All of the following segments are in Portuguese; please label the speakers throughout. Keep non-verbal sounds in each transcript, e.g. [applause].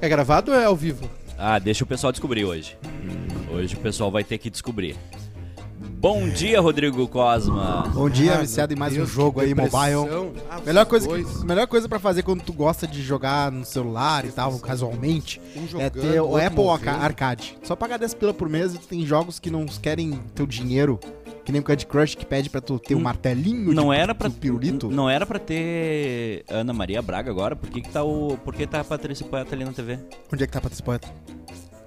Speaker 1: É gravado ou é ao vivo?
Speaker 2: Ah, deixa o pessoal descobrir hoje. Hum, Hoje o pessoal vai ter que descobrir. Bom dia, Rodrigo Cosma.
Speaker 3: Bom dia,
Speaker 1: Ah,
Speaker 3: viciado em mais
Speaker 1: Deus,
Speaker 3: um jogo
Speaker 1: que
Speaker 3: aí,
Speaker 1: depressão.
Speaker 3: mobile.
Speaker 1: Ah,
Speaker 3: Melhor coisa,
Speaker 1: dois.
Speaker 3: que, melhor coisa pra fazer quando tu gosta de jogar no celular e tal, casualmente,
Speaker 1: Um
Speaker 3: é
Speaker 1: jogando,
Speaker 3: ter o
Speaker 1: outro
Speaker 3: Apple
Speaker 1: movendo.
Speaker 3: Arca- Arcade. Só pagar 10 pila por mês e tu tem jogos que não querem teu dinheiro, que nem o Candy Crush que pede pra tu ter um
Speaker 2: Hum,
Speaker 3: martelinho
Speaker 2: Não
Speaker 1: tipo
Speaker 3: de,
Speaker 2: era pra
Speaker 3: de pirulito.
Speaker 2: Não era para ter Ana Maria Braga agora. Por que, que tá o por que tá a Patrícia Poeta ali na TV?
Speaker 3: Onde é que tá pra Poeta?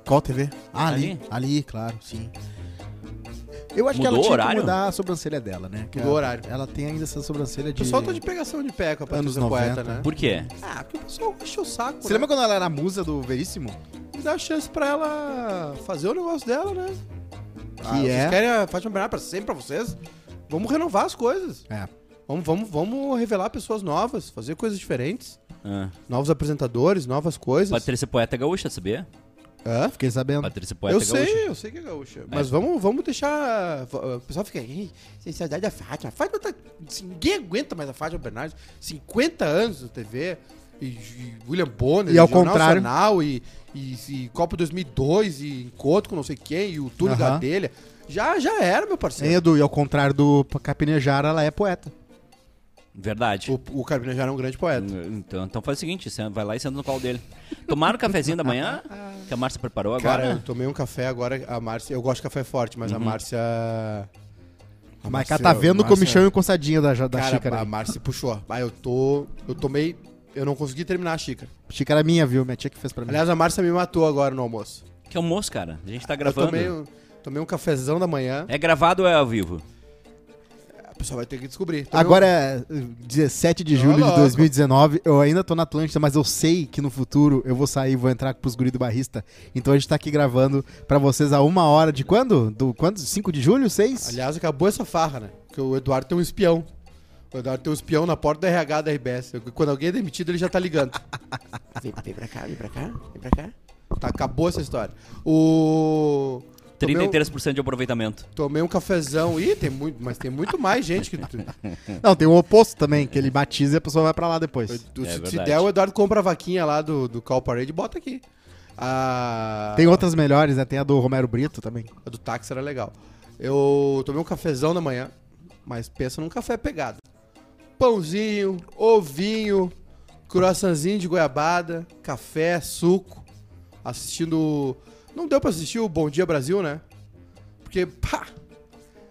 Speaker 3: Qual TV? Ah, ali.
Speaker 2: Ali?
Speaker 3: ali. claro, sim. Eu acho que
Speaker 2: Mudou
Speaker 3: ela
Speaker 2: o
Speaker 3: tinha
Speaker 2: horário?
Speaker 3: que mudar a sobrancelha dela, né? Que
Speaker 1: Mudou o
Speaker 3: ela-
Speaker 1: horário.
Speaker 3: Ela tem ainda essa sobrancelha
Speaker 1: O
Speaker 3: de...
Speaker 1: pessoal tá de pegação de pé com a
Speaker 3: Anos
Speaker 1: Patrícia Poeta,
Speaker 3: 90.
Speaker 1: né?
Speaker 2: Por quê?
Speaker 1: Ah, porque o pessoal enche o saco,
Speaker 3: Você lembra quando ela era a musa do Veríssimo?
Speaker 1: que dá chance pra ela fazer o negócio dela, né? Que
Speaker 3: é?
Speaker 1: Vocês querem a Fátima Bernardo pra sempre, pra vocês? Vamos renovar as coisas.
Speaker 3: É.
Speaker 1: Vamos, vamos, vamos revelar pessoas novas, fazer coisas diferentes.
Speaker 2: Ah,
Speaker 1: Novos apresentadores, novas coisas.
Speaker 2: Patrícia Poeta é gaúcha, sabia?
Speaker 1: Hã?
Speaker 3: Fiquei sabendo.
Speaker 2: Patrícia Poeta
Speaker 1: Eu
Speaker 2: é
Speaker 1: sei,
Speaker 2: gaúcha.
Speaker 1: eu sei que é gaúcha. Mas vamos, vamos deixar. O pessoal fica aí, sem saudade da Fátima. A Fátima tá. assim, Ninguém aguenta mais a Fátima Bernardes. 50 anos na TV. E, e William Bonner,
Speaker 3: E ao
Speaker 1: Jornal
Speaker 3: contrário.
Speaker 1: Nacional, e, e, e Copa 2002, e encontro com não sei quem, e o Túlio
Speaker 3: Aham.
Speaker 1: da Telha. Já, já era, meu
Speaker 3: Sim,
Speaker 1: parceiro.
Speaker 3: Edu, e ao contrário do Capinejar, ela é poeta.
Speaker 1: Ah,
Speaker 2: Verdade.
Speaker 1: O, o Carmina já era um grande poeta.
Speaker 2: Então, então faz o seguinte, você vai lá e senta no colo dele. Tomaram o cafezinho da
Speaker 1: [laughs]
Speaker 2: manhã que a Márcia preparou
Speaker 1: Cara, eu
Speaker 2: agora?
Speaker 1: tomei um café agora, a Márcia. Eu gosto de café forte, mas a
Speaker 3: Uhum.
Speaker 1: Márcia.
Speaker 3: A
Speaker 1: a
Speaker 3: Maiká
Speaker 1: Márcia-
Speaker 3: tá vendo o
Speaker 1: Márcia-
Speaker 3: comichão e o coçadinha da, da
Speaker 1: Cara,
Speaker 3: xícara.
Speaker 1: a
Speaker 3: aí.
Speaker 1: Márcia puxou. Ah, eu tô. Eu tomei. Eu não consegui terminar a xícara.
Speaker 3: Xícara minha, viu? Minha tia que fez pra mim.
Speaker 1: Aliás, a Márcia me matou agora no almoço.
Speaker 2: Que almoço, cara. A gente tá
Speaker 1: Eu
Speaker 2: gravando.
Speaker 1: tomei, um- tomei um cafezão da manhã.
Speaker 2: É gravado ou é ao vivo?
Speaker 1: um-
Speaker 4: É.
Speaker 1: A pessoa vai ter que descobrir. Tomei
Speaker 3: Agora é eh, 17 de
Speaker 1: Tô
Speaker 3: julho de
Speaker 1: louco.
Speaker 3: 2019, eu ainda tô na Atlântida, mas eu sei que no futuro eu vou sair, vou entrar pros guri do Barrista. Então a gente tá aqui gravando pra vocês a uma hora de quando? Do quando? 5 de julho?
Speaker 1: um-
Speaker 3: 6?
Speaker 1: Aliás, acabou essa farra, né? Porque o Eduardo tem um espião. O Eduardo tem um espião na porta da RH da RBS. Eu- Quando alguém é demitido, ele já tá ligando.
Speaker 4: [laughs] Vem, vem pra cá, vem pra cá, vem pra cá.
Speaker 1: Tá, acabou essa história. O. tomei um-
Speaker 2: 33% de aproveitamento.
Speaker 1: Tomei um cafezão. Ih, tem muito, mas tem muito mais gente
Speaker 4: [laughs]
Speaker 1: que. tu-
Speaker 3: Não, tem o oposto também, que ele batiza e a pessoa vai pra lá depois.
Speaker 1: tu-
Speaker 2: É
Speaker 1: se, se
Speaker 2: verdade.
Speaker 1: der, o Eduardo compra a vaquinha lá do, do Call Parade e bota aqui. Ah,
Speaker 3: Tem outras melhores, né? Tem a do Romero Brito também.
Speaker 1: A do táxi era legal. Eu tomei um cafezão na manhã, mas pensa num café pegado. Pãozinho, ovinho, croissantzinho de goiabada, café, suco. Assistindo. Não deu pra assistir o Bom Dia Brasil, né? Porque, pá!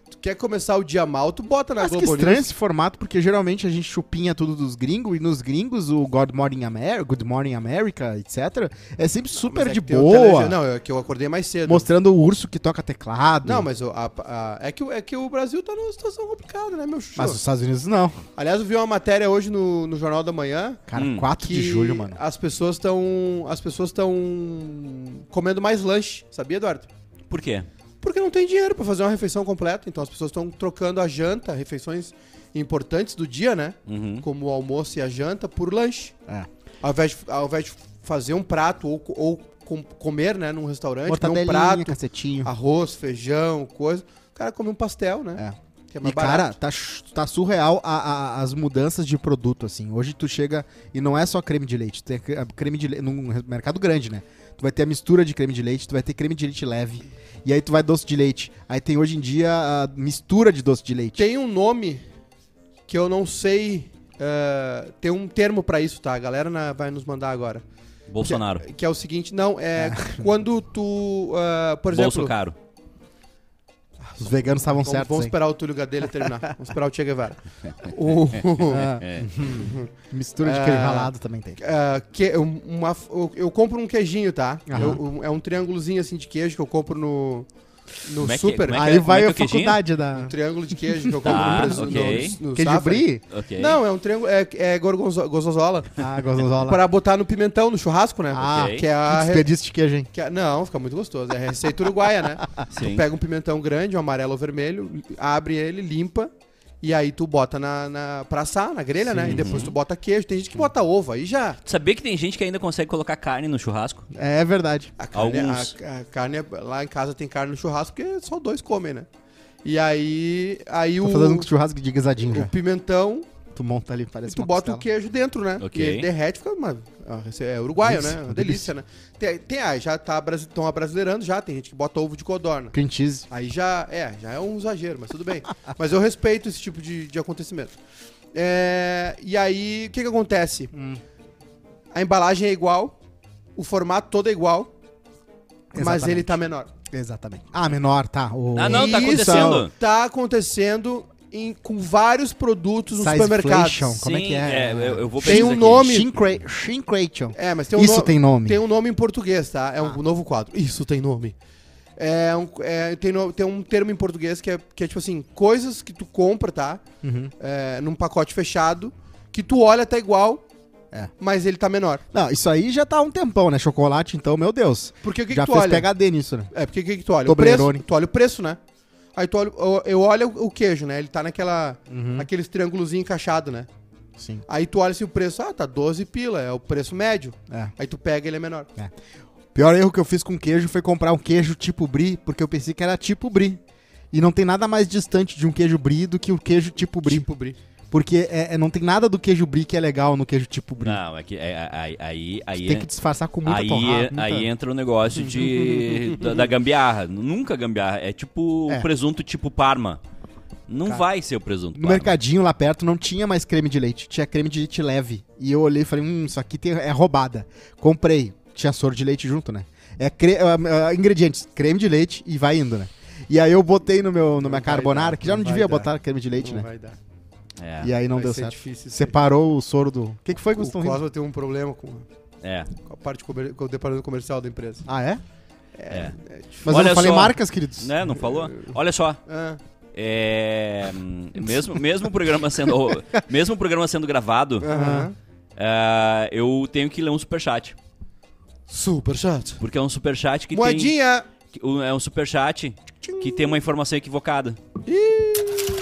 Speaker 1: Tu quer começar o dia mal, tu bota na
Speaker 3: Mas que
Speaker 1: Globo
Speaker 3: estranho
Speaker 1: News.
Speaker 3: esse formato, porque geralmente a gente chupinha tudo dos gringos, e nos gringos o God Morning America, Good Morning America, etc., é sempre super
Speaker 1: Mas é
Speaker 3: de
Speaker 1: que tem o
Speaker 3: boa,
Speaker 1: telege- Não, é que eu acordei mais cedo.
Speaker 3: mostrando o urso que toca teclado.
Speaker 1: Não, mas o- a- a- é, que, o- é que o Brasil tá numa situação complicada, né, meu chuchu?
Speaker 3: Mas os Estados Unidos não.
Speaker 1: Aliás, eu vi uma matéria hoje no- no Jornal da Manhã
Speaker 3: Cara,
Speaker 2: Hum.
Speaker 3: 4
Speaker 1: que
Speaker 3: de julho, mano.
Speaker 1: As pessoas estão. As pessoas estão comendo mais lanche, sabia, Eduardo?
Speaker 2: Por quê?
Speaker 1: Porque não tem dinheiro pra fazer uma refeição completa. Então as pessoas estão trocando a janta, refeições importantes do dia, né?
Speaker 2: Uhum.
Speaker 1: Como o almoço e a janta, por lanche.
Speaker 3: É.
Speaker 1: Ao invés de, ao invés de fazer um prato ou, co- ou com- comer, né, num restaurante, comer um
Speaker 3: Mortadelinha,
Speaker 1: prato, Ah,
Speaker 3: cacetinho.
Speaker 1: arroz, feijão, coisa. O cara come um pastel, né?
Speaker 3: É.
Speaker 1: Que é
Speaker 3: E,
Speaker 1: mais
Speaker 3: cara,
Speaker 1: barato.
Speaker 3: tá, ch- tá surreal a- a- as mudanças de produto, assim. Hoje tu chega e não é só creme de leite. Tem cre- creme de leite num re- mercado grande, né? Tu vai ter a mistura de creme de leite, tu vai ter creme de leite leve. E aí tu vai doce de leite. Aí tem hoje em dia a mistura de doce de leite.
Speaker 1: Tem um nome que eu não sei. eh, tem um termo pra isso, tá? A galera na- vai nos mandar agora.
Speaker 2: Bolsonaro.
Speaker 1: Que, que é o seguinte, não, é [laughs] quando tu. ah, por exemplo.
Speaker 2: Bolso caro.
Speaker 3: Os veganos estavam
Speaker 1: vamos, vamos
Speaker 3: certos, hein?
Speaker 1: esperar o Túlio
Speaker 2: [laughs]
Speaker 1: Gadelha terminar. vamos esperar o Che Guevara. O-
Speaker 3: Ah, mistura de creme ralado também tem.
Speaker 1: ah, que, um- uma, eu, eu compro um queijinho, tá?
Speaker 3: Aham.
Speaker 1: Eu- um- é um triângulozinho assim de queijo que eu compro no. No
Speaker 2: Como é que-
Speaker 1: super. Ah,
Speaker 2: como é
Speaker 3: Aí
Speaker 2: como
Speaker 3: vai
Speaker 2: é que
Speaker 3: a
Speaker 2: é o queijinho?
Speaker 3: faculdade da...
Speaker 1: Um triângulo de queijo que eu compro
Speaker 2: Tá,
Speaker 1: no presunto.
Speaker 2: ok.
Speaker 1: No, no
Speaker 3: Queijo
Speaker 1: Safra. [laughs]
Speaker 3: brie?
Speaker 2: Ok.
Speaker 1: Não, é um triângulo. É, é gorgonzo- gorgonzola.
Speaker 3: Ah, gostosola.
Speaker 1: Pra botar no pimentão, no churrasco, né?
Speaker 3: Ah,
Speaker 2: Ok.
Speaker 1: que é a.
Speaker 3: que desperdício de queijo, hein?
Speaker 1: que é- não, fica muito gostoso. É a receita uruguaia,
Speaker 2: [laughs]
Speaker 1: né?
Speaker 2: Sim.
Speaker 1: Tu pega um pimentão grande, um amarelo ou vermelho, abre ele, limpa, e aí tu bota na, na pra assar, na grelha, né? E depois tu bota queijo. Tem gente que bota ovo, aí já.
Speaker 2: Tu Sabia que tem gente que ainda consegue colocar carne no churrasco?
Speaker 3: É verdade.
Speaker 1: A carne,
Speaker 2: Alguns.
Speaker 1: a- a carne é- lá em casa tem carne no churrasco, porque só dois comem, né? E aí, aí
Speaker 3: Tô
Speaker 1: o,
Speaker 3: Tá fazendo um churrasco de guisadinho
Speaker 1: o
Speaker 3: já.
Speaker 1: pimentão
Speaker 3: Tu monta ali, parece
Speaker 1: E tu
Speaker 3: é uma
Speaker 1: bota o
Speaker 3: costela.
Speaker 1: queijo dentro, né?
Speaker 2: Ok.
Speaker 1: E ele derrete, fica uma... ah, esse É uruguaio,
Speaker 3: Delícia,
Speaker 1: né?
Speaker 3: uma
Speaker 1: Uma delícia, né? Tem, tem ah, já tá estão abrasileirando já, tem gente que bota ovo de codorna.
Speaker 3: Cream cheese.
Speaker 1: Aí já é, já é um exagero, mas tudo
Speaker 2: [laughs]
Speaker 1: bem. mas eu respeito esse tipo de, de acontecimento. É, e aí, o que que acontece?
Speaker 2: Hum.
Speaker 1: A embalagem é igual, o formato todo é igual, mas
Speaker 3: Exatamente.
Speaker 1: ele tá menor.
Speaker 3: Exatamente. Ah, menor, tá. O...
Speaker 2: Ah, não, tá
Speaker 1: E
Speaker 2: acontecendo.
Speaker 1: Isso tá acontecendo em, com vários produtos no supermercado.
Speaker 3: Sizeflation, como é que é?
Speaker 2: eu, eu vou
Speaker 1: Tem
Speaker 2: pesquisar
Speaker 1: um
Speaker 2: aqui.
Speaker 1: nome-
Speaker 3: Shinkra- Shinkration.
Speaker 1: É, mas tem um
Speaker 3: Isso
Speaker 1: no-
Speaker 3: tem nome.
Speaker 1: Tem um nome em português, tá? É um
Speaker 3: Ah.
Speaker 1: novo quadro. Isso tem nome. É um, é, tem, no- tem um termo em português que é, que é tipo assim, coisas que tu compra, tá?
Speaker 3: Uhum.
Speaker 1: É, num pacote fechado, que tu olha tá igual,
Speaker 3: É.
Speaker 1: mas ele tá menor.
Speaker 3: Não, isso aí já tá há um tempão, né? Chocolate, então, meu Deus.
Speaker 1: Porque o que,
Speaker 3: já
Speaker 1: que tu
Speaker 3: fez
Speaker 1: olha?
Speaker 3: PHD nisso, né?
Speaker 1: É, porque o que, que tu olha? O
Speaker 3: Toblerone.
Speaker 1: preço, tu olha o preço, né? Aí tu olha, eu, eu olho o queijo, né? Ele tá naquela,
Speaker 3: Uhum.
Speaker 1: aqueles triângulozinho encaixado, né?
Speaker 3: Sim.
Speaker 1: Aí tu olha assim o preço, ah, tá 12 pila, é o preço médio.
Speaker 3: É.
Speaker 1: Aí tu pega ele é menor.
Speaker 3: Pior erro que eu fiz com queijo foi comprar um queijo tipo brie, porque eu pensei que era tipo brie. E não tem nada mais distante de um queijo brie do que o queijo tipo brie.
Speaker 1: Tipo brie.
Speaker 3: Porque é, é- não tem nada do queijo brie que é legal no queijo tipo brie.
Speaker 2: Não, é que é, é, aí aí aí, é,
Speaker 3: Tem que disfarçar com muita
Speaker 2: aí,
Speaker 3: torrada, muita-
Speaker 2: aí entra o negócio
Speaker 3: [laughs]
Speaker 2: de da, da gambiarra. Nunca gambiarra, é tipo
Speaker 3: É.
Speaker 2: o presunto tipo Parma. Não vai ser o presunto
Speaker 3: No
Speaker 2: Parma.
Speaker 3: mercadinho lá perto não tinha mais creme de leite, tinha creme de leite leve. E eu olhei e falei, hum, isso aqui tem- é roubada. Comprei, tinha soro de leite junto, né? É cre- ah, ah, ingredientes, creme de leite e vai indo, né? E aí eu botei no meu, na minha
Speaker 1: vai
Speaker 3: carbonara,
Speaker 1: dar,
Speaker 3: que já não
Speaker 1: não vai
Speaker 3: devia
Speaker 1: dar.
Speaker 3: botar creme de leite,
Speaker 1: Não
Speaker 3: né?
Speaker 1: vai dar.
Speaker 2: É,
Speaker 3: E aí não
Speaker 1: Vai
Speaker 3: deu
Speaker 1: ser
Speaker 3: certo.
Speaker 1: difícil isso aí.
Speaker 3: Separou o soro do... O é que, que foi,
Speaker 1: O
Speaker 3: Gustavo? Rindo?
Speaker 1: Cosma tem um problema com
Speaker 2: é.
Speaker 1: com a parte comer- com o departamento comercial da empresa.
Speaker 3: Ah, é?
Speaker 2: É.
Speaker 3: Mas eu
Speaker 2: Olha
Speaker 3: não falei
Speaker 2: só.
Speaker 3: marcas, queridos.
Speaker 2: Né, não falou? Olha só,
Speaker 1: Ah,
Speaker 2: é, hum, mesmo mesmo o programa
Speaker 3: [laughs]
Speaker 2: sendo mesmo o programa sendo gravado,
Speaker 1: aham.
Speaker 2: é, eu tenho que ler um superchat,
Speaker 1: Super chato.
Speaker 2: porque é um superchat que
Speaker 1: Moedinha!
Speaker 2: tem que- um- é um superchat que tem uma informação equivocada.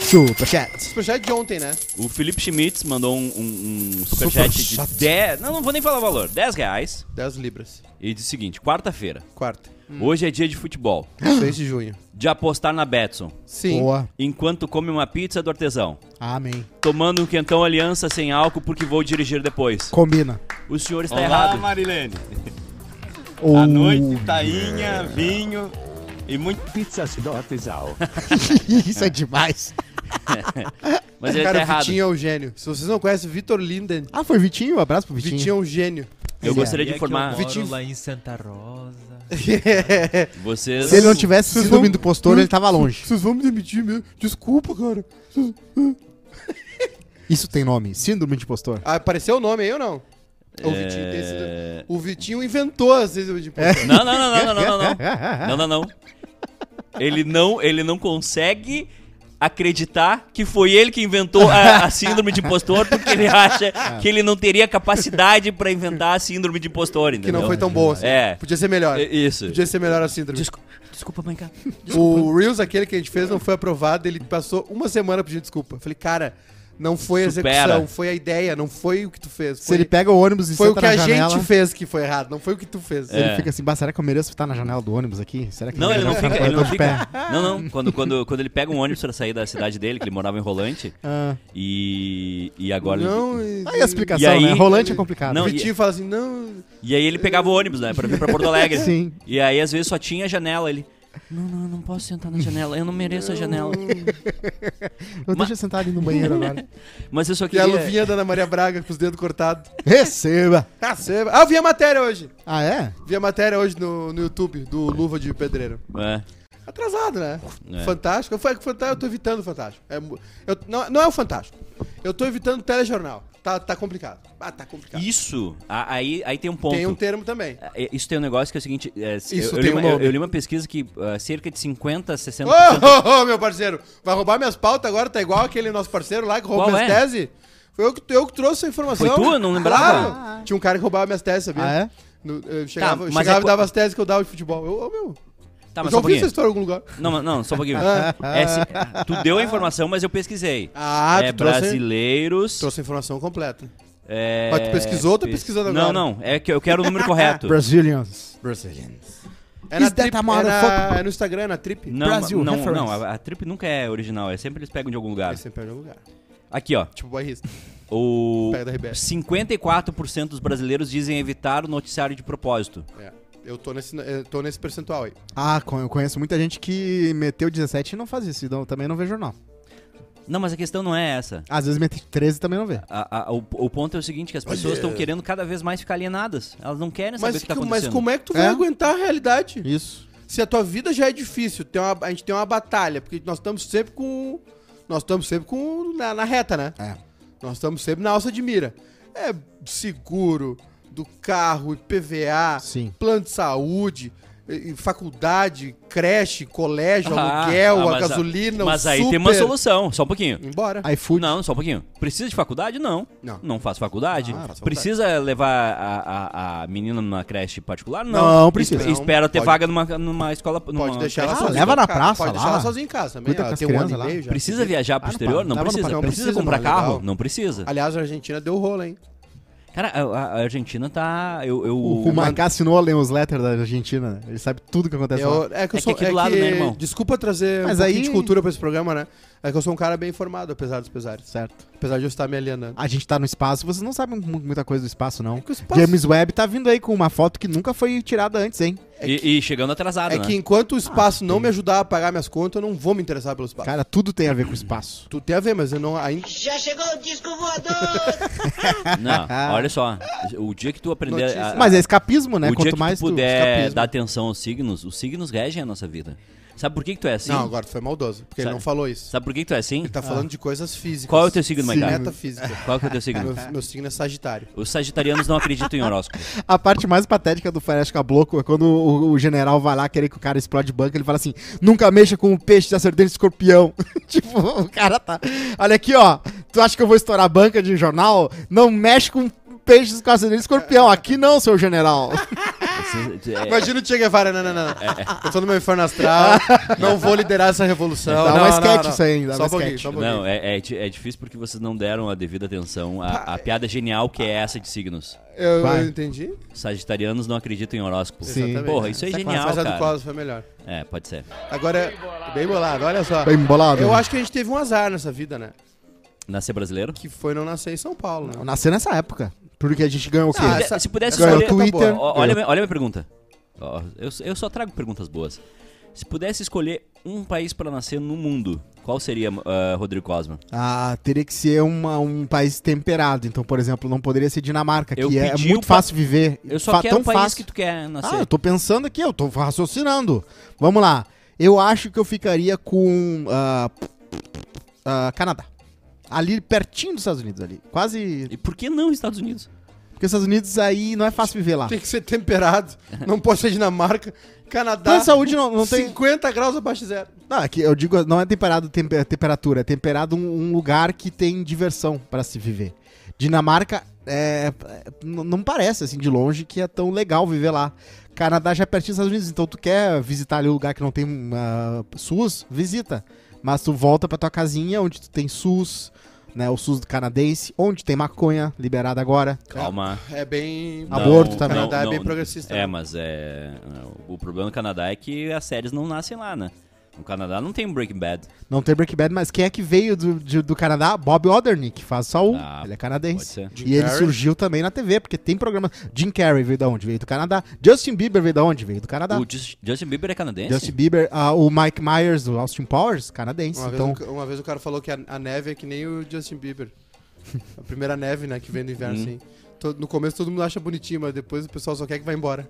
Speaker 3: Superchat.
Speaker 1: Superchat de ontem, né?
Speaker 2: O Felipe Schmitz mandou um, um, um superchat de 10. Não, não vou nem falar o valor. 10 reais.
Speaker 1: 10 libras.
Speaker 2: E diz o seguinte: quarta-feira.
Speaker 1: Quarta.
Speaker 2: Hoje é dia de futebol.
Speaker 1: 6 de junho.
Speaker 2: De apostar na Betson.
Speaker 1: Ah. Sim.
Speaker 3: Boa.
Speaker 2: Enquanto come uma pizza do artesão.
Speaker 3: Amém.
Speaker 2: Tomando um quentão aliança sem álcool porque vou dirigir depois.
Speaker 3: Combina.
Speaker 2: O senhor está
Speaker 5: Olá,
Speaker 2: errado.
Speaker 5: Marilene.
Speaker 3: Ou-
Speaker 5: À noite, tainha, vinho e muito pizzas do artesão.
Speaker 3: [laughs] Isso é demais.
Speaker 2: Mas ele
Speaker 1: Cara,
Speaker 2: está
Speaker 1: o
Speaker 2: errado.
Speaker 1: Vitinho é um gênio. Se vocês não conhecem o Vitor Linden,
Speaker 3: Ah, foi Vitinho? Um abraço pro Vitinho.
Speaker 1: Vitinho é um gênio.
Speaker 2: Eu gostaria de
Speaker 6: Sabia é que
Speaker 2: informar
Speaker 6: Eu moro
Speaker 1: Vitinho-
Speaker 6: lá em Santa Rosa.
Speaker 2: vocês.
Speaker 3: Se ele não tivesse
Speaker 1: Vocês
Speaker 3: se
Speaker 1: vão-
Speaker 3: subindo do postor, ele tava longe.
Speaker 1: Vocês vão me demitir mesmo? Desculpa, cara.
Speaker 3: [laughs] Isso tem nome. Síndrome de postor.
Speaker 1: Ah, [laughs] apareceu o nome aí ou não? O
Speaker 2: É.
Speaker 1: Vitinho tem sido... O Vitinho inventou as vezes de é.
Speaker 2: Não, não, não, não, não, não, não.
Speaker 3: É,
Speaker 2: Não, não, não. Ele não, ele não consegue acreditar que foi ele que inventou a, a síndrome de impostor porque ele acha que ele não teria capacidade pra inventar a síndrome de impostor,
Speaker 1: que
Speaker 2: entendeu?
Speaker 1: não foi tão bom assim.
Speaker 2: É.
Speaker 1: Podia ser melhor.
Speaker 2: É, Isso.
Speaker 1: Podia ser melhor assim, Drummond.
Speaker 2: Desculpa, desculpa, mãe, cara.
Speaker 1: O Reels, aquele que a gente fez, não foi aprovado. Ele passou uma semana pedindo desculpa. Eu Falei, cara, não foi a
Speaker 2: Supera.
Speaker 1: execução, foi a ideia, não foi o que tu fez.
Speaker 3: Se
Speaker 1: Foi,
Speaker 3: ele pega o ônibus e
Speaker 1: foi o
Speaker 3: senta
Speaker 1: que
Speaker 3: na
Speaker 1: a
Speaker 3: janela,
Speaker 1: gente fez que foi errado, não foi o que tu fez.
Speaker 2: É,
Speaker 3: ele fica assim, bah, será que eu mereço estar na janela do ônibus aqui? Será que
Speaker 2: Não, ele não
Speaker 3: merece
Speaker 2: fica,
Speaker 3: estar no
Speaker 2: ele não
Speaker 3: corredor de
Speaker 2: fica.
Speaker 3: pé?"
Speaker 2: Não, não, quando, quando, quando ele pega um ônibus pra sair da cidade dele, que ele morava em Rolante,
Speaker 3: Ah,
Speaker 2: e e agora
Speaker 1: Não,
Speaker 3: aí a
Speaker 1: e,
Speaker 3: explicação,
Speaker 2: E aí-
Speaker 3: né? Rolante é complicado.
Speaker 2: Não,
Speaker 1: o Vitinho fala assim, não...
Speaker 2: E aí ele pegava o ônibus, né, pra vir pra Porto Alegre.
Speaker 1: [laughs]
Speaker 3: Sim.
Speaker 2: E aí às vezes só tinha janela, ele... Não, não, eu não posso sentar na janela, eu não mereço a janela.
Speaker 3: eu deixa eu sentar ali no banheiro [laughs] agora.
Speaker 2: Mas eu só
Speaker 1: E a
Speaker 2: queria...
Speaker 1: luvinha da Ana Maria Braga com os dedos cortados.
Speaker 3: Receba!
Speaker 1: Ah, cê- ah, eu vi a matéria hoje.
Speaker 3: Ah, é?
Speaker 1: Vi a matéria hoje no, no YouTube, do Luva de Pedreiro.
Speaker 2: É.
Speaker 1: Atrasado, né?
Speaker 2: É.
Speaker 1: Fantástico. Eu, falei que o Fantástico. eu tô evitando o Fantástico. É mu- eu- não, não é o Fantástico. Eu tô evitando o telejornal. Tá, tá complicado. Ah, tá complicado.
Speaker 2: Isso, a- aí, aí tem um ponto.
Speaker 1: Tem um termo também.
Speaker 2: É, Isso tem um negócio que é o seguinte... é, se-
Speaker 1: Isso
Speaker 2: eu, eu
Speaker 1: tem
Speaker 2: li uma,
Speaker 1: um
Speaker 2: eu-
Speaker 1: nome. Ah!
Speaker 2: eu li uma pesquisa que ah, cerca de 50, 60%...
Speaker 1: Ô, ô, ô, meu parceiro, vai roubar minhas pautas agora? Tá igual aquele nosso parceiro lá que roubou
Speaker 2: Qual
Speaker 1: minhas
Speaker 2: é?
Speaker 1: teses? Foi eu que, eu que trouxe essa informação.
Speaker 2: Foi tu? Eu não lembrava. Ah,
Speaker 1: Claro. Tinha um cara que roubava minhas teses, sabia?
Speaker 3: Ah, é?
Speaker 1: No- eu chegava,
Speaker 2: Tá,
Speaker 1: eu
Speaker 2: mas
Speaker 1: chegava
Speaker 2: é
Speaker 1: e
Speaker 2: co-
Speaker 1: dava as teses que eu dava de futebol. Eu, ô, meu,
Speaker 2: Tá,
Speaker 1: eu já
Speaker 2: mas só um
Speaker 1: ouvi essa
Speaker 2: pouquinho.
Speaker 1: história em algum lugar.
Speaker 2: Não, mas- não,
Speaker 1: [laughs]
Speaker 2: só um pouquinho. É, se- tu deu a informação, mas eu pesquisei.
Speaker 1: Ah,
Speaker 2: é
Speaker 1: tu trouxe-
Speaker 2: brasileiros...
Speaker 1: Trouxe a informação completa.
Speaker 2: é-
Speaker 1: Mas tu pesquisou ou tá pesquisando agora?
Speaker 2: Não, não, é que eu quero o número correto.
Speaker 3: Brazilians.
Speaker 1: É, na
Speaker 3: Is that
Speaker 1: trip,
Speaker 3: a
Speaker 1: é, na,
Speaker 3: motherfucker?
Speaker 1: é no Instagram, é na Trip?
Speaker 2: Não,
Speaker 3: Brasil,
Speaker 2: não,
Speaker 3: reference.
Speaker 2: não, a, a trip nunca é original, é sempre eles pegam de algum lugar.
Speaker 1: Aí você perde o lugar.
Speaker 2: Aqui, ó.
Speaker 1: Tipo bairrista.
Speaker 2: O
Speaker 1: Pega da RBS.
Speaker 2: 54% dos brasileiros dizem evitar o noticiário de propósito.
Speaker 1: É. Eu tô nesse, eu tô nesse percentual aí.
Speaker 3: Ah, con- eu conheço muita gente que meteu 17 e não faz isso, então também não vê jornal.
Speaker 2: Não, mas a questão não é essa.
Speaker 3: Às vezes mete 13 e também não vê.
Speaker 2: A- a- o, o ponto é o seguinte, que as pessoas estão querendo cada vez mais ficar alienadas. Elas não querem saber
Speaker 1: Mas,
Speaker 2: o que tá
Speaker 1: que-
Speaker 2: acontecendo.
Speaker 1: mas como é que tu vai
Speaker 3: É.
Speaker 1: aguentar a realidade?
Speaker 3: Isso.
Speaker 1: Se a tua vida já é difícil, tem uma- a gente tem uma batalha, porque nós estamos sempre com. Nós estamos sempre com. Na, na reta, né?
Speaker 3: É.
Speaker 1: Nós estamos sempre na alça de mira. É seguro, do carro, IPVA,
Speaker 3: Sim.
Speaker 1: plano de saúde, e- e faculdade, creche, colégio,
Speaker 2: Ah,
Speaker 1: é aluguel,
Speaker 2: ah,
Speaker 1: a
Speaker 2: mas a-
Speaker 1: gasolina,
Speaker 2: Mas
Speaker 1: o
Speaker 2: aí
Speaker 1: super.
Speaker 2: tem uma solução, só um pouquinho.
Speaker 1: Embora.
Speaker 3: iFood.
Speaker 2: Não, só um pouquinho. Precisa de faculdade? Não.
Speaker 1: Não.
Speaker 2: faz faculdade.
Speaker 1: Não, não faz faculdade.
Speaker 2: Precisa levar a, a- a menina numa creche particular? Não.
Speaker 3: Não precisa.
Speaker 2: Es-
Speaker 1: Não,
Speaker 2: espera ter
Speaker 1: pode-
Speaker 2: vaga numa, numa escola. Numa
Speaker 1: Pode deixar ela
Speaker 3: Ah,
Speaker 2: creche
Speaker 1: sozinha.
Speaker 2: particular.
Speaker 3: leva na
Speaker 1: em casa,
Speaker 3: praça
Speaker 1: Pode
Speaker 3: lá.
Speaker 1: deixar ela sozinha em casa também.
Speaker 3: Cuida com
Speaker 1: Ela
Speaker 3: as
Speaker 1: tem um ano e
Speaker 3: crianças lá.
Speaker 1: meio já.
Speaker 2: Precisa viajar pro
Speaker 3: Ah, não
Speaker 2: exterior?
Speaker 3: para.
Speaker 2: Não
Speaker 3: Leva no
Speaker 2: precisa.
Speaker 3: passeio.
Speaker 2: Precisa
Speaker 1: Precisa,
Speaker 2: comprar
Speaker 1: mas
Speaker 2: carro?
Speaker 1: legal.
Speaker 2: Não precisa.
Speaker 1: Aliás, a Argentina deu rolo, hein?
Speaker 2: Cara, a, a- a Argentina tá. Eu, eu,
Speaker 3: O, o Maicá assinou a newsletter da Argentina, né? Ele sabe tudo que acontece lá.
Speaker 1: Eu- é que
Speaker 2: É
Speaker 1: eu sou.
Speaker 2: que aqui do lado, né, irmão?
Speaker 1: Desculpa trazer
Speaker 3: Mas
Speaker 1: um pouquinho
Speaker 3: aí-
Speaker 1: de cultura pra esse programa, né? É que eu sou um cara bem informado, apesar dos pesares.
Speaker 3: Certo.
Speaker 1: Apesar de eu estar me alienando.
Speaker 3: A gente tá no espaço, vocês não sabem mu- muita coisa do espaço,
Speaker 2: É
Speaker 3: não.
Speaker 1: que o espaço-
Speaker 3: James Webb tá vindo aí com uma foto que nunca foi tirada antes, hein?
Speaker 2: E, e chegando atrasado,
Speaker 1: É
Speaker 2: né?
Speaker 1: que enquanto o espaço não me ajudar a pagar minhas contas, eu não vou me interessar pelo espaço.
Speaker 3: Cara, tudo tem a ver com o espaço.
Speaker 1: Tu tem a ver, mas eu não ainda.
Speaker 6: Já chegou o disco voador!
Speaker 2: Não, olha só. O dia que tu aprender.
Speaker 1: Notícia.
Speaker 2: A,
Speaker 3: Mas é escapismo, né?
Speaker 2: Ah, o dia
Speaker 3: Quanto
Speaker 2: que
Speaker 3: mais
Speaker 2: tu puder
Speaker 3: escapismo.
Speaker 2: dar atenção aos signos, os signos regem a nossa vida. Sabe por que, que tu é assim?
Speaker 1: Não, agora tu foi maldoso, porque ele
Speaker 2: Sabe-
Speaker 1: não falou isso.
Speaker 2: Sabe por que, que tu é assim?
Speaker 1: Ele tá falando de coisas físicas.
Speaker 2: Qual é o teu signo,
Speaker 1: Sim.
Speaker 2: Maiká?
Speaker 1: Metafísica.
Speaker 2: Qual que é o teu signo?
Speaker 1: meu, meu signo é Sagitário.
Speaker 2: Os sagitarianos não acreditam em
Speaker 3: [laughs]
Speaker 2: horóscopo.
Speaker 3: A parte mais patética do Faresca Bloco é quando o, o general vai lá querer que o cara explode banco, ele fala assim: nunca mexa com o peixe de acertante de escorpião. [laughs] tipo, o cara tá. Olha aqui, ó. Tu acha que eu vou estourar a banca de jornal? Não mexe com peixes com acertante de escorpião. Aqui não, seu general. Ah.
Speaker 2: Vocês- é-
Speaker 1: Imagina o Che Guevara, não, não, não. não. Eu tô no meu inferno
Speaker 2: [laughs]
Speaker 1: astral, não vou liderar essa revolução.
Speaker 3: Dá
Speaker 1: não,
Speaker 3: uma
Speaker 1: não,
Speaker 3: sketch
Speaker 1: não.
Speaker 3: isso aí, dá
Speaker 1: Só
Speaker 3: uma
Speaker 1: um pouquinho,
Speaker 3: sketch.
Speaker 1: só um pouquinho.
Speaker 2: Não, é, é di- é difícil porque vocês não deram a devida atenção à, à piada genial que é essa de signos.
Speaker 1: Eu,
Speaker 3: Vai.
Speaker 1: eu entendi.
Speaker 2: Sagitarianos não acreditam em horóscopo.
Speaker 3: Sim.
Speaker 1: Exatamente.
Speaker 2: Porra, isso é
Speaker 1: Essa
Speaker 2: genial,
Speaker 1: Mas a
Speaker 2: cara.
Speaker 1: do Cosmos foi melhor.
Speaker 2: É, pode ser.
Speaker 1: Agora, bem bolado, olha só.
Speaker 3: [laughs] Bem bolado.
Speaker 1: Eu acho que a gente teve um azar nessa vida, né?
Speaker 2: Nascer brasileiro?
Speaker 1: Que foi não nascer em São Paulo, né?
Speaker 3: Nasceu nessa época. Porque a gente ganhou o quê?
Speaker 1: Ah,
Speaker 2: Se
Speaker 1: essa-
Speaker 2: se pudesse
Speaker 1: essa
Speaker 2: escolher... Tá
Speaker 3: ganhou Twitter.
Speaker 2: Ó, Olha, a minha- olha a minha pergunta. Ó, Eu, eu só trago perguntas boas. Se pudesse escolher um país pra nascer no mundo, qual seria, ah, Rodrigo Cosma?
Speaker 3: Ah, teria que ser uma- um país temperado. Então, por exemplo, não poderia ser Dinamarca,
Speaker 2: Eu
Speaker 3: que é, é
Speaker 2: pedi
Speaker 3: muito
Speaker 2: o pa-
Speaker 3: fácil viver.
Speaker 2: Eu só
Speaker 3: Fa-
Speaker 2: quero o país
Speaker 3: fácil.
Speaker 2: que tu quer nascer.
Speaker 3: Ah, eu tô pensando aqui, eu tô raciocinando. Vamos lá. Eu acho que eu ficaria com. ah, ah, Canadá. Ali pertinho dos Estados Unidos, ali. Quase.
Speaker 2: E por que não Estados Unidos?
Speaker 3: Porque os Estados Unidos aí não é fácil viver lá.
Speaker 1: Tem que ser temperado. Não pode ser Dinamarca. Canadá.
Speaker 3: Plano de saúde não, não tem.
Speaker 1: 50 graus abaixo de zero.
Speaker 3: Não, é que eu digo, não é temperado tempe- temperatura, é temperado um, um lugar que tem diversão pra se viver. Dinamarca é, é, n- não parece assim de longe que é tão legal viver lá. Canadá já é pertinho dos Estados Unidos, então tu quer visitar ali um lugar que não tem ah, SUS, visita. Mas tu volta pra tua casinha onde tu tem SUS, né, o SUS canadense, onde tem maconha liberada agora.
Speaker 2: Calma.
Speaker 1: É bem.
Speaker 3: Não, Aborto
Speaker 1: o
Speaker 3: também.
Speaker 1: Canadá é
Speaker 2: não,
Speaker 1: bem
Speaker 2: não.
Speaker 1: progressista.
Speaker 2: É,
Speaker 1: né?
Speaker 2: mas é. O problema do Canadá é que as séries não nascem lá, né? O Canadá não tem Breaking Bad.
Speaker 3: Não tem Breaking Bad, mas quem é que veio do, de- do Canadá? Bob Odernick, que faz só um.
Speaker 2: Ah,
Speaker 3: ele
Speaker 2: Pode
Speaker 3: é canadense.
Speaker 2: ser.
Speaker 1: Jim
Speaker 3: e ele
Speaker 1: Carrey.
Speaker 3: surgiu também na TV, porque tem programa. Jim Carrey veio da onde? Veio do Canadá. Justin Bieber veio da onde? Veio do Canadá.
Speaker 2: O Jus- Justin Bieber é canadense?
Speaker 3: Justin Bieber, ah, o Mike Myers, o Austin Powers, canadense.
Speaker 1: Uma,
Speaker 3: então,
Speaker 1: vez, o- uma vez o cara falou que a, a neve é que nem o Justin Bieber. A primeira neve, né? Que vem no
Speaker 2: Uhum.
Speaker 1: inverno, assim. To- no começo todo mundo acha bonitinho, mas depois o pessoal só quer que vá embora.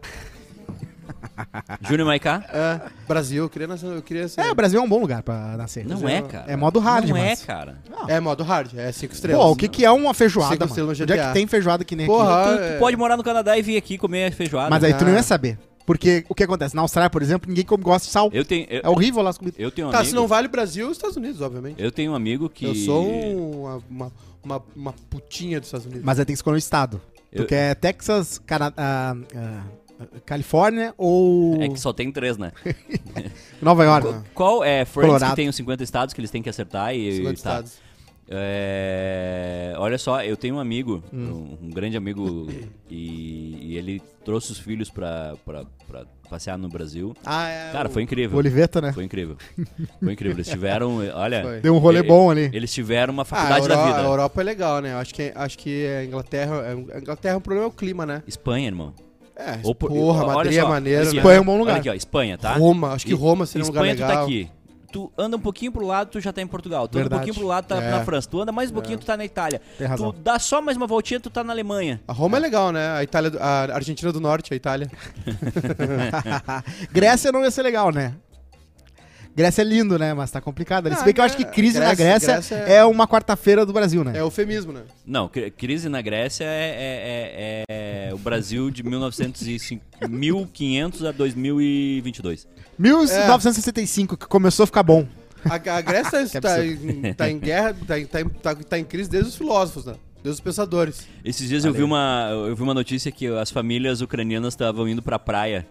Speaker 2: Júnior Maiká?
Speaker 1: É, Brasil, eu queria nascer. Eu queria ser.
Speaker 3: é, o Brasil é um bom lugar pra nascer.
Speaker 2: Não é, cara.
Speaker 3: É modo hard,
Speaker 2: Não
Speaker 3: mas-
Speaker 2: é, cara.
Speaker 1: É modo hard, é cinco estrelas.
Speaker 3: Pô, o que, que é uma feijoada?
Speaker 1: Cinco
Speaker 3: Mano?
Speaker 1: estrelas
Speaker 3: Onde
Speaker 1: no
Speaker 3: é que
Speaker 1: GTA.
Speaker 3: tem feijoada que nem aqui?
Speaker 1: Porra,
Speaker 2: Tu,
Speaker 1: é-
Speaker 2: tu pode morar no Canadá e vir aqui comer feijoada.
Speaker 3: Mas é aí tu não
Speaker 1: Ah.
Speaker 3: ia saber. Porque o que acontece? Na Austrália, por exemplo, ninguém come gosta de sal.
Speaker 2: Eu tenho. Eu,
Speaker 3: É horrível lá as comidas.
Speaker 2: eu tenho um
Speaker 1: Tá, se
Speaker 2: amigo.
Speaker 1: não vale Brasil, Estados Unidos, obviamente.
Speaker 2: Eu tenho um amigo que.
Speaker 1: Eu sou um- uma, uma, uma, uma putinha dos Estados Unidos.
Speaker 3: Mas aí tem que escolher o estado.
Speaker 2: Eu-
Speaker 3: Tu quer Texas, Cana- ah, ah, Califórnia ou
Speaker 2: É que só tem três, né?
Speaker 3: Nova York?
Speaker 2: Qual é Friends
Speaker 3: Colorado.
Speaker 2: que tem os 50 estados que eles têm que acertar e.
Speaker 1: 50
Speaker 2: e tá.
Speaker 1: estados. Hum.
Speaker 2: É, Olha só, eu tenho um amigo, um, um grande amigo, e, E ele trouxe os filhos pra, pra, pra passear no Brasil.
Speaker 1: Ah, é.
Speaker 2: Cara,
Speaker 1: o-
Speaker 2: foi incrível.
Speaker 3: Oliveta, né?
Speaker 2: Foi incrível. Foi incrível. Eles tiveram, olha.
Speaker 1: Foi.
Speaker 3: Deu um rolê
Speaker 2: ele-
Speaker 3: bom ali.
Speaker 2: Eles tiveram uma
Speaker 1: Ah, a
Speaker 2: faculdade
Speaker 1: Europa,
Speaker 2: da vida.
Speaker 1: a Europa é legal, né? Eu Acho que, acho que a Inglaterra. A Inglaterra o problema é o clima, né?
Speaker 2: Espanha, irmão.
Speaker 1: É,
Speaker 2: Ou por-
Speaker 1: porra,
Speaker 2: olha
Speaker 1: Madrid é
Speaker 2: só,
Speaker 1: maneiro,
Speaker 2: aqui,
Speaker 1: né?
Speaker 3: Espanha é um bom
Speaker 2: Olha
Speaker 3: lugar.
Speaker 2: aqui, ó, Espanha, tá?
Speaker 1: Roma, acho que
Speaker 2: E-
Speaker 1: Roma seria um lugar
Speaker 2: Espanha, tu tá
Speaker 1: legal.
Speaker 2: aqui. Tu anda um pouquinho pro lado, tu já tá em Portugal. Tu anda um
Speaker 3: Verdade.
Speaker 2: pouquinho pro lado, tá
Speaker 1: É.
Speaker 2: na França. Tu anda mais um pouquinho, tu tá na Itália.
Speaker 3: Tem razão.
Speaker 2: Tu dá só mais uma voltinha, tu tá na Alemanha.
Speaker 1: A Roma é legal, né? A Itália, do- a Argentina do Norte, a Itália.
Speaker 3: Grécia não ia ser legal, né? Grécia é lindo, né? Mas tá complicado. ali.
Speaker 1: Ah,
Speaker 3: Se bem que eu acho que
Speaker 1: é.
Speaker 3: crise na
Speaker 1: Grécia-
Speaker 3: Grécia,
Speaker 1: Grécia
Speaker 3: é... uma quarta-feira do Brasil, né?
Speaker 1: É eufemismo, né?
Speaker 2: Não, cri- crise na Grécia é, é- é- é o Brasil de 1905, 1500 a 2022.
Speaker 3: 1965, que começou a ficar bom.
Speaker 1: A, a
Speaker 2: [laughs]
Speaker 1: Grécia
Speaker 3: Que
Speaker 1: está em, tá em guerra, tá em, tá, em, tá, tá em crise desde os filósofos, né? Desde os pensadores.
Speaker 2: Esses dias eu vi, uma, eu vi uma notícia que as famílias ucranianas estavam indo pra praia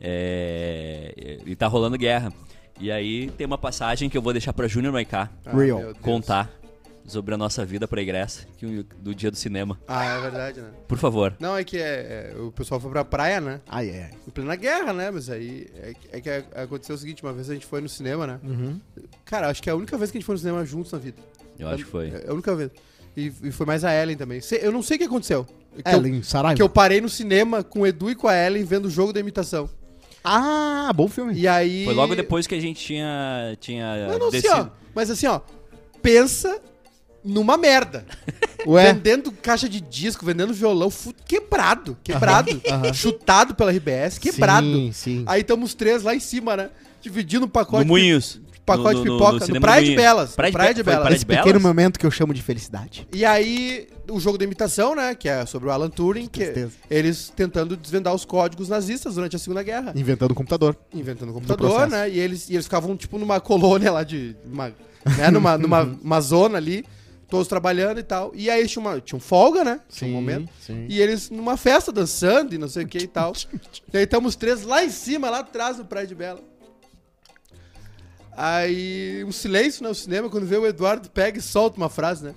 Speaker 2: é, e tá rolando guerra. E aí tem uma passagem que eu vou deixar pra Júnior Maiká
Speaker 3: Real.
Speaker 1: Ah, meu Deus.
Speaker 2: contar sobre a nossa vida pra igreja, que- do dia do cinema.
Speaker 1: Ah, é verdade, né?
Speaker 2: Por favor.
Speaker 1: Não, é que é, é, o pessoal foi pra praia, né?
Speaker 3: Ai, ai, ai.
Speaker 1: Em plena guerra, né? Mas aí é, que- é que aconteceu o seguinte: uma vez a gente foi no cinema, né?
Speaker 2: Uhum.
Speaker 1: Cara, acho que é a única vez que a gente foi no cinema juntos na vida.
Speaker 2: Eu acho que foi.
Speaker 1: É a única vez. E, e foi mais a Ellen também. Se- eu não sei o que aconteceu. Que eu-
Speaker 3: Ellen, É Saraiva.
Speaker 1: que eu parei no cinema com o Edu e com a Ellen vendo o jogo da imitação.
Speaker 3: Ah, bom filme.
Speaker 1: E aí.
Speaker 2: Foi logo depois que a gente tinha,
Speaker 3: É,
Speaker 2: tinha
Speaker 1: Não, não, assim, ó,
Speaker 2: descido.
Speaker 1: mas assim, ó, pensa numa merda.
Speaker 3: [laughs] Ué,
Speaker 1: Vendendo caixa de disco, vendendo violão, fu- quebrado, quebrado. Chutado pela RBS, quebrado.
Speaker 3: Sim, sim.
Speaker 1: Aí estamos os três lá em cima, né? Dividindo o pacote.
Speaker 2: no Moinhos.
Speaker 1: pacote
Speaker 2: No-
Speaker 1: de
Speaker 2: no- no
Speaker 1: pipoca, no
Speaker 2: cinema
Speaker 1: Praia de
Speaker 2: Moinhos.
Speaker 1: Belas,
Speaker 2: Praia de,
Speaker 1: Praia de
Speaker 2: Be- foi
Speaker 1: Belas.
Speaker 2: Praia de
Speaker 3: esse pequeno
Speaker 2: Belas?
Speaker 3: momento que eu chamo de felicidade.
Speaker 1: E aí, o jogo da imitação, né? Que é sobre o Alan Turing, que
Speaker 3: tristeza.
Speaker 1: eles tentando desvendar os códigos nazistas durante a Segunda Guerra.
Speaker 3: Inventando o computador.
Speaker 1: inventando
Speaker 3: Do
Speaker 1: computador,
Speaker 3: processo.
Speaker 1: né? E eles, e eles ficavam, tipo, numa colônia lá de. Uma, né? Numa,
Speaker 3: [laughs]
Speaker 1: numa uma zona ali, todos trabalhando e tal. E aí tinha, uma, tinha um folga, né? Tinha um momento.
Speaker 3: sim.
Speaker 1: E eles numa festa dançando e não sei o que e tal. e aí estamos três lá em cima, lá atrás do Praia de Bela. Aí um silêncio no cinema quando vê o Eduardo pega e solta uma frase, né?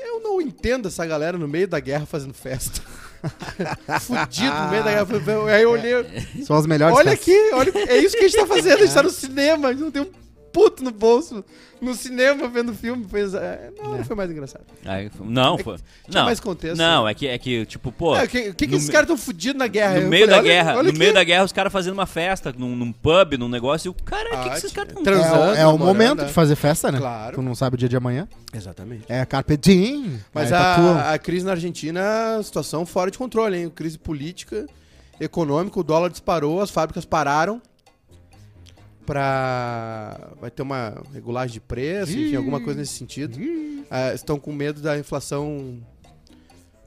Speaker 1: Eu não entendo essa galera no meio da guerra fazendo festa. [laughs] Fudido no meio da guerra. Aí eu olhei,
Speaker 3: São as melhores
Speaker 1: Olha
Speaker 3: festas.
Speaker 1: aqui, olha, é isso que a gente [laughs] tá fazendo, a gente tá no cinema, a gente não tem um puto no bolso, no cinema vendo filme. Fez, é, não, não foi mais engraçado.
Speaker 2: Aí, foi- não, foi.
Speaker 1: É tinha
Speaker 2: Não,
Speaker 1: mais contexto,
Speaker 2: não é, que, é que, tipo, pô.
Speaker 1: É, o que, o que que
Speaker 2: no
Speaker 1: esses
Speaker 2: me-
Speaker 1: caras tão fudidos na guerra?
Speaker 2: No
Speaker 1: Eu
Speaker 2: meio da
Speaker 1: falei, olha-
Speaker 2: guerra,
Speaker 1: olha
Speaker 2: no
Speaker 1: que-
Speaker 2: meio da guerra, os caras fazendo uma festa num, num pub, num negócio, e o cara, é o que,
Speaker 1: Ah,
Speaker 2: que esses caras tão
Speaker 1: trans-
Speaker 3: É, o- é o
Speaker 1: namorando,
Speaker 3: momento
Speaker 1: né?
Speaker 3: de fazer festa, né?
Speaker 1: Claro.
Speaker 3: Tu não sabe o dia de amanhã.
Speaker 1: Exatamente.
Speaker 3: É Carpe Diem. É,
Speaker 1: Mas
Speaker 3: aí tatua.
Speaker 1: a, a crise na Argentina, situação fora de controle, hein? Crise política, econômica, o dólar disparou, as fábricas pararam pra... Vai ter uma regulagem de preço, enfim, alguma coisa nesse sentido. Ah, estão com medo da inflação...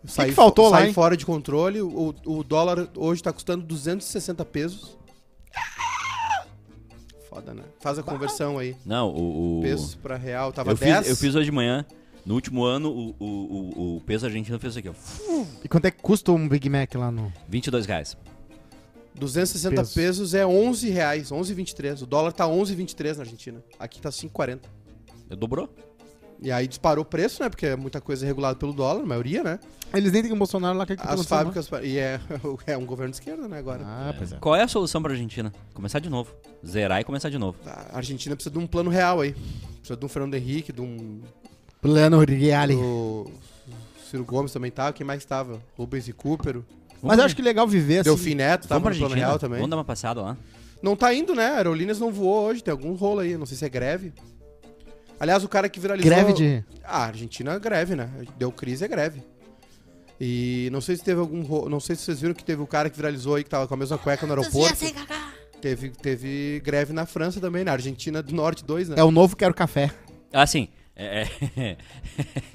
Speaker 1: Sair,
Speaker 3: que faltou lá,
Speaker 1: sair
Speaker 3: hein?
Speaker 1: fora de controle. O, o dólar hoje tá custando 260 pesos.
Speaker 3: Ah!
Speaker 1: Foda, né? Faz a conversão aí.
Speaker 2: Não, o. o-
Speaker 1: Pesos pra real. Tava
Speaker 2: eu,
Speaker 1: 10.
Speaker 2: fiz, eu fiz hoje de manhã. No último ano, o, o, o, o peso argentino fez isso aqui, ó.
Speaker 3: E quanto é que custa um Big Mac lá no...
Speaker 2: 22 reais.
Speaker 1: 260
Speaker 3: Pesos.
Speaker 1: pesos é 11 reais, 11,23. O dólar tá 11,23 na Argentina. Aqui tá 5,40.
Speaker 2: Eu dobrou?
Speaker 1: E aí disparou o preço, né? Porque é muita coisa regulada pelo dólar, a maioria, né?
Speaker 3: Eles nem têm um Bolsonaro lá que é que tá
Speaker 1: As
Speaker 3: acontecendo lá.
Speaker 1: fábricas... E é, [laughs] é um governo de esquerda, né, agora.
Speaker 3: Ah, pois é.
Speaker 2: Qual é a solução pra Argentina? Começar de novo. Zerar e começar de novo.
Speaker 1: A Argentina precisa de um plano real aí. Precisa de um Fernando Henrique, de um...
Speaker 3: Plano Reale.
Speaker 1: do Ciro Gomes também tava. Quem mais tava? Rubens e Cúpero.
Speaker 3: Mas eu acho que legal viver É assim.
Speaker 1: Delfim Neto
Speaker 2: Vamos
Speaker 1: tava
Speaker 2: pra
Speaker 1: no plano
Speaker 2: Argentina.
Speaker 1: real também.
Speaker 2: Vamos dar uma passada lá.
Speaker 1: Não tá indo, né? A Aerolíneas não voou hoje. Tem algum rolo aí. Não sei se é greve. Aliás, o cara que viralizou...
Speaker 3: Greve de...
Speaker 1: Ah, Argentina é greve, né? Deu crise, é greve. E não sei se teve algum. ro- Não sei se vocês viram que teve o cara que viralizou aí que tava com a mesma cueca no aeroporto. Teve, teve greve na França também, na Argentina do Norte 2, né?
Speaker 3: É o novo Quero Café.
Speaker 2: Ah, sim. É,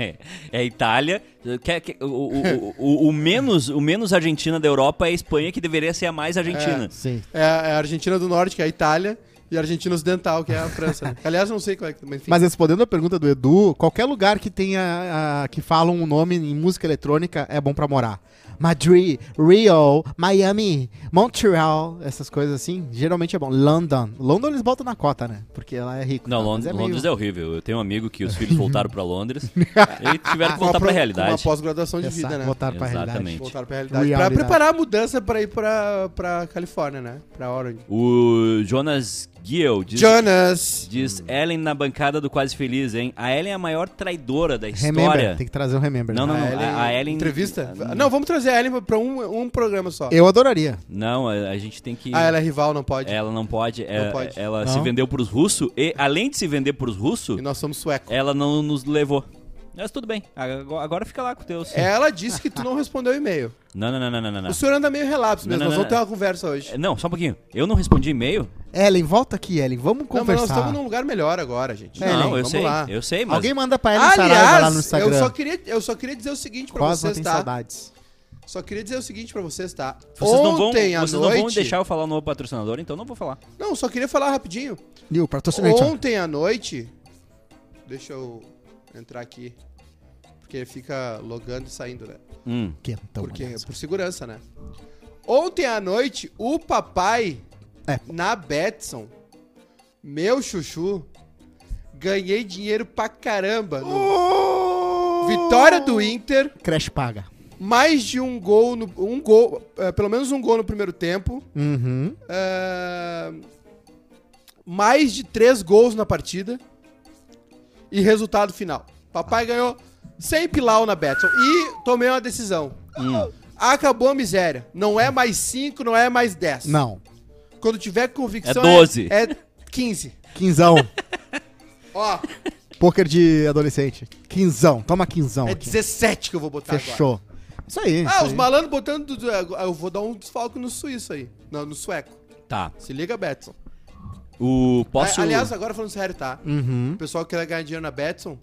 Speaker 2: é, [laughs] é Itália. Quer- quer- o, o- o- o menos, o menos Argentina da Europa é a Espanha, que deveria ser a mais Argentina.
Speaker 3: Sim.
Speaker 1: É, a é a Argentina do Norte, que é a Itália. E a Argentina Ocidental, que é a França. né? Aliás, não sei qual é, que- mas enfim.
Speaker 3: Mas respondendo a pergunta do Edu, qualquer lugar que tenha a- que falam um nome em música eletrônica é bom pra morar. Madrid, Rio, Miami, Montreal, essas coisas assim, geralmente é bom. London. London eles botam na cota, né? Porque ela é rico.
Speaker 2: Não,
Speaker 3: tá? Mas
Speaker 2: Lond-
Speaker 3: é meio-
Speaker 2: Londres é horrível. Eu tenho um amigo que os filhos voltaram pra Londres e tiveram que
Speaker 1: Com uma pro-
Speaker 2: voltar pra
Speaker 1: com Uma
Speaker 2: realidade.
Speaker 1: pós-graduação de
Speaker 3: Essa-
Speaker 1: vida, né?
Speaker 3: Botaram pra realidade.
Speaker 2: Exatamente.
Speaker 1: Voltaram pra realidade.
Speaker 3: Realidade.
Speaker 1: Pra preparar a mudança pra ir pra, pra Califórnia, né? Pra Orange.
Speaker 2: O Jonas Gill diz,
Speaker 1: Jonas!
Speaker 2: diz Ellen na bancada do Quase Feliz, hein? A Ellen é a maior traidora da história.
Speaker 3: Remember, tem que trazer um Remember.
Speaker 2: Não,
Speaker 3: né?
Speaker 2: não, não.
Speaker 1: A Ellen-
Speaker 2: a- a Ellen-
Speaker 1: Entrevista?
Speaker 2: Ah,
Speaker 1: Não, vamos trazer a Ellen pra um, um programa só.
Speaker 3: Eu adoraria.
Speaker 2: Não, a, a gente tem que...
Speaker 1: Ah, ela é rival, não pode.
Speaker 2: Ela não pode. é-
Speaker 1: Não pode.
Speaker 2: Ela
Speaker 3: Não.
Speaker 2: se vendeu pros russos e, além de se vender pros russos,
Speaker 1: E nós somos suecos.
Speaker 2: ela não nos levou. Mas tudo bem. Agora agora fica lá com o teus.
Speaker 1: Ela disse que tu não respondeu o
Speaker 2: [laughs]
Speaker 1: e-mail.
Speaker 2: Não, não, não, não, não, não, não.
Speaker 1: O senhor anda meio relapso mesmo.
Speaker 2: Ah. Não, não,
Speaker 1: nós
Speaker 2: não,
Speaker 1: vamos ter uma conversa hoje.
Speaker 2: É, Não, só um pouquinho. Eu não respondi e-mail?
Speaker 3: Ellen, volta aqui, Ellen. Vamos
Speaker 1: Não, mas nós
Speaker 3: conversar.
Speaker 1: estamos num lugar melhor agora, gente.
Speaker 3: Ellen,
Speaker 2: É, não,
Speaker 1: É,
Speaker 2: eu
Speaker 1: vamos
Speaker 2: sei.
Speaker 1: lá.
Speaker 2: Eu sei, mas.
Speaker 3: Alguém manda pra Ellen Saraiva lá no
Speaker 1: Aliás, eu
Speaker 3: Instagram.
Speaker 1: só, queria, eu só queria dizer o seguinte pra
Speaker 3: Cosma
Speaker 1: vocês,
Speaker 3: tem
Speaker 1: tá?
Speaker 3: saudades.
Speaker 1: Só queria dizer o seguinte pra vocês, tá?
Speaker 2: Vocês, não vão,
Speaker 1: Ontem à
Speaker 2: vocês
Speaker 1: noite...
Speaker 2: não vão deixar eu falar o novo patrocinador, então não vou falar.
Speaker 1: Não, só queria falar rapidinho.
Speaker 3: New, patrocinante. ó.
Speaker 1: Ontem à noite. Deixa eu entrar aqui. Porque fica logando e saindo, né?
Speaker 2: Hum.
Speaker 3: Quentão,
Speaker 1: Porque,
Speaker 3: aliás.
Speaker 1: por segurança, né? Ontem à noite, o papai
Speaker 3: É.
Speaker 1: na Betson, meu chuchu, ganhei dinheiro pra caramba. no-
Speaker 3: Oh!
Speaker 1: Vitória do Inter,
Speaker 3: Crash paga.
Speaker 1: mais de um gol, no, um gol, eh, pelo menos um gol no primeiro tempo.
Speaker 3: Uhum.
Speaker 1: Ah, mais de três gols na partida e resultado final. Papai ganhou 100 pilau na Betson e tomei uma decisão. Acabou a miséria. Não é mais 5, não é mais 10.
Speaker 3: Não.
Speaker 1: Quando tiver convicção...
Speaker 2: É 12.
Speaker 1: É, é 15. [laughs]
Speaker 3: Quinzão.
Speaker 1: Ó, é
Speaker 3: Poker de adolescente. Quinzão. Toma quinzão.
Speaker 1: é
Speaker 3: aqui.
Speaker 1: 17 que eu vou botar agora.
Speaker 3: Fechou. Isso aí.
Speaker 1: Ah,
Speaker 3: isso
Speaker 1: os
Speaker 3: aí.
Speaker 1: malandros botando... do- do- Eu vou dar um desfalque no suíço aí. Não, no sueco.
Speaker 2: Tá.
Speaker 1: Se liga, Betson.
Speaker 2: O. Posso.
Speaker 1: A- Aliás, agora falando sério, tá?
Speaker 3: Hum? Uhum.
Speaker 1: O pessoal que quer ganhar dinheiro na Betson,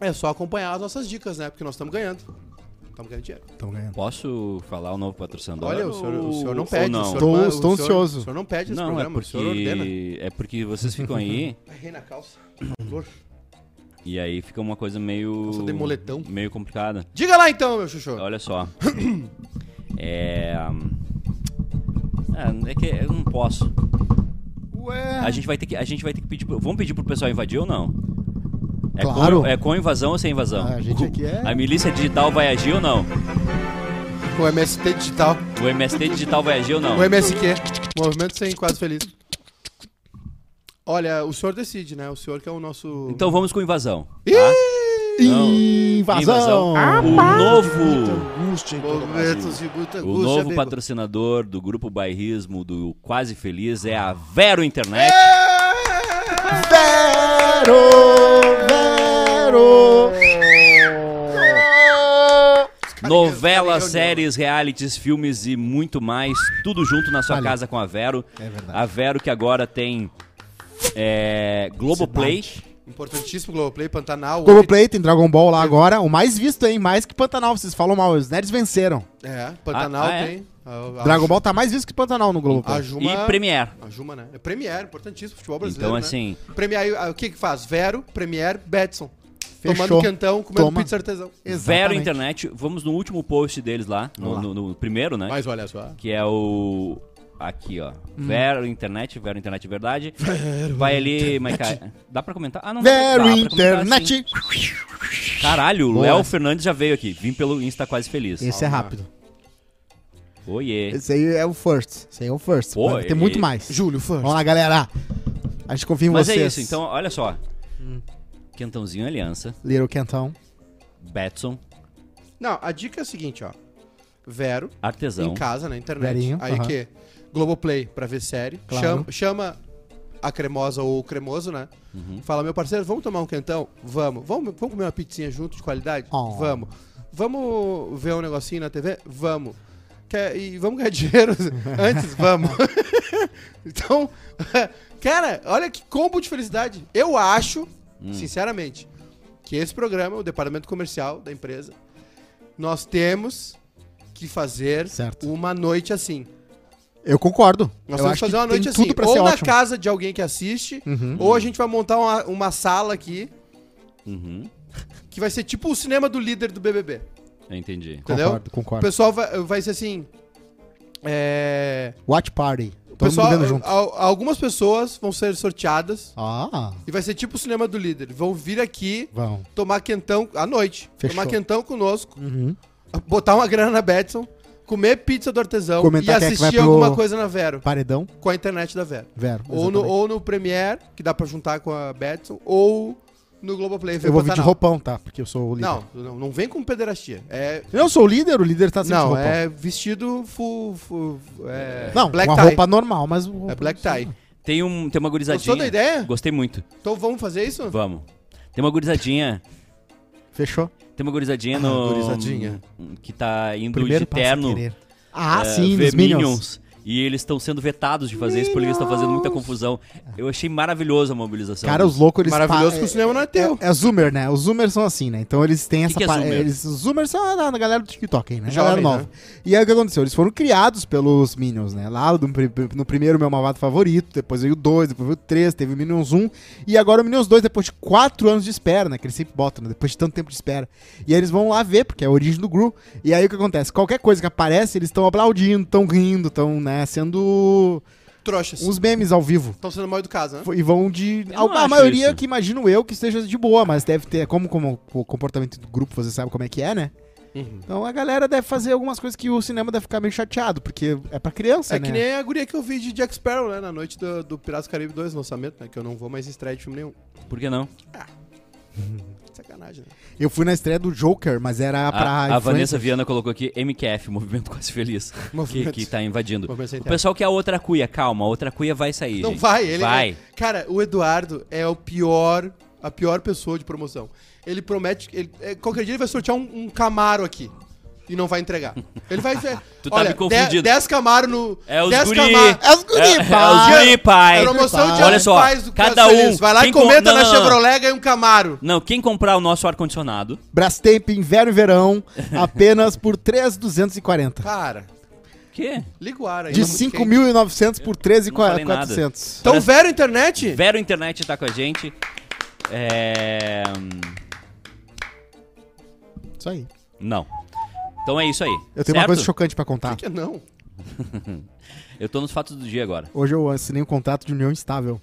Speaker 1: é só acompanhar as nossas dicas, né? Porque nós estamos ganhando. Estamos ganhando dinheiro.
Speaker 3: Tão ganhando.
Speaker 2: Posso falar o novo patrocinador?
Speaker 1: Olha, o senhor, o senhor não
Speaker 2: ou
Speaker 1: pede.
Speaker 2: Não,
Speaker 1: O senhor,
Speaker 3: Tô-
Speaker 1: ma- o
Speaker 3: estou
Speaker 1: senhor-
Speaker 3: ansioso.
Speaker 1: O senhor não pede esse
Speaker 2: não
Speaker 1: programa,
Speaker 2: é
Speaker 1: o senhor ordena.
Speaker 2: porque. É porque vocês
Speaker 1: [laughs]
Speaker 2: ficam aí
Speaker 1: Arrei na calça. Calor.
Speaker 2: Hum. e aí fica uma coisa meio.
Speaker 1: Calça de moletom.
Speaker 2: Meio complicada.
Speaker 1: Diga lá então, meu chuchu.
Speaker 2: Olha só. é. É é que eu não posso.
Speaker 3: Ué.
Speaker 2: A gente vai ter que, a gente vai ter que pedir. pro- Vamos pedir pro pessoal invadir ou não? É
Speaker 3: Claro.
Speaker 2: Com, é com invasão ou sem invasão?
Speaker 3: Ah, a gente aqui é-
Speaker 2: A milícia digital vai agir ou não?
Speaker 1: O MST digital.
Speaker 2: O MST digital vai agir ou não?
Speaker 1: O MSQ. é Movimento sem quase feliz. Olha, o senhor decide, né? O senhor que é o nosso.
Speaker 2: Então vamos com invasão. tá? Não.
Speaker 3: Invasão.
Speaker 1: Ah,
Speaker 2: O novo,
Speaker 1: Movimentos de muita
Speaker 2: o
Speaker 1: angústia,
Speaker 2: novo
Speaker 1: amigo.
Speaker 2: patrocinador do grupo Bairrismo do Quase Feliz é a Vero Internet.
Speaker 3: Vero,
Speaker 2: Novelas,
Speaker 1: Reunião.
Speaker 2: séries, realities, filmes e muito mais, tudo junto na sua
Speaker 3: Valeu.
Speaker 2: casa com a Vero.
Speaker 3: É verdade.
Speaker 2: A Vero que agora tem é, Globoplay.
Speaker 1: Importantíssimo Globoplay, Pantanal.
Speaker 3: Globoplay tem Dragon Ball lá agora. O mais visto, hein? Mais que Pantanal. Vocês falam mal. Os nerds venceram.
Speaker 1: É, Pantanal
Speaker 2: Ah, ah, é?
Speaker 1: tem. A- a-
Speaker 3: Dragon Ball tá mais visto que Pantanal no
Speaker 1: A
Speaker 3: Globoplay.
Speaker 1: Juma.
Speaker 2: e Premiere.
Speaker 1: A Juma, né? É Premiere, importantíssimo, futebol brasileiro.
Speaker 2: Então,
Speaker 1: né?
Speaker 2: assim,
Speaker 1: Premiere, ah, o que que faz? Vero, Premiere, Betson.
Speaker 3: Fechou.
Speaker 1: Tomando quentão, comendo
Speaker 3: Toma.
Speaker 1: pizza artesão.
Speaker 2: Vero Internet, vamos no último post deles lá, no,
Speaker 3: Vamos lá.
Speaker 2: no- no primeiro, né?
Speaker 1: Mas olha só.
Speaker 2: Que é o. Aqui, ó.
Speaker 3: Hum.
Speaker 2: Vero Internet, Vero Internet Verdade. Vai ali, Maica. Dá pra comentar? Ah, não dá pra- dá
Speaker 3: Vero
Speaker 2: pra assim. comentar, sim.
Speaker 3: Internet.
Speaker 2: Caralho, o
Speaker 3: Boa.
Speaker 2: Léo Fernandes já veio aqui. Vim pelo Insta Quase Feliz.
Speaker 3: Esse é rápido.
Speaker 2: Oiê.
Speaker 3: Esse aí é o first. Esse aí é o first.
Speaker 2: Pô,
Speaker 3: Vai ter
Speaker 2: e-
Speaker 3: muito mais.
Speaker 1: Júlio, fã.
Speaker 3: Vamos lá, galera. A gente confia em
Speaker 2: Mas
Speaker 3: vocês.
Speaker 2: é isso, então, olha só. Quentãozinho Aliança,
Speaker 3: Little Quentão.
Speaker 2: Betson,
Speaker 1: Não, a dica é a seguinte, ó. Vero,
Speaker 2: Artesão.
Speaker 1: em casa, na internet.
Speaker 3: Verinho,
Speaker 1: Aí
Speaker 3: aham.
Speaker 1: que? Globoplay pra ver série.
Speaker 3: Claro.
Speaker 1: Chama, chama a cremosa ou o cremoso, né? Fala, meu parceiro, vamos tomar um quentão? Vamos. Vamos, vamos comer uma pizzinha junto de qualidade?
Speaker 3: Oh.
Speaker 1: Vamos. Vamos ver um negocinho na TV? Vamos. Quer- e vamos ganhar dinheiro [laughs] antes? Vamos. [laughs] então, [laughs] cara, olha que combo de felicidade. Eu acho, sinceramente, que esse programa, o departamento comercial da empresa, nós temos que fazer
Speaker 3: Certo.
Speaker 1: uma noite assim.
Speaker 3: Eu concordo.
Speaker 1: Nós
Speaker 3: eu
Speaker 1: vamos
Speaker 3: acho
Speaker 1: fazer
Speaker 3: que
Speaker 1: uma
Speaker 3: tem
Speaker 1: noite assim,
Speaker 3: tudo pra
Speaker 1: ou
Speaker 3: ser
Speaker 1: na
Speaker 3: ótimo.
Speaker 1: casa de alguém que assiste,
Speaker 3: Uhum.
Speaker 1: ou a gente vai montar uma, uma sala aqui
Speaker 2: Uhum.
Speaker 1: que vai ser tipo o cinema do líder do BBB.
Speaker 2: Eu entendi.
Speaker 1: Entendeu?
Speaker 3: Concordo,
Speaker 1: O
Speaker 3: concordo.
Speaker 1: pessoal vai, vai ser assim. É.
Speaker 3: Watch Party. Todo
Speaker 1: o pessoal,
Speaker 3: mundo vendo junto.
Speaker 1: al- algumas pessoas vão ser sorteadas
Speaker 3: Ah,
Speaker 1: e vai ser tipo o cinema do líder. Vão vir aqui
Speaker 3: vão.
Speaker 1: tomar quentão à noite.
Speaker 3: Fechou.
Speaker 1: Tomar quentão conosco,
Speaker 3: Uhum.
Speaker 1: botar uma grana na Betson, comer pizza do artesão
Speaker 3: Comentar
Speaker 1: e
Speaker 3: quem é que
Speaker 1: assistir
Speaker 3: vai pro-
Speaker 1: alguma coisa na Vero,
Speaker 3: Paredão,
Speaker 1: com a internet da Vero.
Speaker 3: Vero.
Speaker 1: Ou no,
Speaker 3: exatamente.
Speaker 1: ou no Premiere, que dá pra juntar com a Betson, ou no Globoplay.
Speaker 3: Eu vou vir de
Speaker 1: Pantanal.
Speaker 3: roupão, tá? Porque eu sou o líder.
Speaker 1: Não, não, não vem com pederastia. É,
Speaker 3: Eu não sou o líder, o líder tá sempre de
Speaker 1: não,
Speaker 3: roupão.
Speaker 1: é vestido full. full- é,
Speaker 3: Não,
Speaker 1: black
Speaker 3: uma
Speaker 1: tie.
Speaker 3: roupa normal, mas...
Speaker 1: É black tie.
Speaker 2: Tem, um, tem uma gurizadinha.
Speaker 1: Gostou da ideia?
Speaker 2: Gostei muito.
Speaker 1: Então vamos fazer isso?
Speaker 2: Vamos. Tem uma gurizadinha.
Speaker 3: Fechou.
Speaker 2: Tem uma gurizadinha no.
Speaker 1: gurizadinha.
Speaker 2: Que tá indo
Speaker 3: Ah, Primeiro
Speaker 2: de
Speaker 3: passo é
Speaker 2: terno.
Speaker 3: querer. Ah,
Speaker 2: eh,
Speaker 3: sim,
Speaker 2: ver
Speaker 3: dos Minions.
Speaker 2: E eles estão sendo vetados de fazer isso porque eles estão fazendo muita confusão. Eu achei maravilhosa a mobilização.
Speaker 3: Cara, os loucos, eles...
Speaker 1: Maravilhoso
Speaker 3: pa-
Speaker 1: que o cinema não é
Speaker 3: É,
Speaker 1: teu.
Speaker 3: é zoomer, né? Os zoomers são assim, né? Então eles têm essa...
Speaker 2: que é
Speaker 3: pa-
Speaker 2: zoomer?
Speaker 3: Eles, os zoomers são a, a galera do TikTok, aí, né? A galera
Speaker 1: Jovem,
Speaker 3: nova. E aí o que aconteceu? Eles foram criados pelos Minions, né? Lá no, pri- no primeiro Meu Malvado Favorito, depois veio o 2, depois veio o 3, teve o Minions 1. E agora o Minions 2, depois de 4 anos de espera, né? Que eles sempre botam, né? Depois de tanto tempo de espera. E aí eles vão lá ver, porque é a origem do Gru. E aí o que acontece? Qualquer coisa que aparece, eles estão aplaudindo, estão rindo, estão, né? Sendo
Speaker 1: Trouxas.
Speaker 3: uns memes ao vivo.
Speaker 1: Estão sendo mal educados, né?
Speaker 3: Fo- E vão de.
Speaker 2: Eu
Speaker 3: A,
Speaker 2: não
Speaker 3: a
Speaker 2: acho
Speaker 3: maioria
Speaker 2: isso.
Speaker 3: que imagino eu que esteja de boa, mas deve ter. Como, como o comportamento do grupo, você sabe como é que é, né?
Speaker 1: Uhum.
Speaker 3: Então a galera deve fazer algumas coisas que o cinema deve ficar meio chateado, porque é pra criança,
Speaker 1: É
Speaker 3: né?
Speaker 1: que nem a guria que eu vi de Jack Sparrow, né? Na noite do, do Piratas do Caribe 2, lançamento, né? Que eu não vou mais em estreia de filme nenhum.
Speaker 2: Por que não?
Speaker 1: Sacanagem, né?
Speaker 3: Eu fui na estreia do Joker, mas era pra.
Speaker 2: A, a
Speaker 3: influencer.
Speaker 2: Vanessa Viana colocou aqui MQF, Movimento
Speaker 1: [laughs]
Speaker 2: Quase Feliz, que,
Speaker 1: Movimento.
Speaker 2: que tá invadindo.
Speaker 1: Movimento sem
Speaker 2: O
Speaker 1: terra.
Speaker 2: pessoal quer a outra cuia, calma, a outra cuia vai sair.
Speaker 1: Não
Speaker 2: gente.
Speaker 1: vai, ele.
Speaker 2: Vai.
Speaker 1: é- cara, o Eduardo é o pior. A pior pessoa de promoção. Ele promete. Ele, é, qualquer dia ele vai sortear um, um Camaro aqui. E não vai entregar. Ele vai. dizer,
Speaker 2: [laughs] Tu tá me confundindo.
Speaker 1: 10 Camaro no.
Speaker 2: É os
Speaker 1: 10
Speaker 2: guri.
Speaker 1: Camaro.
Speaker 3: É os guri,
Speaker 2: É, é os
Speaker 3: pai.
Speaker 2: guri, pai.
Speaker 1: Promoção de
Speaker 2: Olha só,
Speaker 1: pais do
Speaker 2: cada
Speaker 1: Criança
Speaker 2: um.
Speaker 1: Feliz. Vai lá e
Speaker 2: quem com-
Speaker 1: comenta
Speaker 2: não,
Speaker 1: na
Speaker 2: não, não.
Speaker 1: Chevrolet ganha um Camaro.
Speaker 2: Não, quem comprar o nosso ar-condicionado,
Speaker 3: Brastemp,
Speaker 2: [laughs]
Speaker 3: inverno e verão, apenas por 3,240.
Speaker 1: Cara,
Speaker 2: que?
Speaker 1: liga o ar aí.
Speaker 3: De
Speaker 1: tá muito quente.
Speaker 3: 5.900 por
Speaker 2: falei nada.
Speaker 3: 13,400.
Speaker 1: Então, Vero Internet?
Speaker 2: Vero Internet tá com a gente. É...
Speaker 3: Isso aí.
Speaker 2: Não. Então é isso aí.
Speaker 3: Eu tenho uma
Speaker 2: certo?
Speaker 3: coisa chocante pra contar.
Speaker 1: Que não.
Speaker 2: Eu tô nos fatos do dia agora.
Speaker 1: é?
Speaker 3: Hoje eu assinei um contrato de união estável.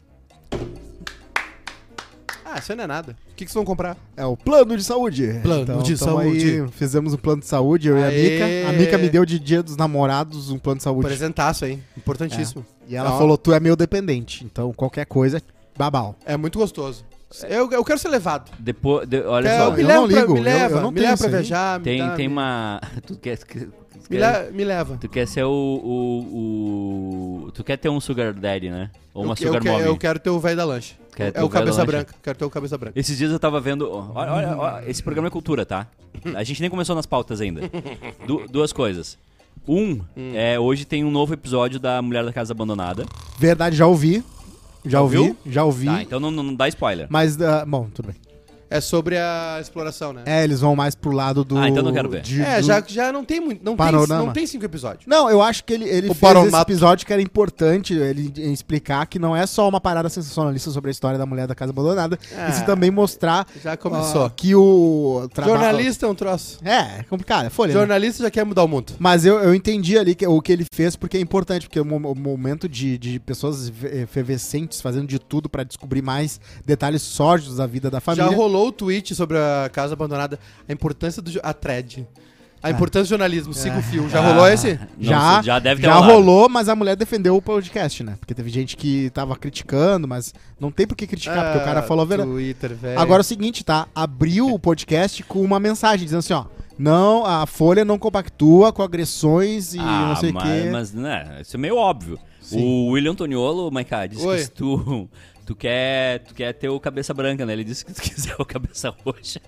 Speaker 1: Ah, isso não é nada. O que, que vocês vão comprar?
Speaker 3: É o plano de saúde. Então,
Speaker 1: Plano de
Speaker 3: tamo
Speaker 1: saúde.
Speaker 3: Aí, fizemos um plano de saúde, eu
Speaker 1: Aê.
Speaker 3: e a Mica. A Mica me deu de dia dos namorados um plano de saúde.
Speaker 1: Presentaço aí. Importantíssimo.
Speaker 3: E ela
Speaker 1: Ó,
Speaker 3: falou, tu é meu dependente, então qualquer coisa, babau.
Speaker 1: É muito gostoso. Eu, eu quero ser levado.
Speaker 2: Depois, de- olha
Speaker 1: Quer-
Speaker 2: só,
Speaker 3: eu
Speaker 1: me
Speaker 3: não
Speaker 1: leva pra,
Speaker 3: ligo,
Speaker 1: me
Speaker 3: eu-
Speaker 1: leva,
Speaker 3: eu não
Speaker 1: me
Speaker 3: tenho
Speaker 1: leva
Speaker 3: isso
Speaker 1: pra
Speaker 3: aí.
Speaker 1: viajar, me
Speaker 2: tem,
Speaker 1: dá- né?
Speaker 2: tem
Speaker 1: me-
Speaker 2: uma... [laughs] Tu quer... quer-
Speaker 1: Me, le- me leva.
Speaker 2: Tu quer ser o, o, o- Tu quer ter um Sugar Daddy, né? Ou uma
Speaker 1: eu, eu,
Speaker 2: Sugar
Speaker 1: que-
Speaker 2: Mommy.
Speaker 1: eu quero ter o velho da lanche.
Speaker 2: Quer ter
Speaker 1: é
Speaker 2: o
Speaker 1: o,
Speaker 2: velho da
Speaker 1: cabeça
Speaker 2: lancha?
Speaker 1: branca. Quero ter o cabeça branca.
Speaker 2: Esses dias eu tava vendo. ó, Olha, olha, olha, esse programa é cultura, tá? A gente nem começou nas pautas ainda. Du- duas coisas. Um,
Speaker 3: Hum.
Speaker 2: é, hoje tem um novo episódio da Mulher da Casa Abandonada.
Speaker 3: Verdade, já ouvi. Já ouvi,
Speaker 2: ouviu?
Speaker 3: já ouvi.
Speaker 2: Tá, então não, não dá spoiler.
Speaker 3: Mas, ah, bom, tudo bem.
Speaker 1: É sobre a exploração, né?
Speaker 3: É, eles vão mais pro lado do...
Speaker 2: Ah, então não quero ver.
Speaker 3: de-
Speaker 1: É,
Speaker 3: do-
Speaker 1: já, já não tem muito. Não, tem,
Speaker 3: Panorama.
Speaker 1: não tem cinco episódios.
Speaker 3: Não, eu acho que ele, ele
Speaker 1: O
Speaker 3: fez esse
Speaker 1: Baronato.
Speaker 3: episódio que era importante ele explicar que não é só uma parada sensacionalista sobre a história da mulher da casa abandonada, e se também mostrar
Speaker 1: Já É. começou.
Speaker 3: ah, que o trabalho-
Speaker 1: Jornalista é um troço.
Speaker 3: É, é complicado, é folha. né?
Speaker 1: Jornalista já quer mudar o mundo.
Speaker 3: Mas eu, eu entendi ali que- o que ele fez, porque é importante, porque o mo- o momento de, de pessoas efe- efervescentes fazendo de tudo pra descobrir mais detalhes sórdidos da vida da família.
Speaker 1: Já rolou o tweet sobre a casa abandonada, a importância do. jo- A thread.
Speaker 3: Ah.
Speaker 1: A importância do jornalismo, siga o fio. Já rolou esse?
Speaker 2: Não,
Speaker 3: já,
Speaker 2: já deve ter
Speaker 3: já
Speaker 2: rolado.
Speaker 3: rolou, mas a mulher defendeu o podcast, né? Porque teve gente que tava criticando, mas não tem por que criticar, Ah, porque o cara falou a verdade.
Speaker 1: Twitter, velho.
Speaker 3: Agora é o seguinte, tá? Abriu o podcast com uma mensagem dizendo assim, ó. Não, a Folha não compactua com agressões e
Speaker 2: Ah,
Speaker 3: não sei o
Speaker 2: mas,
Speaker 3: quê.
Speaker 2: mas, né, isso é meio óbvio. O William Toniolo, Maica, disse
Speaker 1: Oi.
Speaker 2: que se tu, tu, quer, tu quer ter o cabeça branca, né? Ele disse que se tu [laughs] quiser o cabeça roxa.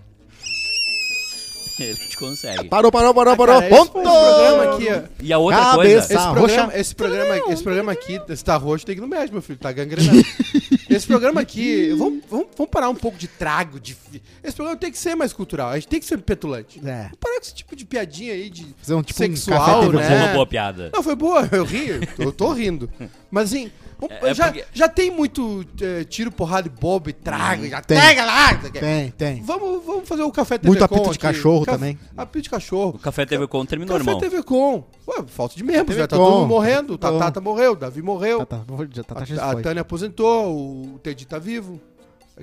Speaker 2: Ele te consegue.
Speaker 3: Parou, parou, parou,
Speaker 1: Ah,
Speaker 3: parou.
Speaker 1: cara, esse
Speaker 3: Ponto!
Speaker 1: programa aqui, ó.
Speaker 2: E a outra
Speaker 3: Cabeça.
Speaker 2: coisa.
Speaker 1: Esse
Speaker 3: Tá
Speaker 1: programa,
Speaker 3: roxa? [laughs]
Speaker 1: esse programa, esse programa aqui, se tá roxo, tem que ir no médico, meu filho. Tá gangrenado. esse Esse programa aqui, vamos, vamos, vamos parar um pouco de trago. De... fi- Esse programa tem que ser mais cultural, a gente tem que ser petulante. Vamos
Speaker 3: É.
Speaker 1: parar com esse tipo de piadinha aí de
Speaker 3: Fazer um tipo
Speaker 1: sexual,
Speaker 3: um café TV
Speaker 1: né?
Speaker 2: Foi uma boa piada.
Speaker 1: Não, foi boa, eu ri, eu tô rindo. Mas assim, um-
Speaker 2: É, é
Speaker 1: já,
Speaker 2: porque-
Speaker 1: já tem muito é, tiro, porrada e bobo e traga, já
Speaker 3: Tem.
Speaker 1: pega lá. não sei o quê.
Speaker 3: Tem, tem.
Speaker 1: Vamos, vamos fazer o café TV
Speaker 3: Muito
Speaker 1: Com
Speaker 3: apito de
Speaker 1: aqui.
Speaker 3: cachorro
Speaker 1: Ca-
Speaker 3: também.
Speaker 1: Apito de cachorro.
Speaker 2: O Café TV Com terminou,
Speaker 1: Café
Speaker 2: irmão.
Speaker 1: TV Com. Ué, falta de membros,
Speaker 3: TV
Speaker 1: né? Tá
Speaker 3: Com.
Speaker 1: todo mundo morrendo. O
Speaker 3: Tá.
Speaker 1: Tatata morreu, o Davi morreu.
Speaker 3: Tá, tá. Vou- Já tá, tá, já
Speaker 1: a, a
Speaker 3: foi.
Speaker 1: Tânia aposentou, o Teddy tá vivo.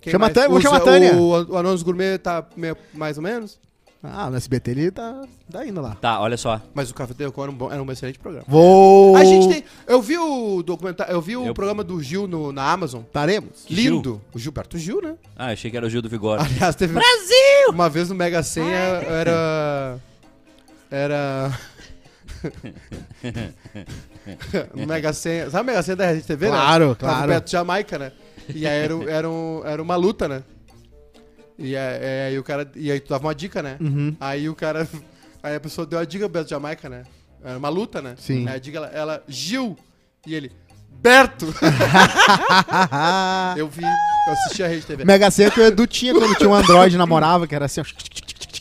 Speaker 1: Quem
Speaker 3: Chama
Speaker 1: mais?
Speaker 3: a Tânia, vou
Speaker 1: Os-
Speaker 3: chamar a Tânia.
Speaker 1: O, o Anônimos Gourmet tá meio- mais ou menos.
Speaker 3: Ah, no SBT ele tá, tá indo lá.
Speaker 2: Tá, olha só.
Speaker 1: Mas o Café TV Com era um, bom- era um excelente programa.
Speaker 3: Vou...
Speaker 1: A gente tem. Eu vi o documentário. Eu vi o
Speaker 2: Eu-
Speaker 1: programa do Gil no- na Amazon.
Speaker 3: Taremos.
Speaker 1: Lindo. O Gilberto Gil, né?
Speaker 2: Ah, achei que era o Gil do Vigor.
Speaker 1: [laughs] Aliás, teve. Brasil! Uma vez no Mega Senha
Speaker 3: Ah, é?
Speaker 1: era. Era.
Speaker 3: [laughs]
Speaker 1: no Mega Senha. Sabe o Mega Senha da Rede TV, né?
Speaker 3: Claro,
Speaker 1: Tava
Speaker 3: claro.
Speaker 1: perto de Jamaica, né? E aí era, um- era, um- era uma luta, né? E aí, é, aí o cara. E aí tu dava uma dica, né?
Speaker 3: Uhum.
Speaker 1: Aí o cara. [laughs] Aí a pessoa deu a dica Beto Jamaica, né? Era uma luta, né?
Speaker 3: Sim.
Speaker 1: Aí a dica, ela, ela Gil. E ele,
Speaker 3: [laughs]
Speaker 1: Berto! eu vi, eu assisti a Rede TV.
Speaker 3: Ah, Mega Sena que o Edu tinha quando tinha um Android namorava, que era assim, ó.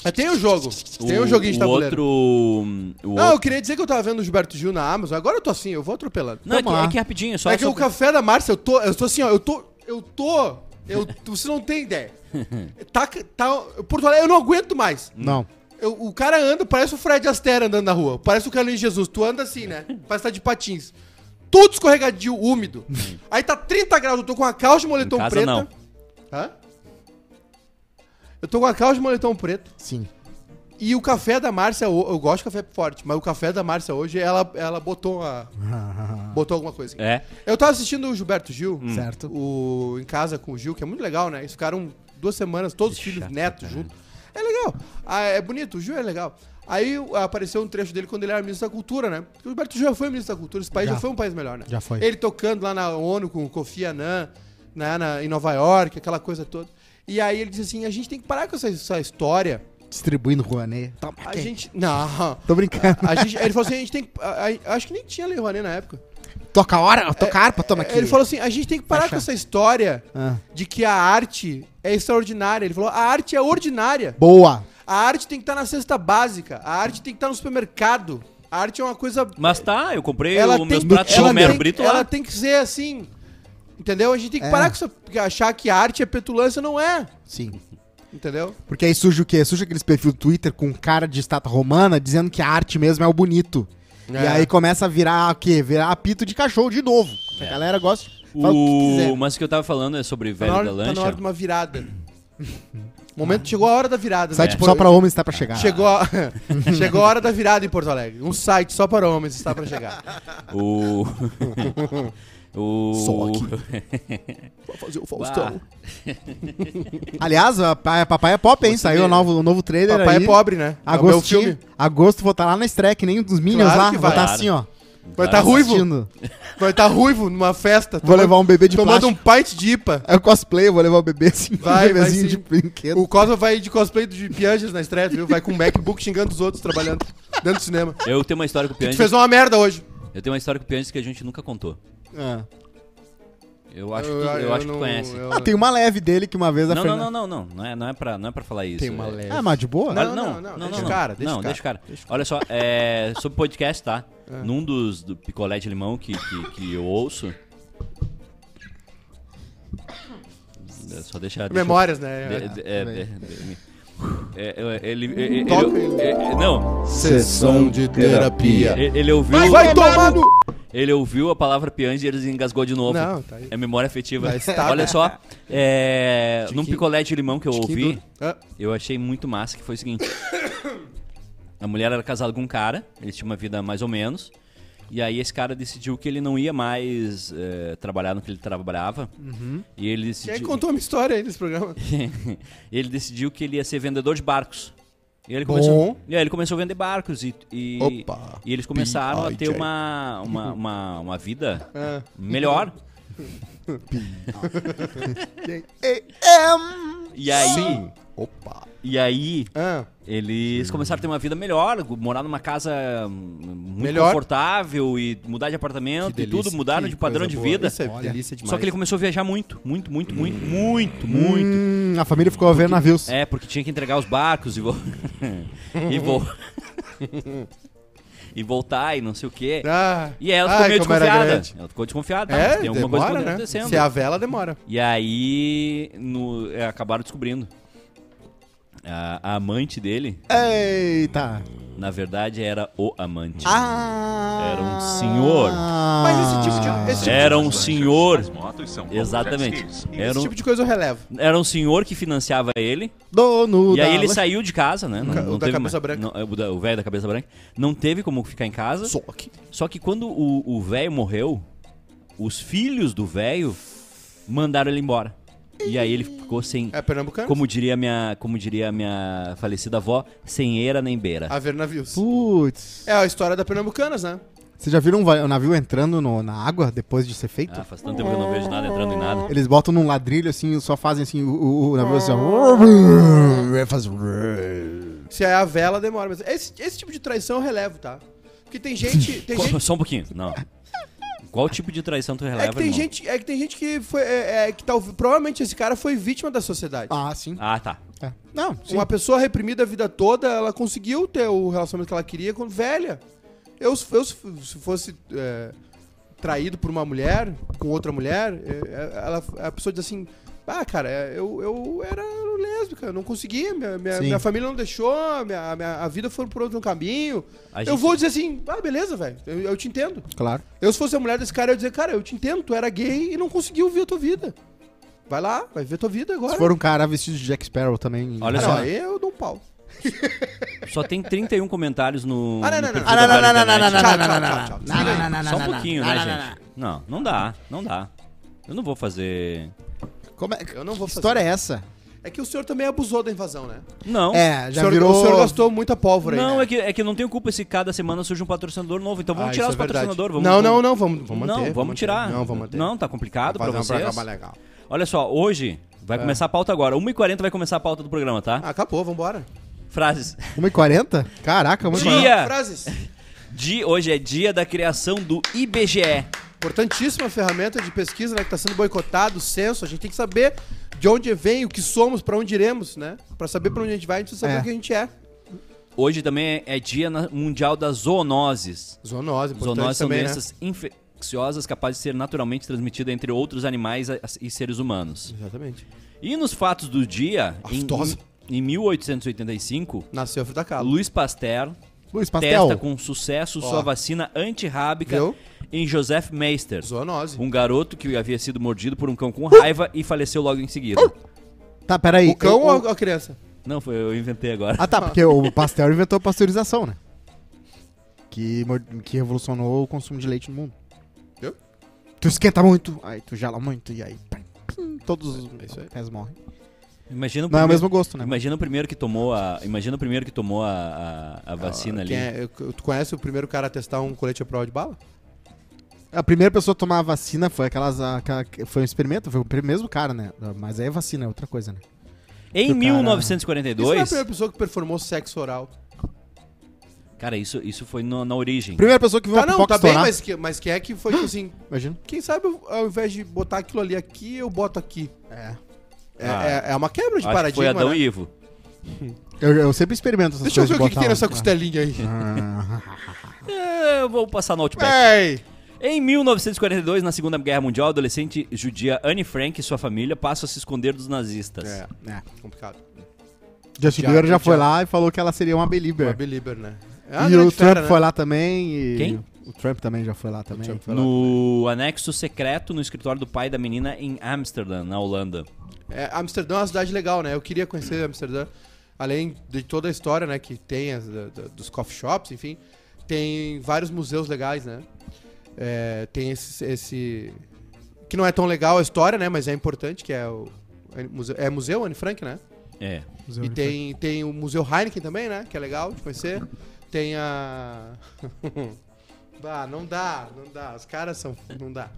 Speaker 1: É, tem o
Speaker 3: [laughs]
Speaker 1: jogo. Tem o, joguinho de
Speaker 2: o
Speaker 1: tabuleiro.
Speaker 2: outro, o
Speaker 1: Não, eu
Speaker 2: outro...
Speaker 1: queria dizer que eu tava vendo o Gilberto Gil na Amazon. Agora eu tô assim, eu vou atropelando.
Speaker 2: Não, é
Speaker 3: Vamos
Speaker 2: que,
Speaker 3: lá.
Speaker 2: é que é rapidinho, só...
Speaker 1: é que
Speaker 2: só-
Speaker 1: o café da Márcia, eu tô, eu tô assim, ó, eu tô, eu tô, eu, você não tem
Speaker 2: [laughs]
Speaker 1: ideia. Tá, tá, Porto Alegre, eu não aguento mais.
Speaker 3: Não.
Speaker 1: Eu- o cara anda, parece o Fred Astaire andando na rua. Parece o Carlinhos Jesus. Tu anda assim, né? Parece que tá de patins. Tudo escorregadio, úmido. Aí tá 30 graus, eu tô com a calça de moletom
Speaker 2: Hum. Em casa,
Speaker 1: preta.
Speaker 2: não.
Speaker 1: Hã? Eu tô com a calça de moletom preto.
Speaker 3: Sim.
Speaker 1: E o café da Márcia, ho- eu gosto de café forte, mas o café da Márcia hoje, ela, ela botou
Speaker 3: [laughs]
Speaker 1: uma, botou alguma coisa. aqui.
Speaker 2: É.
Speaker 1: Eu tava assistindo o Gilberto Gil,
Speaker 3: Hum. Certo.
Speaker 1: o Em Casa com o Gil, que é muito legal, né? Eles ficaram duas semanas, todos os filhos, netos, juntos. É legal. Ah, é bonito, o Gil é legal. Aí o- apareceu um trecho dele quando ele era ministro da Cultura, né? Porque o Gilberto Gil já foi ministro da Cultura, esse país já,
Speaker 3: Já.
Speaker 1: foi um país melhor, né?
Speaker 3: Já foi.
Speaker 1: Ele tocando lá na ONU com o Kofi Annan, né, na, em Nova York, aquela coisa toda. E aí ele disse assim, a gente tem que parar com essa- essa história
Speaker 3: Distribuindo Rouanet. Toma
Speaker 1: a
Speaker 3: aqui.
Speaker 1: gente. Não.
Speaker 3: Tô brincando.
Speaker 1: [laughs] A gente, ele falou assim: a gente tem que. a- a- acho que nem tinha Lei Rouanet na época.
Speaker 3: Toca a hora, toca a harpa, toma aqui.
Speaker 1: É, Ele falou assim: a gente tem que parar
Speaker 3: Faixa.
Speaker 1: com essa história
Speaker 3: Ah.
Speaker 1: de que a arte é extraordinária. Ele falou: a arte é ordinária.
Speaker 3: Boa.
Speaker 1: A arte tem que estar na cesta básica. A arte tem que estar no supermercado. A arte é uma coisa.
Speaker 2: Mas tá, eu comprei
Speaker 1: Ela
Speaker 2: os
Speaker 1: tem,
Speaker 2: meus pratos de
Speaker 1: ela,
Speaker 2: Romero
Speaker 1: tem,
Speaker 2: Brito
Speaker 1: ela
Speaker 2: lá.
Speaker 1: tem que ser assim. Entendeu? A gente tem que
Speaker 3: É.
Speaker 1: parar com essa. porque Achar que a arte é petulância, não é.
Speaker 3: Sim.
Speaker 1: Entendeu?
Speaker 3: Porque aí surge o quê? Surge aqueles perfil do Twitter com cara de estátua romana dizendo que a arte mesmo é o bonito. E
Speaker 1: É.
Speaker 3: aí começa a virar o quê? Virar apito de cachorro de novo.
Speaker 1: É.
Speaker 3: A galera gosta. Fala o que
Speaker 2: O...
Speaker 3: quiser.
Speaker 2: Mas o que eu tava falando é sobre
Speaker 1: Tá na,
Speaker 2: Velho da
Speaker 1: hora, tá na hora
Speaker 2: Lancha.
Speaker 1: de uma virada. [laughs] O momento chegou a hora da virada.
Speaker 3: Site
Speaker 1: né?
Speaker 3: só pra homens tá pra chegar.
Speaker 1: Chegou a, [laughs] chegou a hora da virada em Porto Alegre. Um site só para homens está para chegar. [laughs]
Speaker 2: O... o... [laughs]
Speaker 1: Só Vou fazer o Faustão.
Speaker 2: Bah.
Speaker 3: Aliás, a pa- Papai é Pop, hein?
Speaker 2: Você
Speaker 3: Saiu
Speaker 2: vê.
Speaker 3: o novo, o novo trailer
Speaker 1: Papai
Speaker 3: aí.
Speaker 1: é pobre, né? É o meu
Speaker 3: Agosto,
Speaker 1: filme.
Speaker 3: agosto vou estar lá na estreia, que nem um dos Minions
Speaker 1: Claro
Speaker 3: lá.
Speaker 1: que
Speaker 3: Vou estar
Speaker 2: vai.
Speaker 3: assim, ó.
Speaker 2: Tá.
Speaker 1: Vai estar ruivo. Então
Speaker 3: assistindo.
Speaker 1: Vai estar ruivo numa festa.
Speaker 3: Vou levar um bebê de
Speaker 1: tomando um
Speaker 3: plástico.
Speaker 1: pint de IPA.
Speaker 3: [laughs] É o cosplay, eu vou levar o bebê assim,
Speaker 1: Vai,
Speaker 3: um
Speaker 1: vai
Speaker 3: bebezinho
Speaker 1: sim.
Speaker 3: de brinquedo.
Speaker 1: O Cosma vai de cosplay de Pianges na estreia, viu? Vai com o MacBook xingando os outros trabalhando dentro do cinema.
Speaker 2: Eu tenho uma história com o
Speaker 1: Tu
Speaker 2: Pianges.
Speaker 1: fez uma merda hoje.
Speaker 2: Eu tenho uma história com o Pianges que a gente nunca contou.
Speaker 3: Ah.
Speaker 2: Eu acho que, eu acho que tu
Speaker 1: não-
Speaker 2: conhece.
Speaker 1: eu-
Speaker 3: Ah, tem uma leve dele que uma vez a
Speaker 2: Não, não,
Speaker 3: Fernanda...
Speaker 2: não, não, não. Não é, não é, pra, não é pra falar isso.
Speaker 1: Tem uma
Speaker 2: É-
Speaker 1: leve.
Speaker 3: Ah, mas de boa?
Speaker 1: Não,
Speaker 2: Olha, não, não, não,
Speaker 1: deixa o cara, deixa
Speaker 2: não,
Speaker 1: o cara. É.
Speaker 2: deixa o cara. Olha só, é, sobre podcast, tá? Num dos do picolé de limão que, que, que eu ouço. Só deixa. deixa
Speaker 1: Memórias,
Speaker 2: eu-
Speaker 1: né?
Speaker 2: de- de- é, de- de- é, eu- ele, ele, ele-
Speaker 1: Toca
Speaker 2: ele- é, não,
Speaker 1: Sessão de terapia.
Speaker 2: ele, ele ouviu.
Speaker 1: Tá. Vai tomar no...
Speaker 2: Ele ouviu a palavra piange e ele engasgou de novo.
Speaker 1: Não, tá aí.
Speaker 2: É memória afetiva.
Speaker 1: Mas tá,
Speaker 2: Olha
Speaker 1: né?
Speaker 2: só, é, num
Speaker 1: Tiquinho-
Speaker 2: picolé de limão que eu
Speaker 1: Tiquinho
Speaker 2: ouvi.
Speaker 1: duro. Ah,
Speaker 2: Eu achei muito massa que foi o seguinte. A mulher era casada com um cara, ele tinha uma vida mais ou menos. E aí esse cara decidiu que ele não ia mais eh, trabalhar no que ele trabalhava. E
Speaker 1: Quem
Speaker 2: ele
Speaker 1: é que
Speaker 2: decidiu.
Speaker 1: contou uma história aí nesse programa?
Speaker 2: [laughs] ele decidiu que ele ia ser vendedor de barcos. E ele
Speaker 1: Bom.
Speaker 2: começou, e aí ele começou a vender barcos e, e,
Speaker 1: Opa.
Speaker 2: e eles começaram a ter
Speaker 1: PIJ. [laughs]
Speaker 2: uma, uma, uma, uma vida
Speaker 1: Ah. [laughs]
Speaker 2: melhor. [laughs] E aí,
Speaker 1: Opa.
Speaker 2: e aí
Speaker 1: Ah,
Speaker 2: eles começaram a ter uma vida melhor, morar numa casa hum, muito
Speaker 1: Melhor.
Speaker 2: confortável e mudar de apartamento e tudo, mudaram de padrão de vida.
Speaker 1: Isso é
Speaker 3: Olha.
Speaker 1: delícia demais. Hum.
Speaker 2: Só que ele começou a viajar muito, muito, muito, muito, muito, muito.
Speaker 3: Hum, a família ficou a ver navios.
Speaker 2: É, porque tinha que entregar os barcos e vo... [laughs] e, vo... [laughs] e voltar e não sei o quê.
Speaker 1: Ah,
Speaker 2: E ela
Speaker 1: ai,
Speaker 2: ficou meio
Speaker 1: como era
Speaker 2: desconfiada.
Speaker 1: grande.
Speaker 2: Ela ficou desconfiada.
Speaker 1: É,
Speaker 2: mas Ah, tem alguma coisa
Speaker 1: demora,
Speaker 2: que tá
Speaker 1: né?
Speaker 2: acontecendo.
Speaker 1: Se é a vela, demora.
Speaker 2: E aí no- é, acabaram descobrindo. A, a amante dele,
Speaker 3: Eita!
Speaker 2: na verdade, era o amante.
Speaker 3: Ah!
Speaker 2: Era um senhor.
Speaker 1: Mas esse tipo de, esse tipo,
Speaker 2: Era um senhor.
Speaker 7: As motos são como
Speaker 2: Exatamente.
Speaker 7: jet skis.
Speaker 2: Era
Speaker 1: esse
Speaker 2: um,
Speaker 1: tipo de coisa eu relevo.
Speaker 2: era um senhor que financiava ele.
Speaker 3: Dono
Speaker 2: Ah. e aí
Speaker 3: da
Speaker 2: ele
Speaker 3: loja.
Speaker 2: saiu de casa, né? Não,
Speaker 1: ca-
Speaker 2: não
Speaker 1: o da
Speaker 2: teve
Speaker 1: cabeça
Speaker 2: mais-
Speaker 1: branca.
Speaker 2: não, é, o da- o velho da cabeça branca. Não teve como ficar em casa.
Speaker 1: Só que.
Speaker 2: Só que quando o o velho morreu, os filhos do velho mandaram ele embora. E aí ele ficou sem,
Speaker 1: É pernambucano?
Speaker 2: como diria minha, como diria minha falecida avó, sem eira nem beira.
Speaker 1: A ver navios.
Speaker 3: Putz.
Speaker 1: É a história da Pernambucanas, né?
Speaker 3: Vocês já viram um va- um navio entrando no- na água depois de ser feito?
Speaker 2: Ah, faz tanto tempo que eu não vejo nada entrando em nada.
Speaker 3: Eles botam num ladrilho assim, só fazem assim, o, o- o navio assim. ó. É, faz-
Speaker 1: Se é a vela, demora. Mas esse, esse tipo de traição eu relevo, tá? Porque tem
Speaker 2: [laughs]
Speaker 1: gente. Tem
Speaker 2: Qual-
Speaker 1: gente
Speaker 2: Só um pouquinho, não. Qual tipo de traição tu releva,
Speaker 1: é que tem
Speaker 2: irmão?
Speaker 1: gente É que tem gente que foi. É, é que tal, provavelmente esse cara foi vítima da sociedade.
Speaker 3: Ah, sim.
Speaker 2: Ah, tá.
Speaker 3: É. Não, sim.
Speaker 1: Uma pessoa reprimida a vida toda, ela conseguiu ter o relacionamento que ela queria quando velha. Eu, se- eu se se fosse é, traído por uma mulher, com outra mulher, é, é, ela, a pessoa diz assim: Ah, cara, é, eu, eu era lésbica, eu não conseguia, minha, minha,
Speaker 3: Sim.
Speaker 1: minha família não deixou, minha, minha- a vida foi por outro caminho.
Speaker 2: A
Speaker 1: Eu
Speaker 2: gente-
Speaker 1: vou dizer assim: Ah, beleza, velho, eu, eu te entendo.
Speaker 3: Claro.
Speaker 1: Eu, se fosse a mulher desse cara, eu ia dizer: Cara, eu te entendo, tu era gay e não conseguiu ver a tua vida. Vai lá, vai ver a tua vida agora.
Speaker 3: Se for um cara vestido de Jack Sparrow também.
Speaker 2: Olha
Speaker 1: Não,
Speaker 2: só.
Speaker 1: aí eu dou um pau.
Speaker 2: Só tem 31 comentários no.
Speaker 1: Ah, não,
Speaker 2: no
Speaker 1: não, não.
Speaker 2: perfil
Speaker 1: Ah,
Speaker 2: da
Speaker 1: não, não,
Speaker 2: Vale da Net.
Speaker 1: Tchau, tchau, tchau, tchau.
Speaker 2: Só um pouquinho, né, gente? Não, não dá, não dá. Eu não vou fazer.
Speaker 3: Como é-
Speaker 1: Eu não vou
Speaker 3: que
Speaker 1: fazer.
Speaker 3: história é essa?
Speaker 1: É que o senhor também abusou da invasão, né?
Speaker 2: Não.
Speaker 3: É,
Speaker 1: O
Speaker 3: já
Speaker 1: senhor,
Speaker 3: virou.
Speaker 1: O senhor gastou muita pólvora aí.
Speaker 2: não,
Speaker 1: né?
Speaker 2: é que, é que eu não tenho culpa se cada semana surge um patrocinador novo. Então vamos
Speaker 1: Ah,
Speaker 2: tirar
Speaker 1: isso
Speaker 2: os
Speaker 1: é verdade.
Speaker 2: patrocinadores. Vamos,
Speaker 1: não, não, não, vamos, vamos
Speaker 2: não,
Speaker 1: manter.
Speaker 2: vamos tirar.
Speaker 1: Não, vamos manter.
Speaker 2: Não, tá complicado pra
Speaker 1: Fazer É. um
Speaker 2: vocês.
Speaker 1: programa legal.
Speaker 2: Olha só, hoje vai começar a pauta agora. 1h40 vai começar a pauta do programa, tá?
Speaker 1: Ah, acabou, vambora.
Speaker 2: Frases.
Speaker 3: 1h40? Caraca, 1h40.
Speaker 2: Dia.
Speaker 1: Frases.
Speaker 2: De, hoje é dia da criação do IBGE.
Speaker 1: Importantíssima ferramenta de pesquisa, né? Que tá sendo boicotado, o censo. A gente tem que saber de onde vem, o que somos, pra onde iremos, né? Pra saber pra onde a gente vai, a gente precisa saber
Speaker 3: É.
Speaker 1: o que a gente é.
Speaker 2: Hoje também é dia na- mundial das zoonoses.
Speaker 1: Zoonose, importante
Speaker 2: Zoonoses são
Speaker 1: também, né?
Speaker 2: doenças infecciosas capazes de ser naturalmente transmitidas entre outros animais a- e seres humanos.
Speaker 1: Exatamente.
Speaker 2: E nos fatos do dia, em,
Speaker 1: Aftosa. Ah.
Speaker 2: em, em 1885,
Speaker 1: Nasceu a Frida Kahlo.
Speaker 2: Luiz Pasteur
Speaker 3: Luiz Pastel.
Speaker 2: testa com sucesso sua vacina antirrábica
Speaker 1: Viu?
Speaker 2: em Joseph Meister,
Speaker 1: Zoonose.
Speaker 2: um garoto que havia sido mordido por um cão com raiva e faleceu logo em seguida.
Speaker 1: Uh!
Speaker 3: Tá, peraí.
Speaker 1: O cão
Speaker 3: Eu-
Speaker 2: Um
Speaker 1: ou a criança?
Speaker 2: Não, foi eu inventei agora.
Speaker 3: Ah, tá, porque o Pasteur inventou a pasteurização, né? Que, mo- que revolucionou o consumo de leite no mundo.
Speaker 1: Eu?
Speaker 3: Tu esquenta muito, aí tu gela muito, e aí pim, pim, todos os
Speaker 1: É isso aí.
Speaker 3: pés morrem.
Speaker 2: Imagina o
Speaker 3: Não é o
Speaker 2: primeiro,
Speaker 3: mesmo gosto, né?
Speaker 2: imagina o primeiro que tomou a, imagina o primeiro que tomou a, a- a vacina ali.
Speaker 1: Quem é- tu conhece o primeiro cara a testar um colete à prova de bala?
Speaker 3: A primeira pessoa a tomar a vacina foi aquelas. Aquela, foi um experimento, foi o primeiro mesmo cara, né? Mas aí é vacina, é outra coisa, né?
Speaker 2: Em
Speaker 3: cara-
Speaker 1: Isso não é a
Speaker 2: 1942,
Speaker 1: primeira pessoa que performou sexo oral.
Speaker 2: cara, isso isso foi no- na origem.
Speaker 3: Primeira pessoa que viu
Speaker 1: Tá,
Speaker 3: uma
Speaker 1: não,
Speaker 3: pipoca
Speaker 1: tá bem,
Speaker 3: estourar.
Speaker 1: mas, que, mas quem é que foi tipo assim?
Speaker 3: Imagina.
Speaker 1: Quem sabe eu- ao invés de botar aquilo ali aqui, eu boto aqui.
Speaker 3: É.
Speaker 1: É,
Speaker 2: Ah.
Speaker 1: é- é uma quebra de
Speaker 2: Acho que
Speaker 1: paradigma.
Speaker 2: foi Adão
Speaker 1: né?
Speaker 2: e Ivo.
Speaker 3: Eu, eu sempre experimento essas
Speaker 1: Deixa eu
Speaker 3: coisas.
Speaker 1: ver o que, que tem
Speaker 3: de
Speaker 2: né?
Speaker 1: nessa
Speaker 3: botar- Ah.
Speaker 1: costelinha
Speaker 2: [laughs]
Speaker 1: aí.
Speaker 2: É, eu vou passar no Outback.
Speaker 1: Ei!
Speaker 2: Em 1942, na Segunda Guerra Mundial, a adolescente judia Anne Frank e sua família passam a se esconder dos nazistas.
Speaker 1: É,
Speaker 3: É.
Speaker 1: complicado.
Speaker 3: [laughs] Justin
Speaker 1: Já-
Speaker 3: Bieber já foi
Speaker 1: já-
Speaker 3: lá e falou que ela seria uma belieber.
Speaker 1: Uma belieber, né? É uma
Speaker 3: e o
Speaker 1: grande
Speaker 3: Trump
Speaker 1: fera, né?
Speaker 3: foi lá também. E
Speaker 2: Quem?
Speaker 3: O Trump também já foi lá também.
Speaker 1: Trump foi lá.
Speaker 2: No anexo secreto no escritório do pai da menina em Amsterdã, na Holanda.
Speaker 1: É, Amsterdã é uma cidade legal, né? Eu queria conhecer Amsterdã. Além de toda a história, né, que tem as- da- da- dos coffee shops, enfim, tem vários museus legais, né? É, tem esse, esse- que não é tão legal a história, né, mas é importante, que é o é museu, é museu Anne Frank, né?
Speaker 2: É.
Speaker 1: E tem, tem o Museu Heineken também, né? Que é legal de conhecer. Tem [laughs]
Speaker 2: [laughs]
Speaker 1: a. bah, não dá, não dá. Os caras são. Não dá.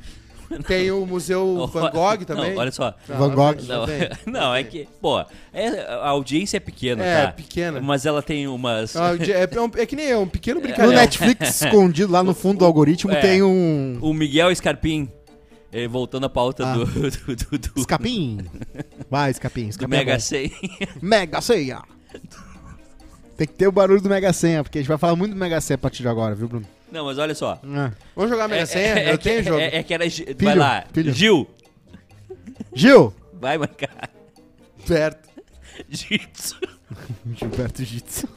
Speaker 1: Tem o Museu Van Gogh também.
Speaker 2: Não, olha só.
Speaker 1: Não,
Speaker 3: Van Gogh.
Speaker 1: não
Speaker 2: Não,
Speaker 1: tem.
Speaker 2: [laughs] não, é que, pô, é- a audiência é pequena,
Speaker 1: É,
Speaker 2: tá?
Speaker 1: pequena.
Speaker 2: Mas ela tem umas.
Speaker 1: Ah, de- É, é um- é que nem eu, um pequeno
Speaker 3: No
Speaker 2: né?
Speaker 1: brincalhão. [laughs]
Speaker 3: Netflix, escondido lá no fundo do algoritmo,
Speaker 2: É.
Speaker 3: tem um.
Speaker 2: O Miguel Escarpim, eh, voltando à pauta
Speaker 3: Ah.
Speaker 2: do, [laughs] do, do, do-
Speaker 3: Escapim. Vai, escapim.
Speaker 2: do
Speaker 3: escapim é
Speaker 2: Mega
Speaker 3: bom.
Speaker 2: Sen.
Speaker 3: Mega Senha. Tem que ter o barulho do Mega Senha, porque a gente vai falar muito do Mega Senha a partir de agora, viu, Bruno?
Speaker 2: Não, mas olha só.
Speaker 3: Ah.
Speaker 1: Vamos jogar Mega Senha?
Speaker 2: é
Speaker 1: eu
Speaker 2: que-
Speaker 1: tenho jogo.
Speaker 2: É, é que era. Gi- vai
Speaker 3: Filho,
Speaker 2: lá.
Speaker 3: filho.
Speaker 2: Gil,
Speaker 3: Gil!
Speaker 2: vai marcar. [laughs] é.
Speaker 1: Perto.
Speaker 2: Jitsu.
Speaker 3: Gilberto Jitsu.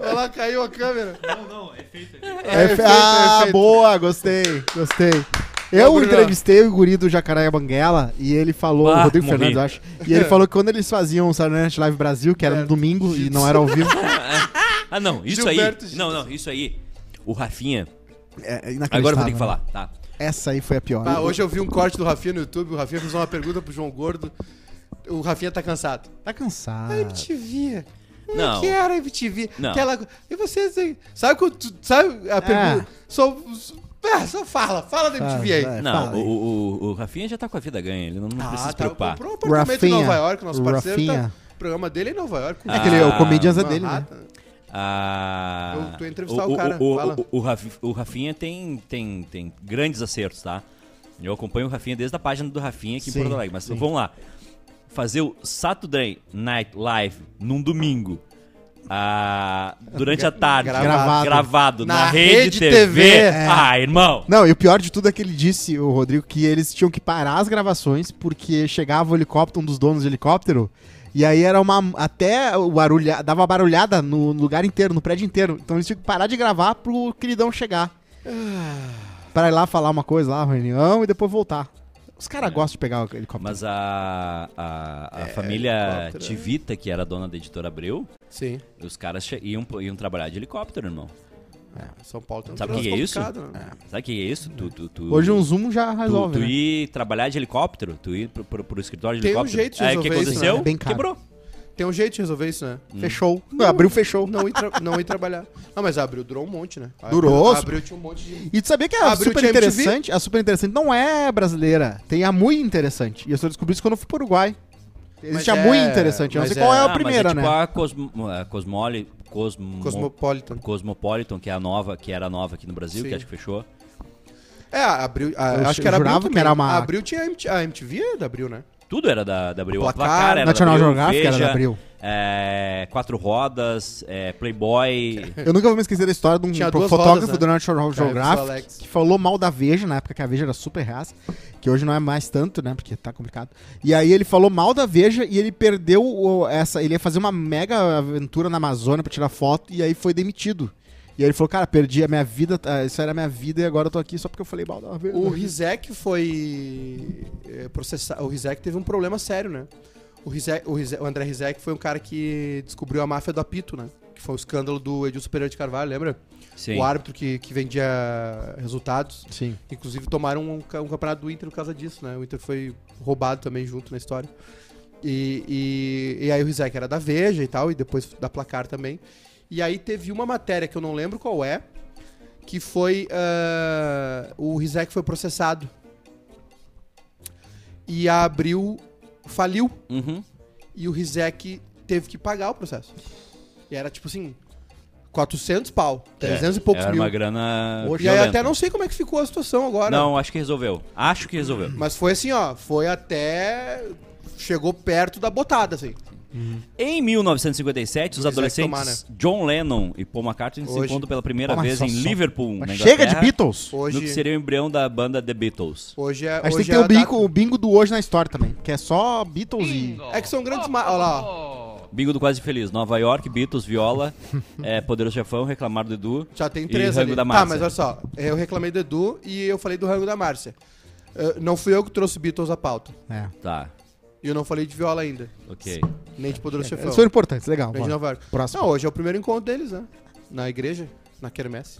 Speaker 1: Olha lá, caiu a câmera.
Speaker 3: É,
Speaker 1: efeito,
Speaker 3: ah,
Speaker 1: é efeito.
Speaker 3: boa, gostei, gostei. Eu
Speaker 1: Bruno.
Speaker 3: entrevistei o guri do Jacaré Banguela e ele falou,
Speaker 2: Ah,
Speaker 3: o Rodrigo
Speaker 2: morri.
Speaker 3: Fernandes, eu acho.
Speaker 2: [laughs]
Speaker 3: E ele falou que quando eles faziam o Saturday Night Live Brasil, que era no domingo e não era ao vivo,
Speaker 2: Ah, não, isso
Speaker 1: Gilberto
Speaker 2: aí.
Speaker 1: Gil.
Speaker 2: Não, não, isso aí. O Rafinha.
Speaker 3: é inacreditável.
Speaker 2: Agora eu vou ter que
Speaker 3: né?
Speaker 2: falar, tá?
Speaker 3: Essa aí foi a pior.
Speaker 1: Ah, hoje eu vi um corte do Rafinha no YouTube. O Rafinha fez uma pergunta pro João Gordo. O Rafinha tá cansado. Ah,
Speaker 3: Tá cansado.
Speaker 1: A MTV. Como
Speaker 2: Ah. Não.
Speaker 1: Ah, que era a MTV?
Speaker 2: Não.
Speaker 1: Aquela... E vocês aí? Sabe, quando tu- sabe a pergunta? Só, ah, só fala. Fala da MTV aí.
Speaker 3: vai. É,
Speaker 2: Não,
Speaker 3: Ah. fala aí.
Speaker 2: o, o, o Rafinha já tá com a vida ganha, ele não, não precisa
Speaker 1: Ah,
Speaker 2: se
Speaker 1: tá.
Speaker 2: preocupar.
Speaker 1: Comprou um apartamento em
Speaker 3: Rafinha.
Speaker 1: Nova York. Nosso parceiro
Speaker 3: Rafinha.
Speaker 1: tá... O programa dele é em Nova York. com
Speaker 3: É que ele é o
Speaker 2: Ah,
Speaker 3: comediança dele, né?
Speaker 1: Manhattan.
Speaker 2: Ah,
Speaker 1: Eu tô entrevistar o cara,
Speaker 2: O,
Speaker 1: fala.
Speaker 2: o- o Rafi- o Rafinha tem, tem, tem grandes acertos, tá? Eu acompanho o Rafinha desde a página do Rafinha aqui
Speaker 3: Sim,
Speaker 2: em Porto Alegre. Mas vamos lá. Fazer o Saturday Night Live num domingo. ah, durante a tarde.
Speaker 1: Gravado.
Speaker 2: Gravado na,
Speaker 1: Na
Speaker 2: rede,
Speaker 1: Rede É.
Speaker 2: TV.
Speaker 1: TV.
Speaker 2: Ah, irmão.
Speaker 3: Não, e o pior de tudo é que ele disse, o Rodrigo, que eles tinham que parar as gravações porque chegava o helicóptero, um dos donos de helicóptero, e aí era uma. Até o barulha, dava barulhada no lugar inteiro, no prédio inteiro. Então eles tinham que parar de gravar pro queridão chegar.
Speaker 1: Ah.
Speaker 3: Pra ir lá falar uma coisa lá, uma reunião, e depois voltar. Os
Speaker 1: É.
Speaker 3: caras gostam de pegar o helicóptero.
Speaker 2: Mas a, a, a família
Speaker 1: helicóptero,
Speaker 2: Tivita, que era dona da editora Abreu,
Speaker 1: Sim.
Speaker 2: os caras che- iam, iam trabalhar de helicóptero, irmão.
Speaker 1: São Paulo tem um
Speaker 2: Sabe o que que é isso?
Speaker 1: translocado, né?
Speaker 2: Sabe o que é isso? Tu, tu, tu-
Speaker 3: Hoje um zoom já
Speaker 2: tu-
Speaker 3: resolve.
Speaker 2: tu
Speaker 3: né?
Speaker 2: ir trabalhar de helicóptero, tu ir pro, pro, pro escritório de
Speaker 1: Tem um
Speaker 2: helicóptero.
Speaker 1: jeito de
Speaker 2: Aí o que
Speaker 1: resolver isso,
Speaker 2: aconteceu?
Speaker 3: né? É bem caro.
Speaker 2: Quebrou.
Speaker 1: Tem um jeito de resolver isso, né?
Speaker 3: Fechou. Abriu, fechou.
Speaker 1: Não ir,
Speaker 3: [laughs]
Speaker 1: tra- não ir trabalhar. Não, mas abriu, durou um monte, né? Abriu-
Speaker 3: Durou.
Speaker 1: Abriu, tinha um monte de.
Speaker 3: E tu sabia que a
Speaker 1: Abriu
Speaker 3: super
Speaker 1: o TMTV?
Speaker 3: interessante, a super interessante não é brasileira. Tem a muito interessante. E eu só descobri isso quando eu fui pro Uruguai. Existe
Speaker 1: Mas
Speaker 3: a muito
Speaker 1: é-
Speaker 3: interessante. Eu não
Speaker 1: mas
Speaker 3: sei qual é,
Speaker 1: é-
Speaker 2: Ah,
Speaker 3: a
Speaker 2: mas
Speaker 3: primeira,
Speaker 2: é tipo
Speaker 3: né?
Speaker 2: a, Cosmo, a Cosmole, Cosmo,
Speaker 1: Cosmopolitan.
Speaker 2: Cosmopolitan, que é a nova, que era a nova aqui no Brasil,
Speaker 1: Sim.
Speaker 2: que acho que fechou.
Speaker 1: É, abriu. a-
Speaker 3: Eu
Speaker 1: acho que era
Speaker 3: jurava
Speaker 1: abriu.
Speaker 3: que
Speaker 1: também.
Speaker 3: era uma-
Speaker 1: Abriu tinha a MTV, a MTV é da Abril, né?
Speaker 2: Tudo era da, da Abril.
Speaker 1: Placar,
Speaker 2: a placar era
Speaker 3: National
Speaker 2: da Abril,
Speaker 3: Geographic era da
Speaker 2: Veja,
Speaker 3: Abril.
Speaker 2: é, Quatro Rodas, é, Playboy.
Speaker 3: Eu nunca vou me esquecer da história de um
Speaker 1: Tinha
Speaker 3: pro-
Speaker 1: duas
Speaker 3: fotógrafo
Speaker 1: rodas, né?
Speaker 3: do
Speaker 1: Cara,
Speaker 3: National
Speaker 1: eu sou
Speaker 3: Geographic
Speaker 1: Alex.
Speaker 3: que falou mal da Veja, na época que a Veja era super raça, que hoje não é mais tanto, né? Porque tá complicado. E aí ele falou mal da Veja e ele perdeu o- essa. Ele ia fazer uma mega aventura na Amazônia pra tirar foto e aí foi demitido. E aí ele falou, cara, perdi a minha vida, tá, isso era a minha vida e agora eu tô aqui só porque eu falei mal da Veja.
Speaker 1: O Rizek foi é, processar. O Rizek teve um problema sério, né? O, Rizek, o, Rizek- o André Rizek foi um cara que descobriu a máfia do apito, né? Que foi o escândalo do Edilson Pereira de Carvalho, lembra?
Speaker 2: Sim.
Speaker 1: O árbitro que, que vendia resultados.
Speaker 3: Sim.
Speaker 1: Inclusive tomaram um, ca- um campeonato do Inter por causa disso, né? O Inter foi roubado também junto na história. E, e, e aí o Rizek era da Veja e tal, e depois da Placar também. E aí teve uma matéria que eu não lembro qual é, que foi... ah, o Rizek foi processado. E a Abril faliu.
Speaker 2: Uhum.
Speaker 1: E o Rizek teve que pagar o processo. E era tipo assim... 400 pau, 300 e poucos
Speaker 2: É, era
Speaker 1: mil.
Speaker 2: uma grana.
Speaker 1: E aí
Speaker 2: violenta.
Speaker 1: até não sei como é que ficou a situação agora.
Speaker 2: Não, acho que resolveu. Acho que resolveu.
Speaker 1: Mas foi assim, ó, foi até. Chegou perto da botada, assim.
Speaker 2: Em 1957, os
Speaker 1: Isaac
Speaker 2: adolescentes
Speaker 1: Tomar, né?
Speaker 2: John Lennon e Paul McCartney se
Speaker 1: Hoje.
Speaker 2: encontram pela primeira
Speaker 3: Olha
Speaker 2: vez
Speaker 3: só,
Speaker 2: em
Speaker 3: só.
Speaker 2: Liverpool, na
Speaker 3: Mas chega de
Speaker 2: Inglaterra,
Speaker 3: Beatles!
Speaker 1: Hoje,
Speaker 2: No que seria Um é o embrião da banda The Beatles.
Speaker 1: hoje é.
Speaker 3: A gente tem
Speaker 1: hoje
Speaker 3: que ter
Speaker 1: é
Speaker 3: o, bingo,
Speaker 1: data-
Speaker 3: o bingo do hoje na história também, que é só Beatles e.
Speaker 2: um.
Speaker 1: É que são grandes marcas. Olha lá, ó.
Speaker 2: Bingo do Quase Feliz, Nova York,
Speaker 1: [laughs]
Speaker 2: Beatles, Viola, é, Poderoso Chefão, Reclamar do Edu.
Speaker 1: Já tem
Speaker 2: E
Speaker 1: três
Speaker 2: Rango
Speaker 1: ali.
Speaker 2: da
Speaker 1: Tá,
Speaker 2: Márcia.
Speaker 1: mas olha só. Eu reclamei do Edu e eu falei do rango da Márcia. Eh, não fui eu que trouxe Beatles à pauta.
Speaker 3: É.
Speaker 2: Tá,
Speaker 1: E eu não falei de viola ainda.
Speaker 2: ok.
Speaker 1: Nem de
Speaker 2: É,
Speaker 1: Poderoso Chefão.
Speaker 3: Isso foi importante, legal.
Speaker 1: Nem de
Speaker 3: bora.
Speaker 1: Nova York.
Speaker 3: Próximo.
Speaker 1: Não, hoje é o primeiro encontro deles, né? Na igreja, na quermesse.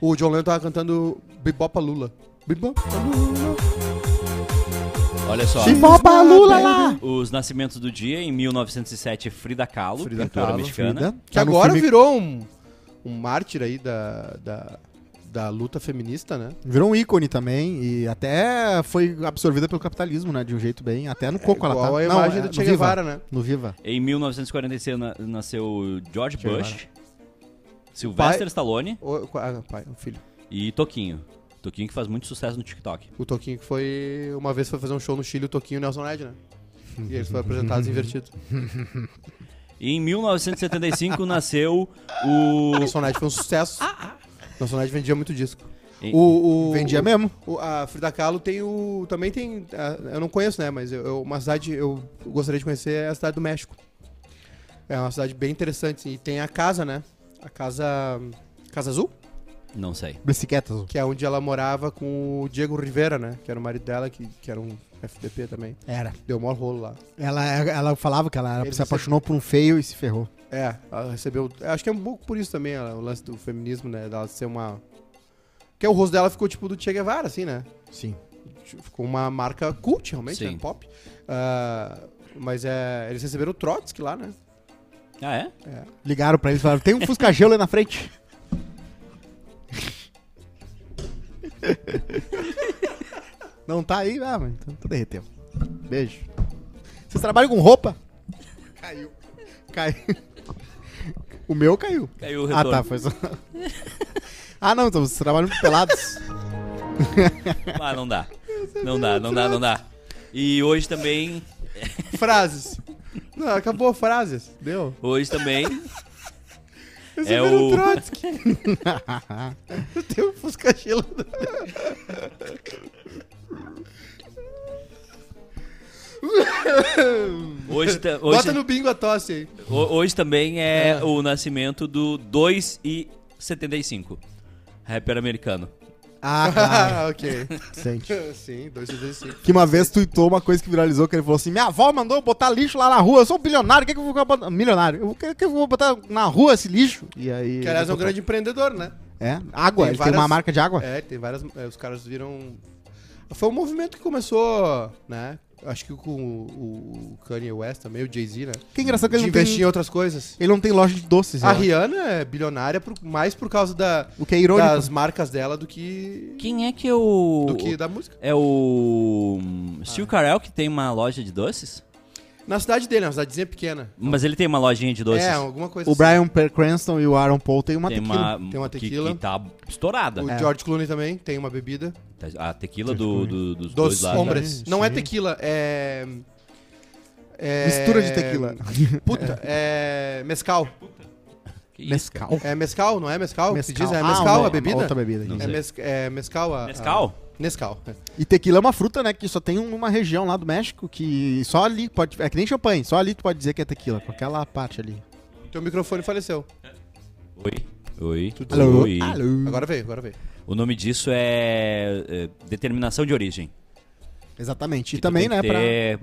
Speaker 1: O John Lennon tava cantando Bibopa Lula. Bibopa Lula.
Speaker 2: Olha só.
Speaker 3: Chimbopa Lula lá!
Speaker 2: Os nascimentos do dia, em 1907, Frida Kahlo,
Speaker 1: Frida
Speaker 2: pintora
Speaker 1: Kahlo,
Speaker 3: né? Tá
Speaker 2: mexicana.
Speaker 1: Que agora virou um. um mártir aí da, da, da luta feminista, né?
Speaker 3: Virou um ícone também e até foi absorvida pelo capitalismo, né? De um jeito bem. Até no coco ela
Speaker 1: É, Igual a
Speaker 3: tá.
Speaker 1: imagem
Speaker 3: é
Speaker 1: do Che
Speaker 3: no Viva.
Speaker 1: Guevara, né?
Speaker 3: No Viva.
Speaker 2: Em 1946 na- nasceu George
Speaker 3: Che
Speaker 2: Bush, Sylvester
Speaker 1: Pai-
Speaker 2: Stallone
Speaker 1: O, ah, pai, o filho.
Speaker 2: e Toquinho. Toquinho que faz muito sucesso no TikTok.
Speaker 1: O Toquinho que foi. Uma vez foi fazer um show no Chile, o Toquinho e o Nelson Ned, né? E eles foram
Speaker 3: [laughs]
Speaker 1: apresentados invertidos.
Speaker 2: E em 1975 nasceu
Speaker 1: O
Speaker 2: o
Speaker 1: Nelson Ned foi um sucesso. O Nelson Ned vendia muito disco.
Speaker 2: E-
Speaker 1: O, o-
Speaker 3: Vendia mesmo.
Speaker 1: o- a Frida Kahlo tem o. Também tem. a- eu não conheço, né? Mas eu, eu- uma cidade eu gostaria de conhecer é a cidade do México. É uma cidade bem interessante. assim, E tem a casa, né? A casa. Casa Azul?
Speaker 2: Não sei.
Speaker 3: Bicicletas.
Speaker 1: Que é onde ela morava com o Diego Rivera, né? Que era o marido dela, que, que era um FDP também.
Speaker 3: Era.
Speaker 1: Deu maior rolo lá.
Speaker 3: Ela, ela falava que ela
Speaker 1: Ele
Speaker 3: se
Speaker 1: recebe-
Speaker 3: apaixonou por um feio e se ferrou.
Speaker 1: É, ela recebeu. Acho que é um pouco por isso também, ela- o lance do feminismo, né? Dela ser uma. Porque o rosto dela ficou tipo do Che Guevara, assim, né?
Speaker 3: Sim.
Speaker 1: Tipo, Ficou uma marca cult, realmente,
Speaker 2: Sim.
Speaker 1: né? Pop. Ah, mas é. Eles receberam o Trotsky lá, né?
Speaker 2: Ah, é?
Speaker 3: Ligaram pra eles e falaram: tem um Fusca Gelo aí na frente. Não tá aí? Ah, mas então tu derreteu. Beijo. Vocês trabalham com roupa? Caiu. Caiu. O meu caiu.
Speaker 2: Caiu o
Speaker 3: Ah,
Speaker 2: retorno.
Speaker 3: tá. Foi só. ah, não, então vocês trabalham pelados.
Speaker 1: tá.
Speaker 2: Ah, não dá. Não dá, não dá, não dá. E hoje também,
Speaker 1: Frases. Não, acabou frases. Deu.
Speaker 2: hoje também,
Speaker 1: Receberam
Speaker 2: o-
Speaker 1: Trotsky. [laughs] Tem um Fusca Gelo.
Speaker 2: hoje, ta- hoje,
Speaker 1: Bota no bingo a tosse aí.
Speaker 2: ho- hoje também é o nascimento do 2 e 75. Rapper americano.
Speaker 3: ah, claro.
Speaker 1: Ah, [laughs] ok.
Speaker 3: Sente.
Speaker 1: Sim, 2,65.
Speaker 3: Que uma vez tuitou uma coisa que viralizou, que ele falou assim: Minha avó mandou eu botar lixo lá na rua, eu sou um bilionário, o que, que eu vou botar. Milionário, o que, que eu vou botar na rua esse lixo? E aí.
Speaker 1: Que aliás é um grande empreendedor, né?
Speaker 3: É, água,
Speaker 1: Tem
Speaker 3: ele tem
Speaker 1: várias-
Speaker 3: uma marca de água.
Speaker 1: É, tem várias. é, os caras viram. Foi um movimento que começou, né? Acho que com o, o Kanye West também, o Jay-Z, né?
Speaker 3: Que engraçado que
Speaker 1: De
Speaker 3: ele não, tem,
Speaker 1: investir em outras coisas.
Speaker 3: ele não tem loja de doces.
Speaker 1: A
Speaker 3: eu acho.
Speaker 1: Rihanna é bilionária por- mais por causa da,
Speaker 3: O que é irônico.
Speaker 1: das marcas dela do que.
Speaker 2: Quem é que é o...
Speaker 1: do que da música.
Speaker 2: É o... hum, Steve Carell que tem uma loja de doces?
Speaker 1: Na cidade dele, na cidadezinha pequena.
Speaker 2: Mas ele tem uma lojinha de doces.
Speaker 1: É, alguma coisa
Speaker 3: O Brian Per- Cranston e o Aaron Paul têm uma
Speaker 2: tem
Speaker 3: tequila.
Speaker 2: uma,
Speaker 1: Tem uma
Speaker 2: que-
Speaker 1: tequila.
Speaker 2: Que, tá estourada.
Speaker 1: O
Speaker 2: É.
Speaker 1: George Clooney também tem uma bebida.
Speaker 2: A tequila do, do- dos
Speaker 1: Dos
Speaker 2: dois né? lados.
Speaker 1: Hombres.
Speaker 3: Sim,
Speaker 1: Não é
Speaker 3: sim.
Speaker 1: tequila, é. é-
Speaker 3: Mistura de tequila.
Speaker 1: [laughs] Puta, é. Mescal.
Speaker 2: Que isso?
Speaker 3: [laughs] Mescal.
Speaker 1: É mescal, não é mescal?
Speaker 3: Mescal.
Speaker 1: Se diz, é
Speaker 3: Ah,
Speaker 1: mescal
Speaker 3: uma-
Speaker 1: a bebida?
Speaker 3: uma Outra bebida.
Speaker 2: Não.
Speaker 1: É,
Speaker 2: sei.
Speaker 1: mes é mescal a.
Speaker 2: Nescau?
Speaker 1: a- Nescau. é.
Speaker 3: E tequila é uma fruta, né? Que só tem uma região lá do México que só ali pode. É que nem champanhe, só ali tu pode dizer que é tequila, com aquela parte ali.
Speaker 1: Teu microfone faleceu.
Speaker 2: Oi. Oi. Oi.
Speaker 3: Alô.
Speaker 1: Agora veio, agora veio.
Speaker 2: O nome disso é, é, determinação de origem.
Speaker 3: Exatamente. E
Speaker 2: Que tu
Speaker 3: também,
Speaker 2: tem
Speaker 3: né?
Speaker 2: que
Speaker 3: pra-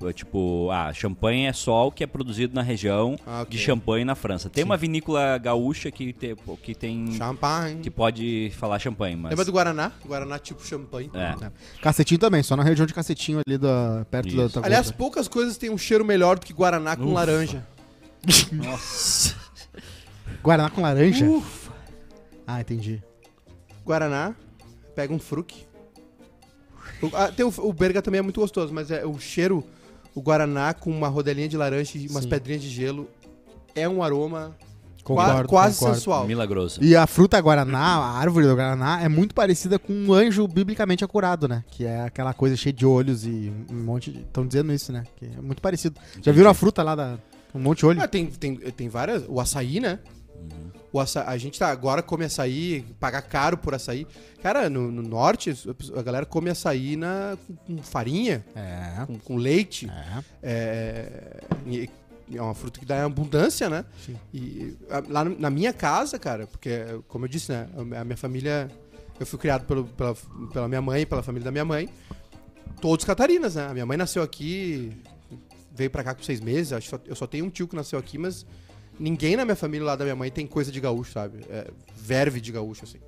Speaker 2: ter, Tipo, ah, champanhe é só o que é produzido na região
Speaker 1: Ah, ok.
Speaker 2: de champanhe na França. Tem uma vinícola gaúcha que, te- que tem.
Speaker 1: Champagne.
Speaker 2: Hum. que pode falar champanhe, mas.
Speaker 1: Lembra do Guaraná? Guaraná tipo champanhe.
Speaker 2: É.
Speaker 3: Cacetinho também, só na região de Cacetinho ali da, perto
Speaker 2: Isso.
Speaker 3: da outra
Speaker 1: Aliás, poucas coisas têm um cheiro melhor do que Guaraná com
Speaker 2: Ufa.
Speaker 1: laranja.
Speaker 2: Nossa.
Speaker 3: Guaraná com laranja? Ah, entendi.
Speaker 1: Guaraná, pega um fruque. O, ah, tem o, o Berga também é muito gostoso, mas é o cheiro, o Guaraná com uma rodelinha de laranja e umas
Speaker 3: Sim.
Speaker 1: pedrinhas de gelo, é um aroma qua-
Speaker 3: Concordo,
Speaker 1: quase
Speaker 3: concordo.
Speaker 1: sensual.
Speaker 2: Milagroso.
Speaker 3: E a fruta guaraná, a árvore do guaraná, é muito parecida com um anjo biblicamente acurado, né? Que é aquela coisa cheia de olhos e um monte de. Estão dizendo isso, né? Que é muito parecido. Já viram a fruta lá da. Um monte de olho?
Speaker 1: Ah, tem, tem, tem várias. O açaí, né?
Speaker 3: Uhum.
Speaker 1: O aça... A gente tá agora come açaí, pagar caro por açaí. Cara, no, no norte, as pessoas- a galera come açaí na... com, com farinha,
Speaker 3: É.
Speaker 1: com, com leite.
Speaker 3: É.
Speaker 1: É... e- e é uma fruta que dá abundância, né?
Speaker 3: Sim.
Speaker 1: E a- lá no- na minha casa, cara, porque, como eu disse, né? A minha família. Eu fui criado pelo- pela, pela minha mãe, pela família da minha mãe. Todos catarinas, né? A minha mãe nasceu aqui, veio pra cá com seis meses. acho que só- eu só tenho um tio que nasceu aqui, mas ninguém na minha família lá da minha mãe tem coisa de gaúcho, sabe? É, verve de gaúcho, assim.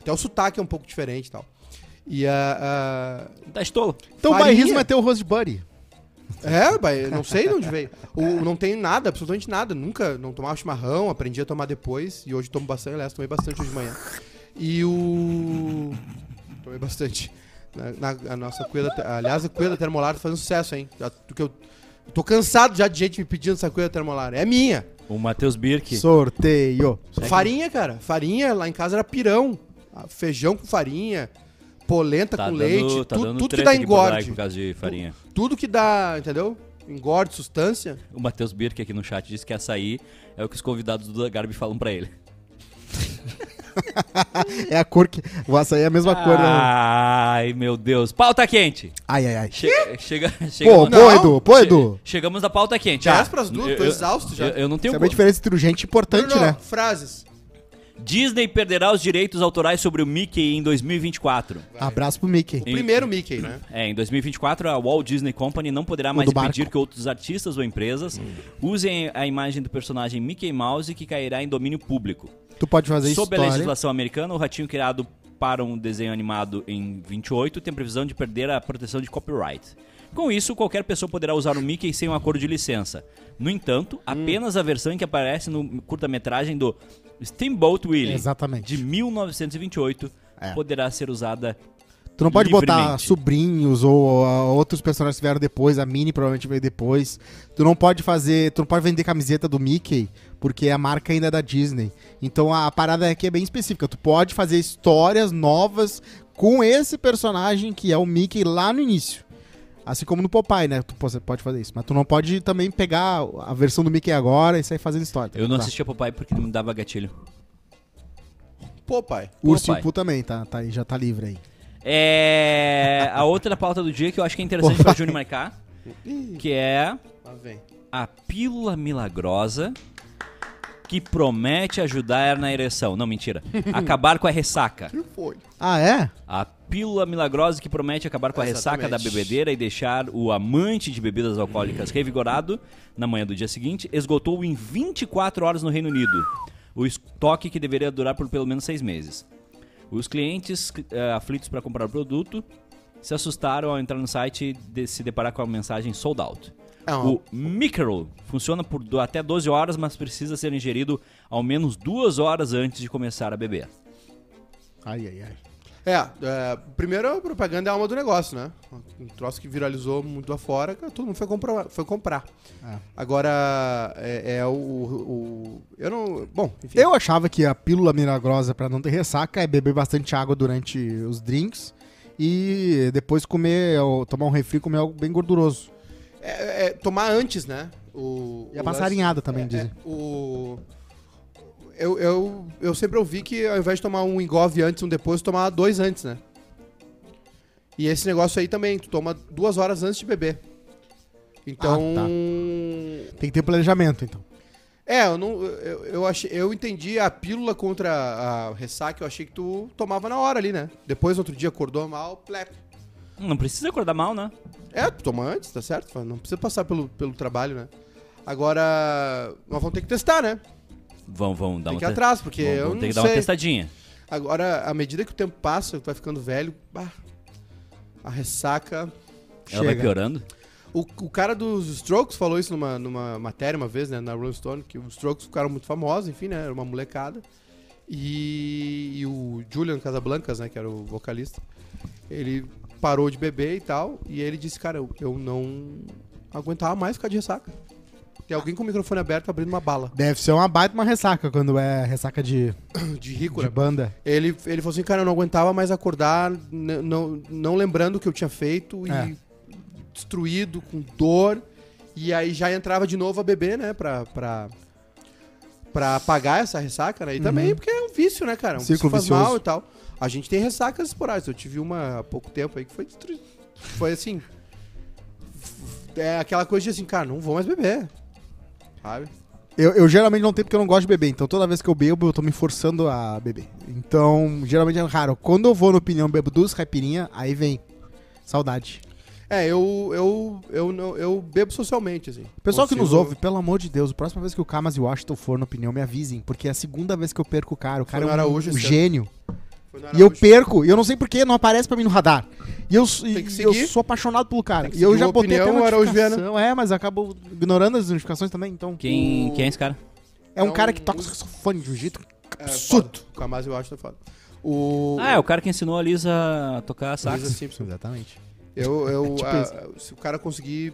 Speaker 1: Até o sotaque é um pouco diferente e ah, tal. E a. a-
Speaker 2: Tá estolo.
Speaker 3: Então o
Speaker 1: Farinha.
Speaker 3: bairrismo é ter o Rose Buddy.
Speaker 1: É, bai, eu não sei de onde veio. O, não tem nada, absolutamente nada. Nunca não tomava chimarrão, aprendi a tomar depois. E hoje tomo bastante, aliás, tomei bastante hoje de manhã. E o. Tomei bastante. Na, na- a nossa cuida. Aliás, a cuida termolar tá fazendo sucesso, hein? Já, do que eu, eu tô cansado já de gente me pedindo essa cuida termolar. É minha.
Speaker 2: O Matheus Birk.
Speaker 3: Sorteio.
Speaker 1: Farinha, cara. Farinha lá em casa era pirão. Ah, Feijão com farinha, polenta
Speaker 2: Tá
Speaker 1: com
Speaker 2: dando,
Speaker 1: leite,
Speaker 2: tá
Speaker 1: tu-
Speaker 2: dando
Speaker 1: tudo que dá
Speaker 2: treta aqui em Porto Alegre
Speaker 1: engorde.
Speaker 2: Por causa de farinha.
Speaker 1: Tudo que dá, entendeu? Engorde, sustância.
Speaker 2: O Matheus Birk aqui no chat disse que açaí é o que os convidados do Garbi falam pra ele.
Speaker 3: É a cor que. O açaí é a mesma cor. Né?
Speaker 2: Ai, meu Deus. Pauta quente.
Speaker 3: Ai, ai, ai.
Speaker 2: Che Ah. chega, [laughs] chega,
Speaker 3: Pô,
Speaker 1: Não.
Speaker 3: pô, Edu, pô, Edu.
Speaker 2: Chegamos na pauta quente.
Speaker 1: Já
Speaker 2: Ah,
Speaker 1: as pras duas,
Speaker 2: eu-
Speaker 1: tô
Speaker 2: eu-
Speaker 1: exausto já.
Speaker 2: Eu, eu não tenho.
Speaker 3: Isso é uma diferença entre gente importante,
Speaker 1: Bruno,
Speaker 3: né?
Speaker 1: Frases.
Speaker 2: Disney perderá os direitos autorais sobre o Mickey em 2024.
Speaker 3: Abraço pro Mickey.
Speaker 1: O primeiro Mickey, né?
Speaker 2: É, em 2024, a Walt Disney Company não poderá
Speaker 3: O
Speaker 2: mais
Speaker 3: do barco. Hum.
Speaker 2: impedir que outros artistas ou empresas usem a imagem do personagem Mickey Mouse que cairá em domínio público.
Speaker 3: Tu pode fazer
Speaker 2: Sob a
Speaker 3: história.
Speaker 2: legislação americana, o ratinho criado para um desenho animado em 28 tem previsão de perder a proteção de copyright. Com isso, qualquer pessoa poderá usar o Mickey sem um acordo de licença. No
Speaker 3: Hum.
Speaker 2: entanto, apenas a versão em que aparece no curta-metragem do Steamboat Willie,
Speaker 3: Exatamente.
Speaker 2: de 1928,
Speaker 3: É.
Speaker 2: poderá ser usada
Speaker 3: Tu não pode botar
Speaker 2: Livremente.
Speaker 3: sobrinhos ou ah, outros personagens que vieram depois, a Minnie provavelmente veio depois. Tu não pode fazer, tu não pode vender camiseta do Mickey, porque a marca ainda é da Disney. Então a parada aqui é bem específica. Tu pode fazer histórias novas com esse personagem que é o Mickey lá no início. Assim como no Popeye, né? Tu pô, você pode fazer isso. Mas tu não pode também pegar a versão do Mickey agora e sair fazendo história.
Speaker 2: Eu não
Speaker 3: tá?
Speaker 2: assistia Popeye porque me dava gatilho.
Speaker 1: Pô, pai.
Speaker 3: O Ursinho
Speaker 2: Popeye.
Speaker 3: Pooh também, tá, tá, aí, já tá livre aí.
Speaker 2: É. A outra pauta do dia que eu acho que é
Speaker 3: [laughs]
Speaker 2: interessante pra Júnior marcar,
Speaker 1: Ih,
Speaker 2: que é
Speaker 1: lá vem.
Speaker 2: a pílula milagrosa que promete ajudar na ereção. Não, mentira. Acabar com a ressaca.
Speaker 1: Que foi?
Speaker 3: Ah, é?
Speaker 2: A pílula milagrosa que promete acabar com a ressaca da
Speaker 1: Exatamente.
Speaker 2: bebedeira e deixar o amante de bebidas alcoólicas revigorado na manhã do dia seguinte esgotou em 24 horas no Reino Unido. O estoque que deveria durar por pelo menos seis meses. Os clientes eh, aflitos para comprar o produto se assustaram ao entrar no site e de- se deparar com a mensagem sold out.
Speaker 1: É uma-
Speaker 2: O Micro funciona por do- até 12 horas, mas precisa ser ingerido ao menos duas horas antes de começar a beber.
Speaker 3: Ai, ai, ai.
Speaker 1: É, é, primeiro a propaganda é a alma do negócio, né? Um troço que viralizou muito afora, que todo mundo foi comprar. Foi comprar.
Speaker 3: É.
Speaker 1: Agora, é, é o, o- Eu não. Bom, enfim.
Speaker 3: Eu achava que a pílula milagrosa pra não ter ressaca é beber bastante água durante os drinks e depois comer, ou tomar um refri e comer algo bem gorduroso.
Speaker 1: É, é tomar antes, né? O,
Speaker 3: E a
Speaker 1: o
Speaker 3: passarinhada também,
Speaker 1: lance-
Speaker 3: dizem.
Speaker 1: é, o. Eu, eu, eu sempre ouvi que ao invés de tomar um engove antes, um depois, tomar dois antes, né? E esse negócio aí também, tu toma duas horas antes de beber. Então.
Speaker 2: Ah, tá.
Speaker 3: Tem que ter planejamento, então.
Speaker 1: É, eu não. Eu, eu, achei, eu entendi a pílula contra a ressaca, eu achei que tu tomava na hora ali, né? Depois, no outro dia, acordou mal, plep.
Speaker 2: Não precisa acordar mal, né?
Speaker 1: É, tu toma antes, tá certo? Não precisa passar pelo, pelo trabalho, né? Agora, nós vamos ter que testar, né?
Speaker 2: Vão, vão dar
Speaker 1: Tem
Speaker 2: uma
Speaker 1: que ir
Speaker 2: te-
Speaker 1: atrás, porque
Speaker 2: vão,
Speaker 1: eu
Speaker 2: vão ter
Speaker 1: não
Speaker 2: que dar uma
Speaker 1: sei.
Speaker 2: testadinha.
Speaker 1: Agora, à medida que o tempo passa, tu vai ficando velho, bah, a ressaca.
Speaker 2: Ela vai
Speaker 3: Chega.
Speaker 2: piorando.
Speaker 1: O, o cara dos Strokes falou isso numa, numa matéria uma vez, né, na Rolling Stone, que os Strokes ficaram muito famosos, enfim, né, era uma molecada. E, e o Julian Casablancas, né, que era o vocalista, ele parou de beber e tal, e ele disse, cara, eu, eu não aguentava mais ficar de ressaca. Tem alguém com o microfone aberto abrindo uma bala
Speaker 3: Deve ser uma baita uma ressaca quando é ressaca de,
Speaker 1: de rico,
Speaker 3: de
Speaker 1: né?
Speaker 3: banda.
Speaker 1: Ele, ele falou assim, cara, eu não aguentava mais acordar, n- não, não lembrando o que eu tinha feito
Speaker 3: É.
Speaker 1: e destruído, com dor. E aí já entrava de novo a beber, né? Pra, pra, pra apagar essa ressaca, né? E também porque é um vício, né, cara? Um
Speaker 3: Círculo
Speaker 1: vício faz
Speaker 3: Uhum. vicioso.
Speaker 1: mal e tal. A gente tem ressacas esporádicas. Eu tive uma há pouco tempo aí que foi destruída. Foi assim. f- É aquela coisa de assim, cara, não vou mais beber. Sabe?
Speaker 3: Eu, eu geralmente não tenho porque eu não gosto de beber, então toda vez que eu bebo, eu tô me forçando a beber. Então, geralmente é raro. Quando eu vou no opinião, bebo duas caipirinhas, aí vem saudade.
Speaker 1: É, eu, eu, eu, não- eu bebo socialmente, assim.
Speaker 3: Pessoal que nos
Speaker 1: Consigo-
Speaker 3: ouve, pelo amor de Deus, a próxima vez que o Camas e o Washington for na opinião, me avisem, porque é a segunda vez que eu perco o cara. O cara
Speaker 1: Foi no
Speaker 3: é um,
Speaker 1: Araújo
Speaker 3: um
Speaker 1: esse ano.
Speaker 3: gênio.
Speaker 1: Foi no
Speaker 3: E eu
Speaker 1: Araújo.
Speaker 3: perco, e eu não sei porquê, não aparece pra mim no radar. E eu, s-
Speaker 1: Tem que
Speaker 3: e eu
Speaker 1: seguir.
Speaker 3: sou apaixonado pelo cara.
Speaker 1: Tem que
Speaker 3: E eu
Speaker 1: seguir
Speaker 3: já
Speaker 1: a
Speaker 3: botei
Speaker 1: opinião,
Speaker 3: até a
Speaker 1: Araújo Viana.
Speaker 3: notificação. É, mas eu acabo ignorando as notificações também, então...
Speaker 2: Quem, quem é esse cara?
Speaker 3: É um
Speaker 1: É
Speaker 3: cara
Speaker 1: um
Speaker 3: que toca
Speaker 1: músico.
Speaker 3: saxofone de um jeito
Speaker 1: É,
Speaker 3: absurdo.
Speaker 1: foda. Camargo eu acho que é foda. O...
Speaker 2: Ah, é o cara que ensinou a Lisa a tocar
Speaker 1: Lisa
Speaker 2: sax.
Speaker 1: Simpson.
Speaker 3: Exatamente.
Speaker 1: Eu,
Speaker 2: é
Speaker 1: eu,
Speaker 3: Tipo
Speaker 1: a- se o cara conseguir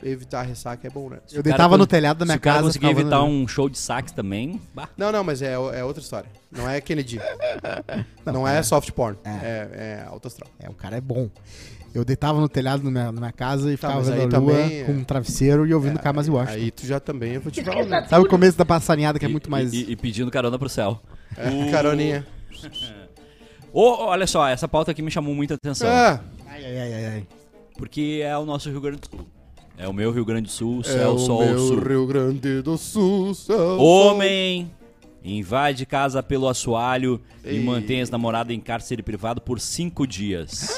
Speaker 1: evitar a ressaca, é bom, né?
Speaker 3: Eu
Speaker 2: cara
Speaker 3: deitava
Speaker 2: cons-
Speaker 3: no telhado da
Speaker 2: Se
Speaker 3: minha
Speaker 2: o cara
Speaker 3: casa.
Speaker 2: conseguir
Speaker 3: ficava
Speaker 2: evitar
Speaker 3: olhando.
Speaker 2: um show de sax também, bah.
Speaker 1: Não, não, mas é, é outra história. Não é Kennedy. não, é, soft porn. É, é alto astral.
Speaker 3: É, o cara é bom. Eu deitava no telhado da minha, na minha casa e ficava
Speaker 1: mas aí
Speaker 3: vendo a lua
Speaker 1: também é-
Speaker 3: com um travesseiro e ouvindo Camas e Washington.
Speaker 1: Aí tu já também, eu vou te falar. né?
Speaker 3: Sabe o começo da passarinhada que é
Speaker 2: E-
Speaker 3: muito mais...
Speaker 2: E, e pedindo carona pro céu.
Speaker 1: É, Caroninha.
Speaker 2: Ô, olha só, essa pauta aqui me chamou muita atenção.
Speaker 1: Ah,
Speaker 3: Ai, ai, ai, ai, ai.
Speaker 2: Porque é o nosso Rio Grande do Sul. É o meu Rio Grande do Sul,
Speaker 1: é
Speaker 2: céu,
Speaker 1: o
Speaker 2: sol,
Speaker 1: meu
Speaker 2: sul.
Speaker 1: Rio Grande do Sul. céu,
Speaker 2: Homem invade casa pelo assoalho e
Speaker 1: Ei.
Speaker 2: mantém ex-namorada em cárcere privado por cinco dias.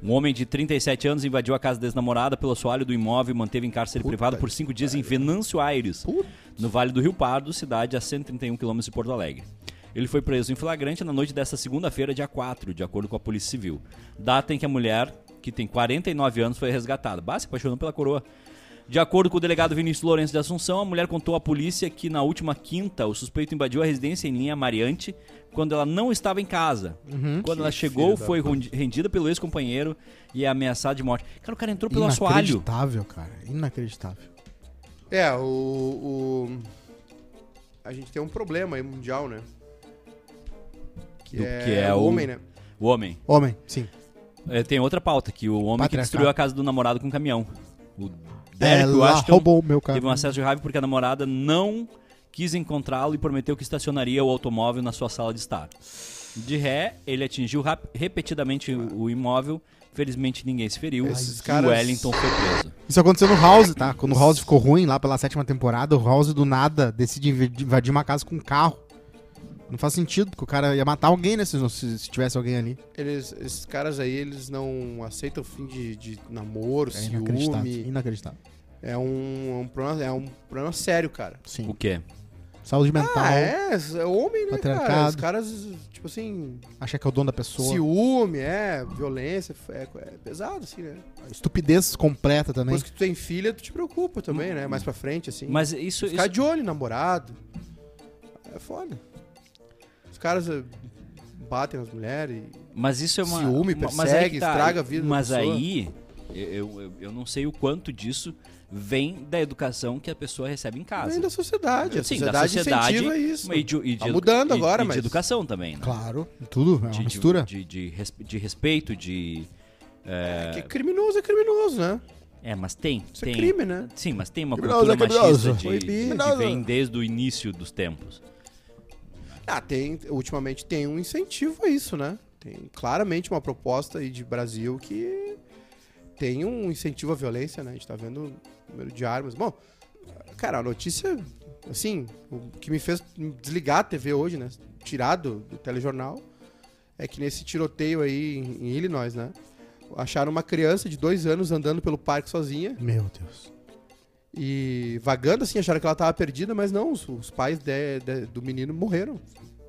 Speaker 2: Um homem de 37 anos invadiu a casa da ex-namorada pelo assoalho do imóvel e manteve em cárcere privado por cinco dias em Venâncio Aires, no Vale do Rio Pardo, cidade a 131 quilômetros de Porto Alegre. Ele foi preso em flagrante na noite desta segunda-feira, dia 4, de acordo com a Polícia Civil. Data em que a mulher, que tem 49 anos, foi resgatada. Bah, se apaixonou pela coroa. De acordo com o delegado Vinícius Lourenço de Assunção, a mulher contou à polícia que na última quinta o suspeito invadiu a residência em linha Mariante quando ela não estava em casa. Quando ela chegou,
Speaker 1: Uhum. filho da
Speaker 2: foi rendi- rendida pelo ex-companheiro e é ameaçada de morte. Cara, o cara entrou pelo assoalho.
Speaker 3: Inacreditável, cara. Inacreditável.
Speaker 1: céu. É, o, o- A gente tem um problema aí mundial, né? Que,
Speaker 2: Do
Speaker 1: é,
Speaker 2: que é
Speaker 1: o
Speaker 2: o-
Speaker 1: homem, né?
Speaker 2: O homem.
Speaker 3: Homem, sim.
Speaker 2: É, tem outra pauta, que o homem que
Speaker 3: Patriarcado.
Speaker 2: destruiu a casa do namorado com um caminhão. O Derek
Speaker 3: Ela
Speaker 2: Washington
Speaker 3: é, roubou o meu carro.
Speaker 2: teve um acesso de raiva porque a namorada não quis encontrá-lo e prometeu que estacionaria o automóvel na sua sala de estar. De ré, ele atingiu rap- repetidamente o o imóvel. Felizmente ninguém se feriu.
Speaker 1: Esses
Speaker 2: e
Speaker 1: caras-
Speaker 2: o Wellington foi preso.
Speaker 3: Isso aconteceu no House, tá? Quando o House ficou ruim lá pela sétima temporada, o House do nada decide inv- invadir uma casa com um carro. Não faz sentido, porque o cara ia matar alguém, né? Se, não- se- se tivesse alguém ali.
Speaker 1: Eles, esses caras aí, eles não aceitam fim de, de namoro,
Speaker 3: É inacreditável.
Speaker 1: ciúme.
Speaker 3: Inacreditável.
Speaker 1: É um, é um problema, é um problema sério, cara.
Speaker 3: Sim.
Speaker 2: O quê?
Speaker 3: Tipo, Saúde mental,
Speaker 1: Ah, é, é homem, né, cara?
Speaker 3: Patriarcado.
Speaker 1: Os caras, tipo assim,
Speaker 3: achar que é o dono da pessoa.
Speaker 1: ciúme, é, violência, é, é pesado, assim, né?
Speaker 3: Estupidez completa também.
Speaker 1: Depois que tu tem filha, tu te preocupa também, né? Mais pra frente, assim.
Speaker 2: Mas isso, isso
Speaker 1: Ficar de olho, namorado. É foda. Os caras eh, batem nas mulheres e...
Speaker 2: Mas isso é uma.
Speaker 1: Ciúme,
Speaker 2: ma-
Speaker 1: persegue,
Speaker 2: aí que tá.
Speaker 1: estraga a vida da
Speaker 2: Mas
Speaker 1: pessoa.
Speaker 2: aí, eu, eu, eu não sei o quanto disso vem da educação que a pessoa recebe em casa.
Speaker 1: Vem da sociedade. A
Speaker 2: Ah, Sim,
Speaker 1: sociedade, incentiva isso.
Speaker 2: E de, e de
Speaker 1: Tá
Speaker 2: edu-
Speaker 1: mudando
Speaker 2: e-
Speaker 1: agora,
Speaker 2: e
Speaker 1: mas-
Speaker 2: de educação também, né?
Speaker 3: Claro. Tudo, é
Speaker 2: De-
Speaker 3: uma
Speaker 2: de-
Speaker 3: mistura.
Speaker 2: De, de, res- de respeito, de.
Speaker 1: É que criminoso é criminoso, né?
Speaker 2: É, mas tem.
Speaker 1: Isso
Speaker 2: tem.
Speaker 1: é crime, né?
Speaker 2: Sim, mas tem uma
Speaker 3: Criminoso
Speaker 2: cultura
Speaker 3: é criminoso.
Speaker 2: machista de,
Speaker 3: Proibido.
Speaker 2: que vem desde o início dos tempos.
Speaker 1: Ah, tem, ultimamente tem um incentivo a isso, né? Tem claramente uma proposta aí de Brasil que tem um incentivo à violência, né? A gente tá vendo o número de armas. Bom, cara, a notícia, assim, o que me fez desligar a TV hoje, né? Tirar do, do telejornal, é que nesse tiroteio aí em, em Illinois, né? Acharam uma criança de dois anos andando pelo parque sozinha
Speaker 3: Meu Deus.
Speaker 1: e vagando assim, acharam que ela tava perdida, mas não, os, os pais de- de- do menino morreram.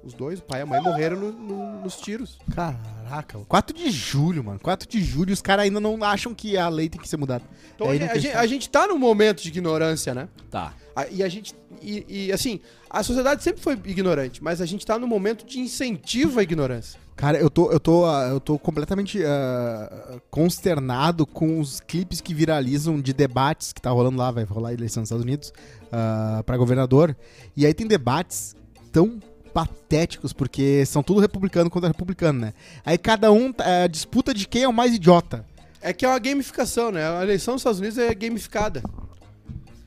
Speaker 1: Os dois, o pai e a mãe, morreram no- no- nos tiros.
Speaker 3: Caraca, mano. 4 de julho, mano. 4 de julho e os caras ainda não acham que a lei tem que ser mudada.
Speaker 1: Então
Speaker 3: É
Speaker 1: a, gente, a gente tá num momento de ignorância, né?
Speaker 2: Tá.
Speaker 1: A- E a gente. E, e, assim, a sociedade sempre foi ignorante, mas a gente tá num momento de incentivo à ignorância.
Speaker 3: Cara, eu tô, eu tô, ah, eu tô completamente ah, consternado com os clipes que viralizam de debates que tá rolando lá, vai rolar a eleição nos Estados Unidos ah, pra governador. E aí tem debates tão patéticos, porque são tudo republicano contra republicano, né? Aí cada um tá- é a disputa de quem é o mais idiota.
Speaker 1: É que é uma gamificação, né? A eleição dos Estados Unidos é gamificada.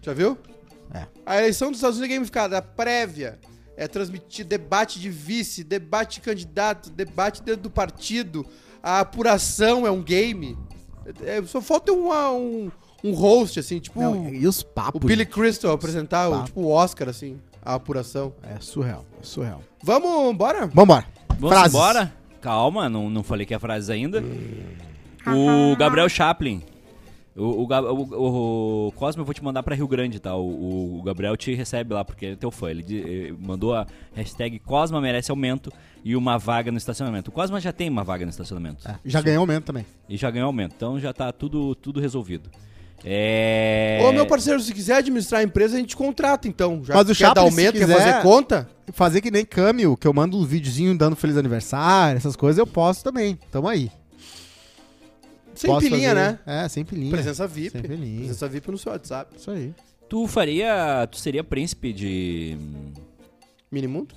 Speaker 1: Já viu?
Speaker 3: É.
Speaker 1: A eleição dos Estados Unidos é gamificada. A prévia é transmitir debate de vice, debate de candidato, debate dentro do partido. A apuração é um game. É, só falta uma- um, um host, assim, tipo
Speaker 3: Não, é Tá. e os
Speaker 1: o
Speaker 3: papos.
Speaker 1: Billy Crystal apresentar, o,
Speaker 3: Papo.
Speaker 1: tipo o Oscar, assim, a apuração.
Speaker 3: É surreal, é surreal.
Speaker 1: Vamos, bora?
Speaker 3: Vambora.
Speaker 2: Vamos
Speaker 3: Frases.
Speaker 2: embora? Calma, não, não falei que é frases ainda. O Gabriel Chaplin O, o, Ga- o- o Cosme, eu vou te mandar pra Rio Grande, tá? O, o Gabriel te recebe lá, porque ele é teu fã. Ele, di- eh, mandou a hashtag Cosma merece aumento e uma vaga no estacionamento. O Cosma já tem uma vaga no estacionamento.
Speaker 3: É, já ganhou aumento também.
Speaker 2: E já ganhou aumento. Então já tá tudo, tudo resolvido. É...
Speaker 1: Ô, meu parceiro, se quiser administrar a empresa, a gente contrata, então. Já
Speaker 3: Mas
Speaker 1: que quer
Speaker 3: o Chaplin,
Speaker 1: dar
Speaker 3: se
Speaker 1: aumento, quer
Speaker 3: quiser-
Speaker 1: fazer conta?
Speaker 3: Fazer que nem Camil, que eu mando um videozinho dando feliz aniversário, essas coisas, eu posso também. Tamo aí.
Speaker 1: Sem
Speaker 3: Posso
Speaker 1: pilinha,
Speaker 3: fazer-
Speaker 1: né?
Speaker 3: É, sem pilinha.
Speaker 1: Presença VIP.
Speaker 3: Sem pilinha.
Speaker 1: Presença VIP no seu WhatsApp.
Speaker 3: Isso aí.
Speaker 2: Tu faria. Tu seria príncipe de.
Speaker 1: Minimundo?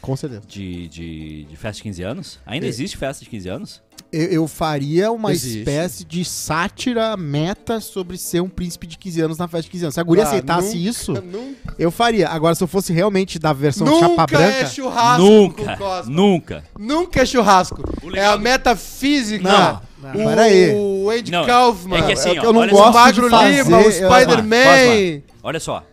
Speaker 3: Com certeza.
Speaker 2: de, de, de festa de 15 anos? Ainda existe festa de 15 anos?
Speaker 3: Eu, eu faria uma
Speaker 1: Existe.
Speaker 3: espécie de sátira meta sobre ser um príncipe de 15 anos na festa de 15 anos. Se a guria
Speaker 1: Ah,
Speaker 3: aceitasse
Speaker 1: nunca-
Speaker 3: isso,
Speaker 1: Nunca,
Speaker 3: eu faria. Agora, se eu fosse realmente da versão um chapa
Speaker 1: nunca
Speaker 3: branca.
Speaker 1: é churrasco com
Speaker 2: nunca!
Speaker 1: o Cosmo.
Speaker 2: Nunca!
Speaker 1: Nunca é churrasco. É a metafísica.
Speaker 3: Não, não, peraí.
Speaker 1: O Andy
Speaker 2: Não,
Speaker 1: Kaufman.
Speaker 2: é que assim,
Speaker 3: é
Speaker 2: ó,
Speaker 3: que eu não
Speaker 2: olha
Speaker 1: o
Speaker 2: só,
Speaker 3: gosto
Speaker 1: Magro
Speaker 3: de fazer,
Speaker 1: Lima, o
Speaker 3: eu-
Speaker 1: Spider-Man.
Speaker 2: olha só.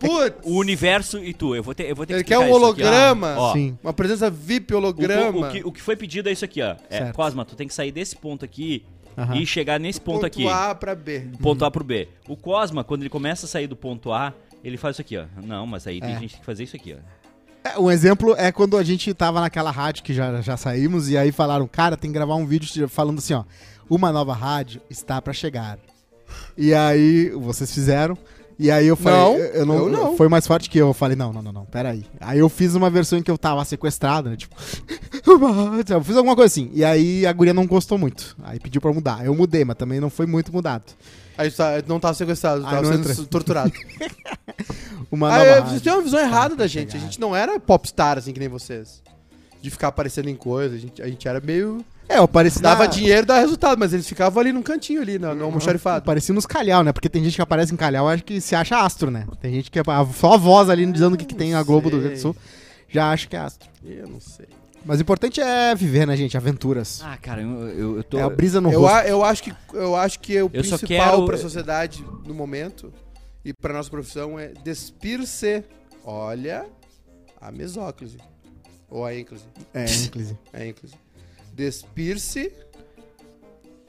Speaker 1: Putz.
Speaker 2: O universo e tu, eu vou ter, eu vou ter
Speaker 1: Ele
Speaker 2: que
Speaker 1: quer
Speaker 2: explicar
Speaker 1: um
Speaker 2: isso aqui, ó.
Speaker 1: holograma.
Speaker 2: Ó,
Speaker 3: Sim.
Speaker 1: Uma presença VIP
Speaker 2: o, o,
Speaker 1: holograma.
Speaker 2: o que, o que foi pedido é isso aqui, ó. É,
Speaker 3: Certo.
Speaker 2: Cosma, tu tem que sair desse ponto aqui
Speaker 3: Aham.
Speaker 2: e chegar nesse ponto, aqui.
Speaker 1: A pra B.
Speaker 2: do ponto A pro B. O Cosma, quando ele começa a sair do ponto A, ele faz isso aqui, ó. Não, mas aí
Speaker 1: É.
Speaker 2: tem gente que tem que fazer isso aqui, ó.
Speaker 3: É, Um exemplo é quando a gente tava naquela rádio que já, já saímos e aí falaram, cara, tem que gravar um vídeo falando assim, ó, uma nova rádio está pra chegar. E aí vocês fizeram. E aí eu falei,
Speaker 1: Não,
Speaker 3: eu, eu não,
Speaker 1: eu não.
Speaker 3: foi mais forte que eu, eu falei, não, não, não, não, peraí. Aí eu fiz uma versão em que eu tava sequestrado, né, tipo, [laughs] uma rádio, eu fiz alguma coisa assim. E aí a guria não gostou muito. Aí pediu pra mudar. Eu mudei, mas também não foi muito mudado.
Speaker 1: Aí tá, não tava sequestrado,
Speaker 3: Aí
Speaker 1: tava
Speaker 3: não
Speaker 1: sendo
Speaker 3: entra.
Speaker 1: torturado.
Speaker 3: Uma
Speaker 1: Ah,
Speaker 3: nova
Speaker 1: é, vocês
Speaker 3: rádio.
Speaker 1: têm uma visão errada da
Speaker 3: pra
Speaker 1: gente. A
Speaker 3: chegar.
Speaker 1: gente não era popstar, assim, que nem vocês. De ficar aparecendo em coisa. A gente, a gente era meio...
Speaker 3: É, eu pareci
Speaker 1: Dava
Speaker 3: na-
Speaker 1: dinheiro, dava resultado. Mas eles ficavam ali num cantinho, ali, no, no almoxarifado.
Speaker 3: Parecia nos calhau, né? Porque tem gente que aparece em calhau, acho que se acha astro, né? Tem gente que é a- só a voz ali dizendo o que, que tem a Globo do Rio Grande do Sul, já acha que é astro.
Speaker 1: Eu não sei.
Speaker 3: Mas o importante é viver, né, gente? Aventuras.
Speaker 2: Ah, cara, eu, eu, eu tô.
Speaker 3: É a brisa no
Speaker 1: Eu,
Speaker 3: rosto.
Speaker 1: a- eu acho que, eu acho que é o
Speaker 2: Eu só
Speaker 1: principal
Speaker 2: quero-
Speaker 1: pra sociedade no momento e pra nossa profissão é despir-se. Olha a mesóclise. Ou a ênclise.
Speaker 3: É, inclusive.
Speaker 1: A ênclise. Despir-se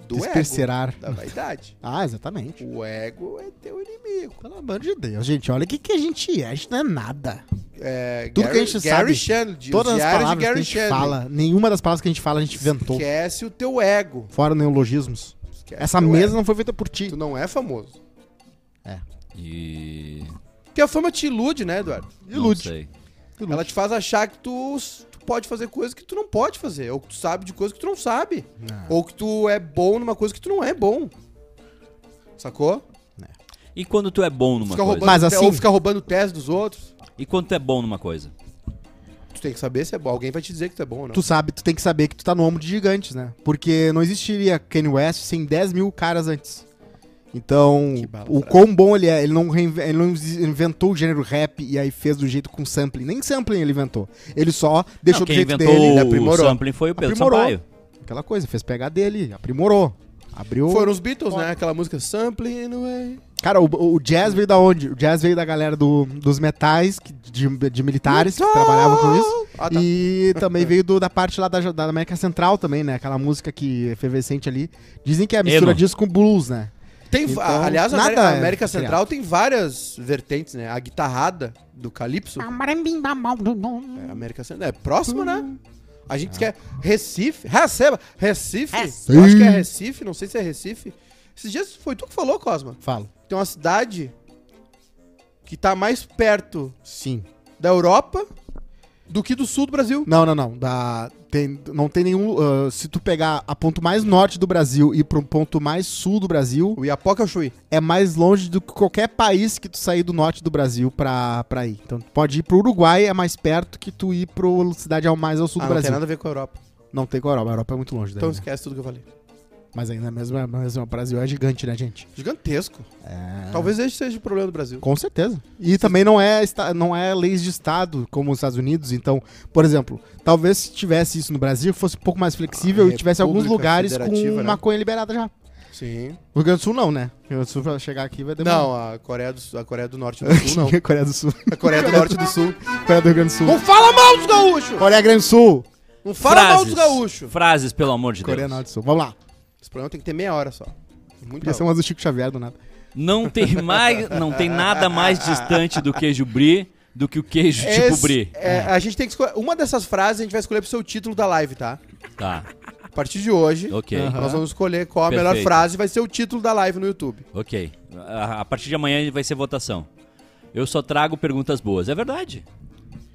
Speaker 1: do ego.
Speaker 3: Despercerar.
Speaker 1: Da vaidade.
Speaker 3: Ah, exatamente.
Speaker 1: O ego é teu inimigo.
Speaker 3: Pelo amor de Deus, gente. Olha o que, que a gente é. A gente não é nada.
Speaker 1: É,
Speaker 3: Tudo
Speaker 1: Gary-
Speaker 3: que a gente
Speaker 1: Gary
Speaker 3: sabe,
Speaker 1: Shandling, os
Speaker 3: Todas as
Speaker 1: diários de
Speaker 3: palavras que a
Speaker 1: Gary é
Speaker 3: gente
Speaker 1: Shandling.
Speaker 3: fala, nenhuma das palavras que a gente fala, a gente inventou.
Speaker 1: Esquece o teu ego.
Speaker 3: Fora neologismos.
Speaker 1: Esquece
Speaker 3: Essa
Speaker 1: o teu
Speaker 3: mesa
Speaker 1: ego.
Speaker 3: não foi feita por ti.
Speaker 1: É, Tu não é famoso.
Speaker 2: E.
Speaker 1: Porque a fama te ilude, né, Eduardo?
Speaker 3: Ilude.
Speaker 2: Não sei.
Speaker 1: Ela te faz achar que tu, tu pode fazer coisas que tu não pode fazer, ou que tu sabe de coisas que tu não sabe, ou que tu é bom numa coisa que tu não é bom. Sacou?
Speaker 2: E quando tu é bom numa
Speaker 1: Fica
Speaker 2: coisa?
Speaker 1: roubando,
Speaker 3: Mas
Speaker 1: te-
Speaker 3: assim-
Speaker 1: ou ficar roubando tese dos outros.
Speaker 2: E quando tu é bom numa coisa?
Speaker 1: Tu tem que saber se é bom. Alguém vai te dizer que tu é bom ou não.
Speaker 3: Tu sabe, tu tem que saber que tu tá no ombro de gigantes, né? Porque não existiria Kanye West sem 10 mil caras antes. Então,
Speaker 1: Que bala
Speaker 3: o
Speaker 1: frase.
Speaker 3: quão bom ele é, ele não, reinve- ele não inventou o gênero rap e aí fez do jeito com sampling. Nem sampling ele inventou. Ele só deixou
Speaker 2: Não,
Speaker 3: do
Speaker 2: quem
Speaker 3: jeito
Speaker 2: inventou
Speaker 3: dele, né?
Speaker 2: o
Speaker 3: aprimorou.
Speaker 2: sampling foi o Pedro
Speaker 3: Aprimorou.
Speaker 2: Sampaio.
Speaker 3: Aquela coisa, fez pegar dele, aprimorou. Abriu.
Speaker 1: Foram os Beatles, né? Aquela música Sampling Away.
Speaker 3: Cara, o, o jazz veio da onde? O jazz veio da galera do- dos metais, que- de, de militares que trabalhavam com isso.
Speaker 1: Ah, tá.
Speaker 3: E também veio do- da parte lá da, da América Central também, né? Aquela música que é efervescente ali. Dizem que é a mistura
Speaker 2: Emo.
Speaker 3: disso com blues, né?
Speaker 1: Tem,
Speaker 3: Então,
Speaker 1: ah, aliás, a
Speaker 3: nada
Speaker 1: América, a
Speaker 3: é
Speaker 1: América
Speaker 3: criado.
Speaker 1: Central tem várias vertentes, né? A guitarrada do Calypso. É, América Central. É próximo, né? A gente quer Recife. Receba! Recife? Eu acho que é Recife, não sei se é Recife. Esses dias foi tu que falou, Cosma.
Speaker 3: Falo.
Speaker 1: Tem uma cidade que tá mais perto
Speaker 3: Sim.
Speaker 1: da Europa do que do sul do Brasil.
Speaker 3: Não, não, não. Da, tem, não tem nenhum. ah, se tu pegar a ponto mais norte do Brasil e pro ponto mais sul do Brasil,
Speaker 1: O Iapoca é o Chuí.
Speaker 3: é mais longe do que qualquer país que tu sair do norte do Brasil pra, pra ir. Então tu pode ir pro Uruguai, é mais perto que tu ir pro cidade ao mais ao sul
Speaker 1: Ah,
Speaker 3: do
Speaker 1: não
Speaker 3: Brasil.
Speaker 1: tem nada a ver com a Europa.
Speaker 3: Não tem com a Europa, a Europa é muito longe daí,
Speaker 1: Então
Speaker 3: né?
Speaker 1: esquece tudo que eu falei.
Speaker 3: Mas ainda mesmo, é- mesmo o Brasil é gigante, né, gente?
Speaker 1: Gigantesco. Talvez este seja o problema do Brasil.
Speaker 3: É. Com certeza. E também não é, esta- não é leis de Estado como os Estados Unidos. Então, por exemplo, talvez se tivesse isso no Brasil, fosse um pouco mais flexível
Speaker 1: Ah,
Speaker 3: e tivesse alguns
Speaker 1: República
Speaker 3: lugares com
Speaker 1: Federativa, né?
Speaker 3: maconha liberada já.
Speaker 1: Sim.
Speaker 3: O Rio Grande do Sul não, né? O Rio Grande do Sul pra chegar aqui vai demorar.
Speaker 1: Não, a Coreia do Sul, a Coreia do Norte e do Sul,
Speaker 3: [laughs]
Speaker 1: não.
Speaker 3: Coreia do Sul.
Speaker 1: A Coreia do Norte e do Sul.
Speaker 3: Coreia do Rio Grande do Sul.
Speaker 1: Não fala mal dos gaúchos!
Speaker 3: Coreia Grande do Sul.
Speaker 1: Não fala mal dos gaúchos!
Speaker 2: Frases, pelo amor de
Speaker 3: Coreia
Speaker 2: Deus.
Speaker 3: do Sul. Vamos lá.
Speaker 1: Esse programa tem que ter meia hora só. Muito
Speaker 3: Podia ser umas do Chico Xavier do nada.
Speaker 2: Não tem mais, não tem nada mais distante do queijo brie do que o queijo tipo
Speaker 1: Esse-
Speaker 2: brie.
Speaker 1: é, a gente tem que escolher. Uma dessas frases a gente vai escolher pro seu título da live, tá?
Speaker 2: Tá.
Speaker 1: A partir de hoje,
Speaker 2: Ok.
Speaker 1: nós vamos escolher qual a melhor
Speaker 2: Perfeito.
Speaker 1: frase vai ser o título da live no YouTube.
Speaker 2: Ok. A, a partir de amanhã vai ser votação. Eu só trago perguntas boas. É verdade.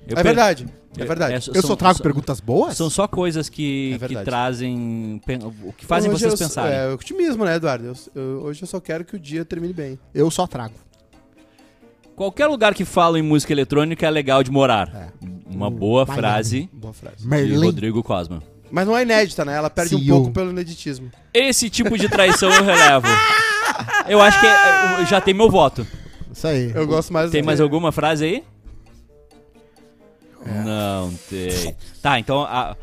Speaker 2: Eu
Speaker 1: é
Speaker 2: per-
Speaker 1: verdade. É verdade.
Speaker 2: É,
Speaker 3: Eu
Speaker 2: são-
Speaker 3: só trago
Speaker 2: são-
Speaker 3: perguntas boas?
Speaker 2: São só coisas
Speaker 1: É
Speaker 2: que, que
Speaker 1: verdade.
Speaker 2: trazem. pen- o que fazem
Speaker 1: Hoje
Speaker 2: vocês
Speaker 1: eu-
Speaker 2: pensarem.
Speaker 1: É, otimismo, né, Eduardo? Eu- eu- hoje eu só quero que o dia termine bem.
Speaker 3: Eu só trago.
Speaker 2: Qualquer lugar que fala em música eletrônica é legal de morar. Uma boa
Speaker 3: Miami.
Speaker 2: frase
Speaker 1: Boa frase.
Speaker 2: de
Speaker 3: Merlin.
Speaker 2: Rodrigo Cosma.
Speaker 1: Mas não é inédita, né? Ela perde um
Speaker 3: CEO.
Speaker 1: pouco pelo ineditismo.
Speaker 2: Esse tipo de traição eu relevo. Eu acho que é- eu- já tem meu voto.
Speaker 3: Isso aí.
Speaker 1: Eu gosto mais
Speaker 2: Tem
Speaker 1: do-
Speaker 2: mais alguma frase aí? Não tem. Tá, então a,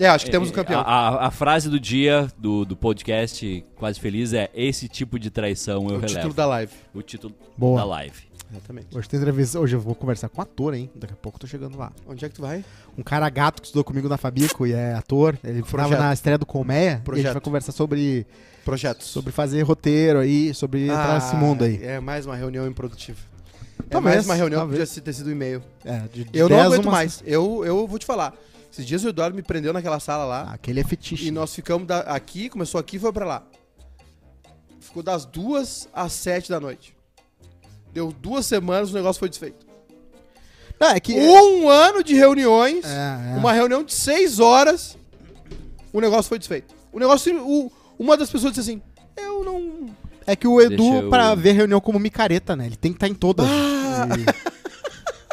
Speaker 1: É, acho que temos um campeão.
Speaker 2: a, a- a frase do dia do, do podcast Quase Feliz é Esse tipo de traição eu
Speaker 1: o
Speaker 2: relevo.
Speaker 1: título da live.
Speaker 2: O título
Speaker 3: Boa.
Speaker 2: da live.
Speaker 1: Exatamente.
Speaker 3: Hoje tem entrevista. Hoje eu vou conversar com um ator, hein? Daqui a pouco eu tô chegando lá.
Speaker 1: Onde é que tu vai?
Speaker 3: Um cara gato que estudou comigo na Fabico e é ator. Ele
Speaker 1: Projeto.
Speaker 3: tava na estreia do Colmeia. E a
Speaker 1: Projeto.
Speaker 3: gente vai conversar sobre,
Speaker 1: Projetos.
Speaker 3: sobre fazer roteiro aí, sobre
Speaker 1: Ah,
Speaker 3: entrar nesse mundo aí.
Speaker 1: É mais uma reunião improdutiva. é
Speaker 3: Talvez,
Speaker 1: mais uma reunião
Speaker 3: talvez.
Speaker 1: que podia ter sido um e-mail.
Speaker 3: É, de
Speaker 1: Eu não
Speaker 3: 10
Speaker 1: aguento
Speaker 3: umas-
Speaker 1: mais. Eu, eu vou te falar. Esses dias o Eduardo me prendeu naquela sala lá.
Speaker 3: Ah, aquele é fetiche.
Speaker 1: E nós ficamos da- aqui, começou aqui e foi pra lá. Ficou das duas às sete da noite. Deu duas semanas, o negócio foi desfeito.
Speaker 3: Ah, é que.
Speaker 1: Um ano de reuniões,
Speaker 3: É, é.
Speaker 1: uma reunião de seis horas, o negócio foi desfeito. O negócio, o- uma das pessoas disse assim, eu não...
Speaker 3: É que o Edu,
Speaker 2: Deixa eu-
Speaker 3: pra ver reunião como micareta, né? Ele tem que estar em todas.
Speaker 1: Ah!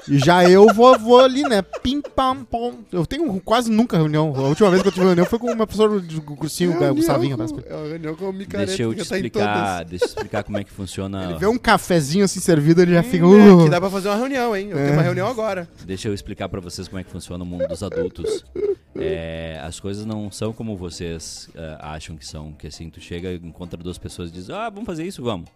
Speaker 3: E... e já eu vou, vou ali, né? Pim, pam, pom. Eu tenho quase nunca reunião. A última vez que eu tive reunião foi com uma pessoa do cursinho, o né? Gustavinho. das
Speaker 1: com,
Speaker 3: coisas.
Speaker 1: é uma reunião com o micareta,
Speaker 2: Deixa eu te
Speaker 1: que tá em
Speaker 2: explicar, deixa eu explicar como é
Speaker 1: [laughs]
Speaker 2: que funciona.
Speaker 3: Ele vê um cafezinho assim servido, ele já fica.
Speaker 1: todas. É,
Speaker 3: "Uh". É.
Speaker 1: que dá pra fazer uma reunião, hein? Eu tenho uma reunião agora.
Speaker 2: Deixa eu explicar pra vocês como é que funciona o mundo dos adultos. É, as coisas não são como vocês eh, acham que são. Que assim, tu chega, encontra duas pessoas e diz, ah, vamos fazer isso, vamos.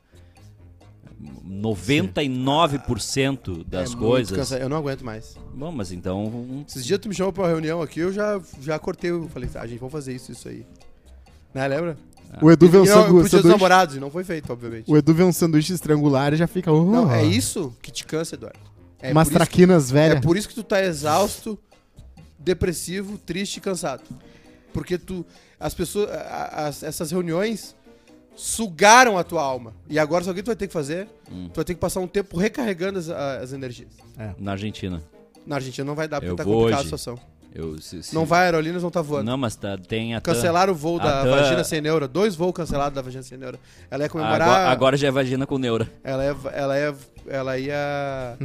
Speaker 2: 99% das
Speaker 1: É muito
Speaker 2: coisas.
Speaker 1: cansa- Eu não aguento mais.
Speaker 2: Bom, mas então. um-
Speaker 1: Esses dias tu me chamou pra uma reunião aqui, eu já, já cortei. Eu falei, tá, gente, vamos fazer isso, isso aí. Né, lembra?
Speaker 3: O Edu vê um
Speaker 1: E eu, eu
Speaker 3: sandu-
Speaker 1: pedi os
Speaker 3: sanduíche.
Speaker 1: namorados e não foi feito, obviamente.
Speaker 3: O Edu vê um sanduíche estrangular e já fica. "Uh".
Speaker 1: Não, é isso que te cansa, Eduardo. É
Speaker 3: Umas
Speaker 1: por isso que-
Speaker 3: traquinas
Speaker 1: É
Speaker 3: velhas.
Speaker 1: por isso que tu tá exausto, depressivo, triste e cansado. Porque tu. As pessoas. a- as- essas reuniões sugaram a tua alma. E agora, sabe o que tu vai ter que fazer?
Speaker 2: Hum.
Speaker 1: Tu vai ter que passar um tempo recarregando as, a- as energias.
Speaker 2: Na Argentina.
Speaker 1: Na Argentina não vai dar, porque
Speaker 2: Eu
Speaker 1: tá
Speaker 2: vou
Speaker 1: complicada a
Speaker 2: hoje.
Speaker 1: situação.
Speaker 2: Eu, se- se-
Speaker 1: Não vai, aerolíneas não tá voando.
Speaker 2: Não, mas tá, tem a TAM.
Speaker 1: Cancelaram o voo da
Speaker 2: A Tan-
Speaker 1: vagina sem neura. Dois voos cancelados da vagina sem neura. Ela ia comemorar.
Speaker 2: Agora, agora já é vagina com neura.
Speaker 1: Ela ia. Ela ia. Ela
Speaker 2: [laughs]
Speaker 1: ia,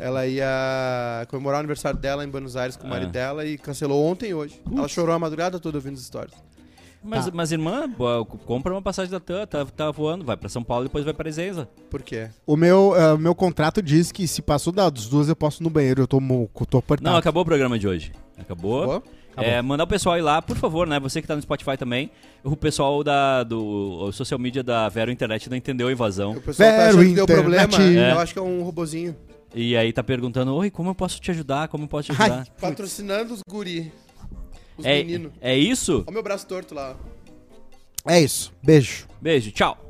Speaker 1: ela ia comemorar o aniversário dela em Buenos Aires com o
Speaker 2: Ah.
Speaker 1: marido dela e cancelou ontem e hoje. Ela chorou a madrugada toda ouvindo as histórias.
Speaker 2: Mas,
Speaker 1: Tá.
Speaker 2: mas irmã, bo- compra uma passagem da TAM, tá, tá voando, vai pra São Paulo e depois vai pra Isenza.
Speaker 1: Por quê?
Speaker 3: O meu, ah, meu contrato diz que se passou das duas eu posso ir no banheiro. Eu tô, mo- tô apertado.
Speaker 2: Não, acabou o programa de hoje. Tá. Acabou.
Speaker 1: Boa?
Speaker 2: É, mandar o pessoal ir lá, por favor, né? Você que tá no Spotify também. O pessoal da, do o social media da Vero Internet não entendeu a invasão.
Speaker 1: O pessoal tá achando que deu
Speaker 3: Vero
Speaker 1: problema.
Speaker 3: Internet.
Speaker 1: Eu acho que é um robozinho.
Speaker 2: E aí tá perguntando, oi, como eu posso te ajudar? Como eu posso te ajudar?
Speaker 1: Patrocinando os guri. Os
Speaker 2: é,
Speaker 1: meninos.
Speaker 2: é isso?
Speaker 1: Olha o meu braço torto lá. ó.
Speaker 3: É isso. Beijo.
Speaker 2: Beijo, tchau.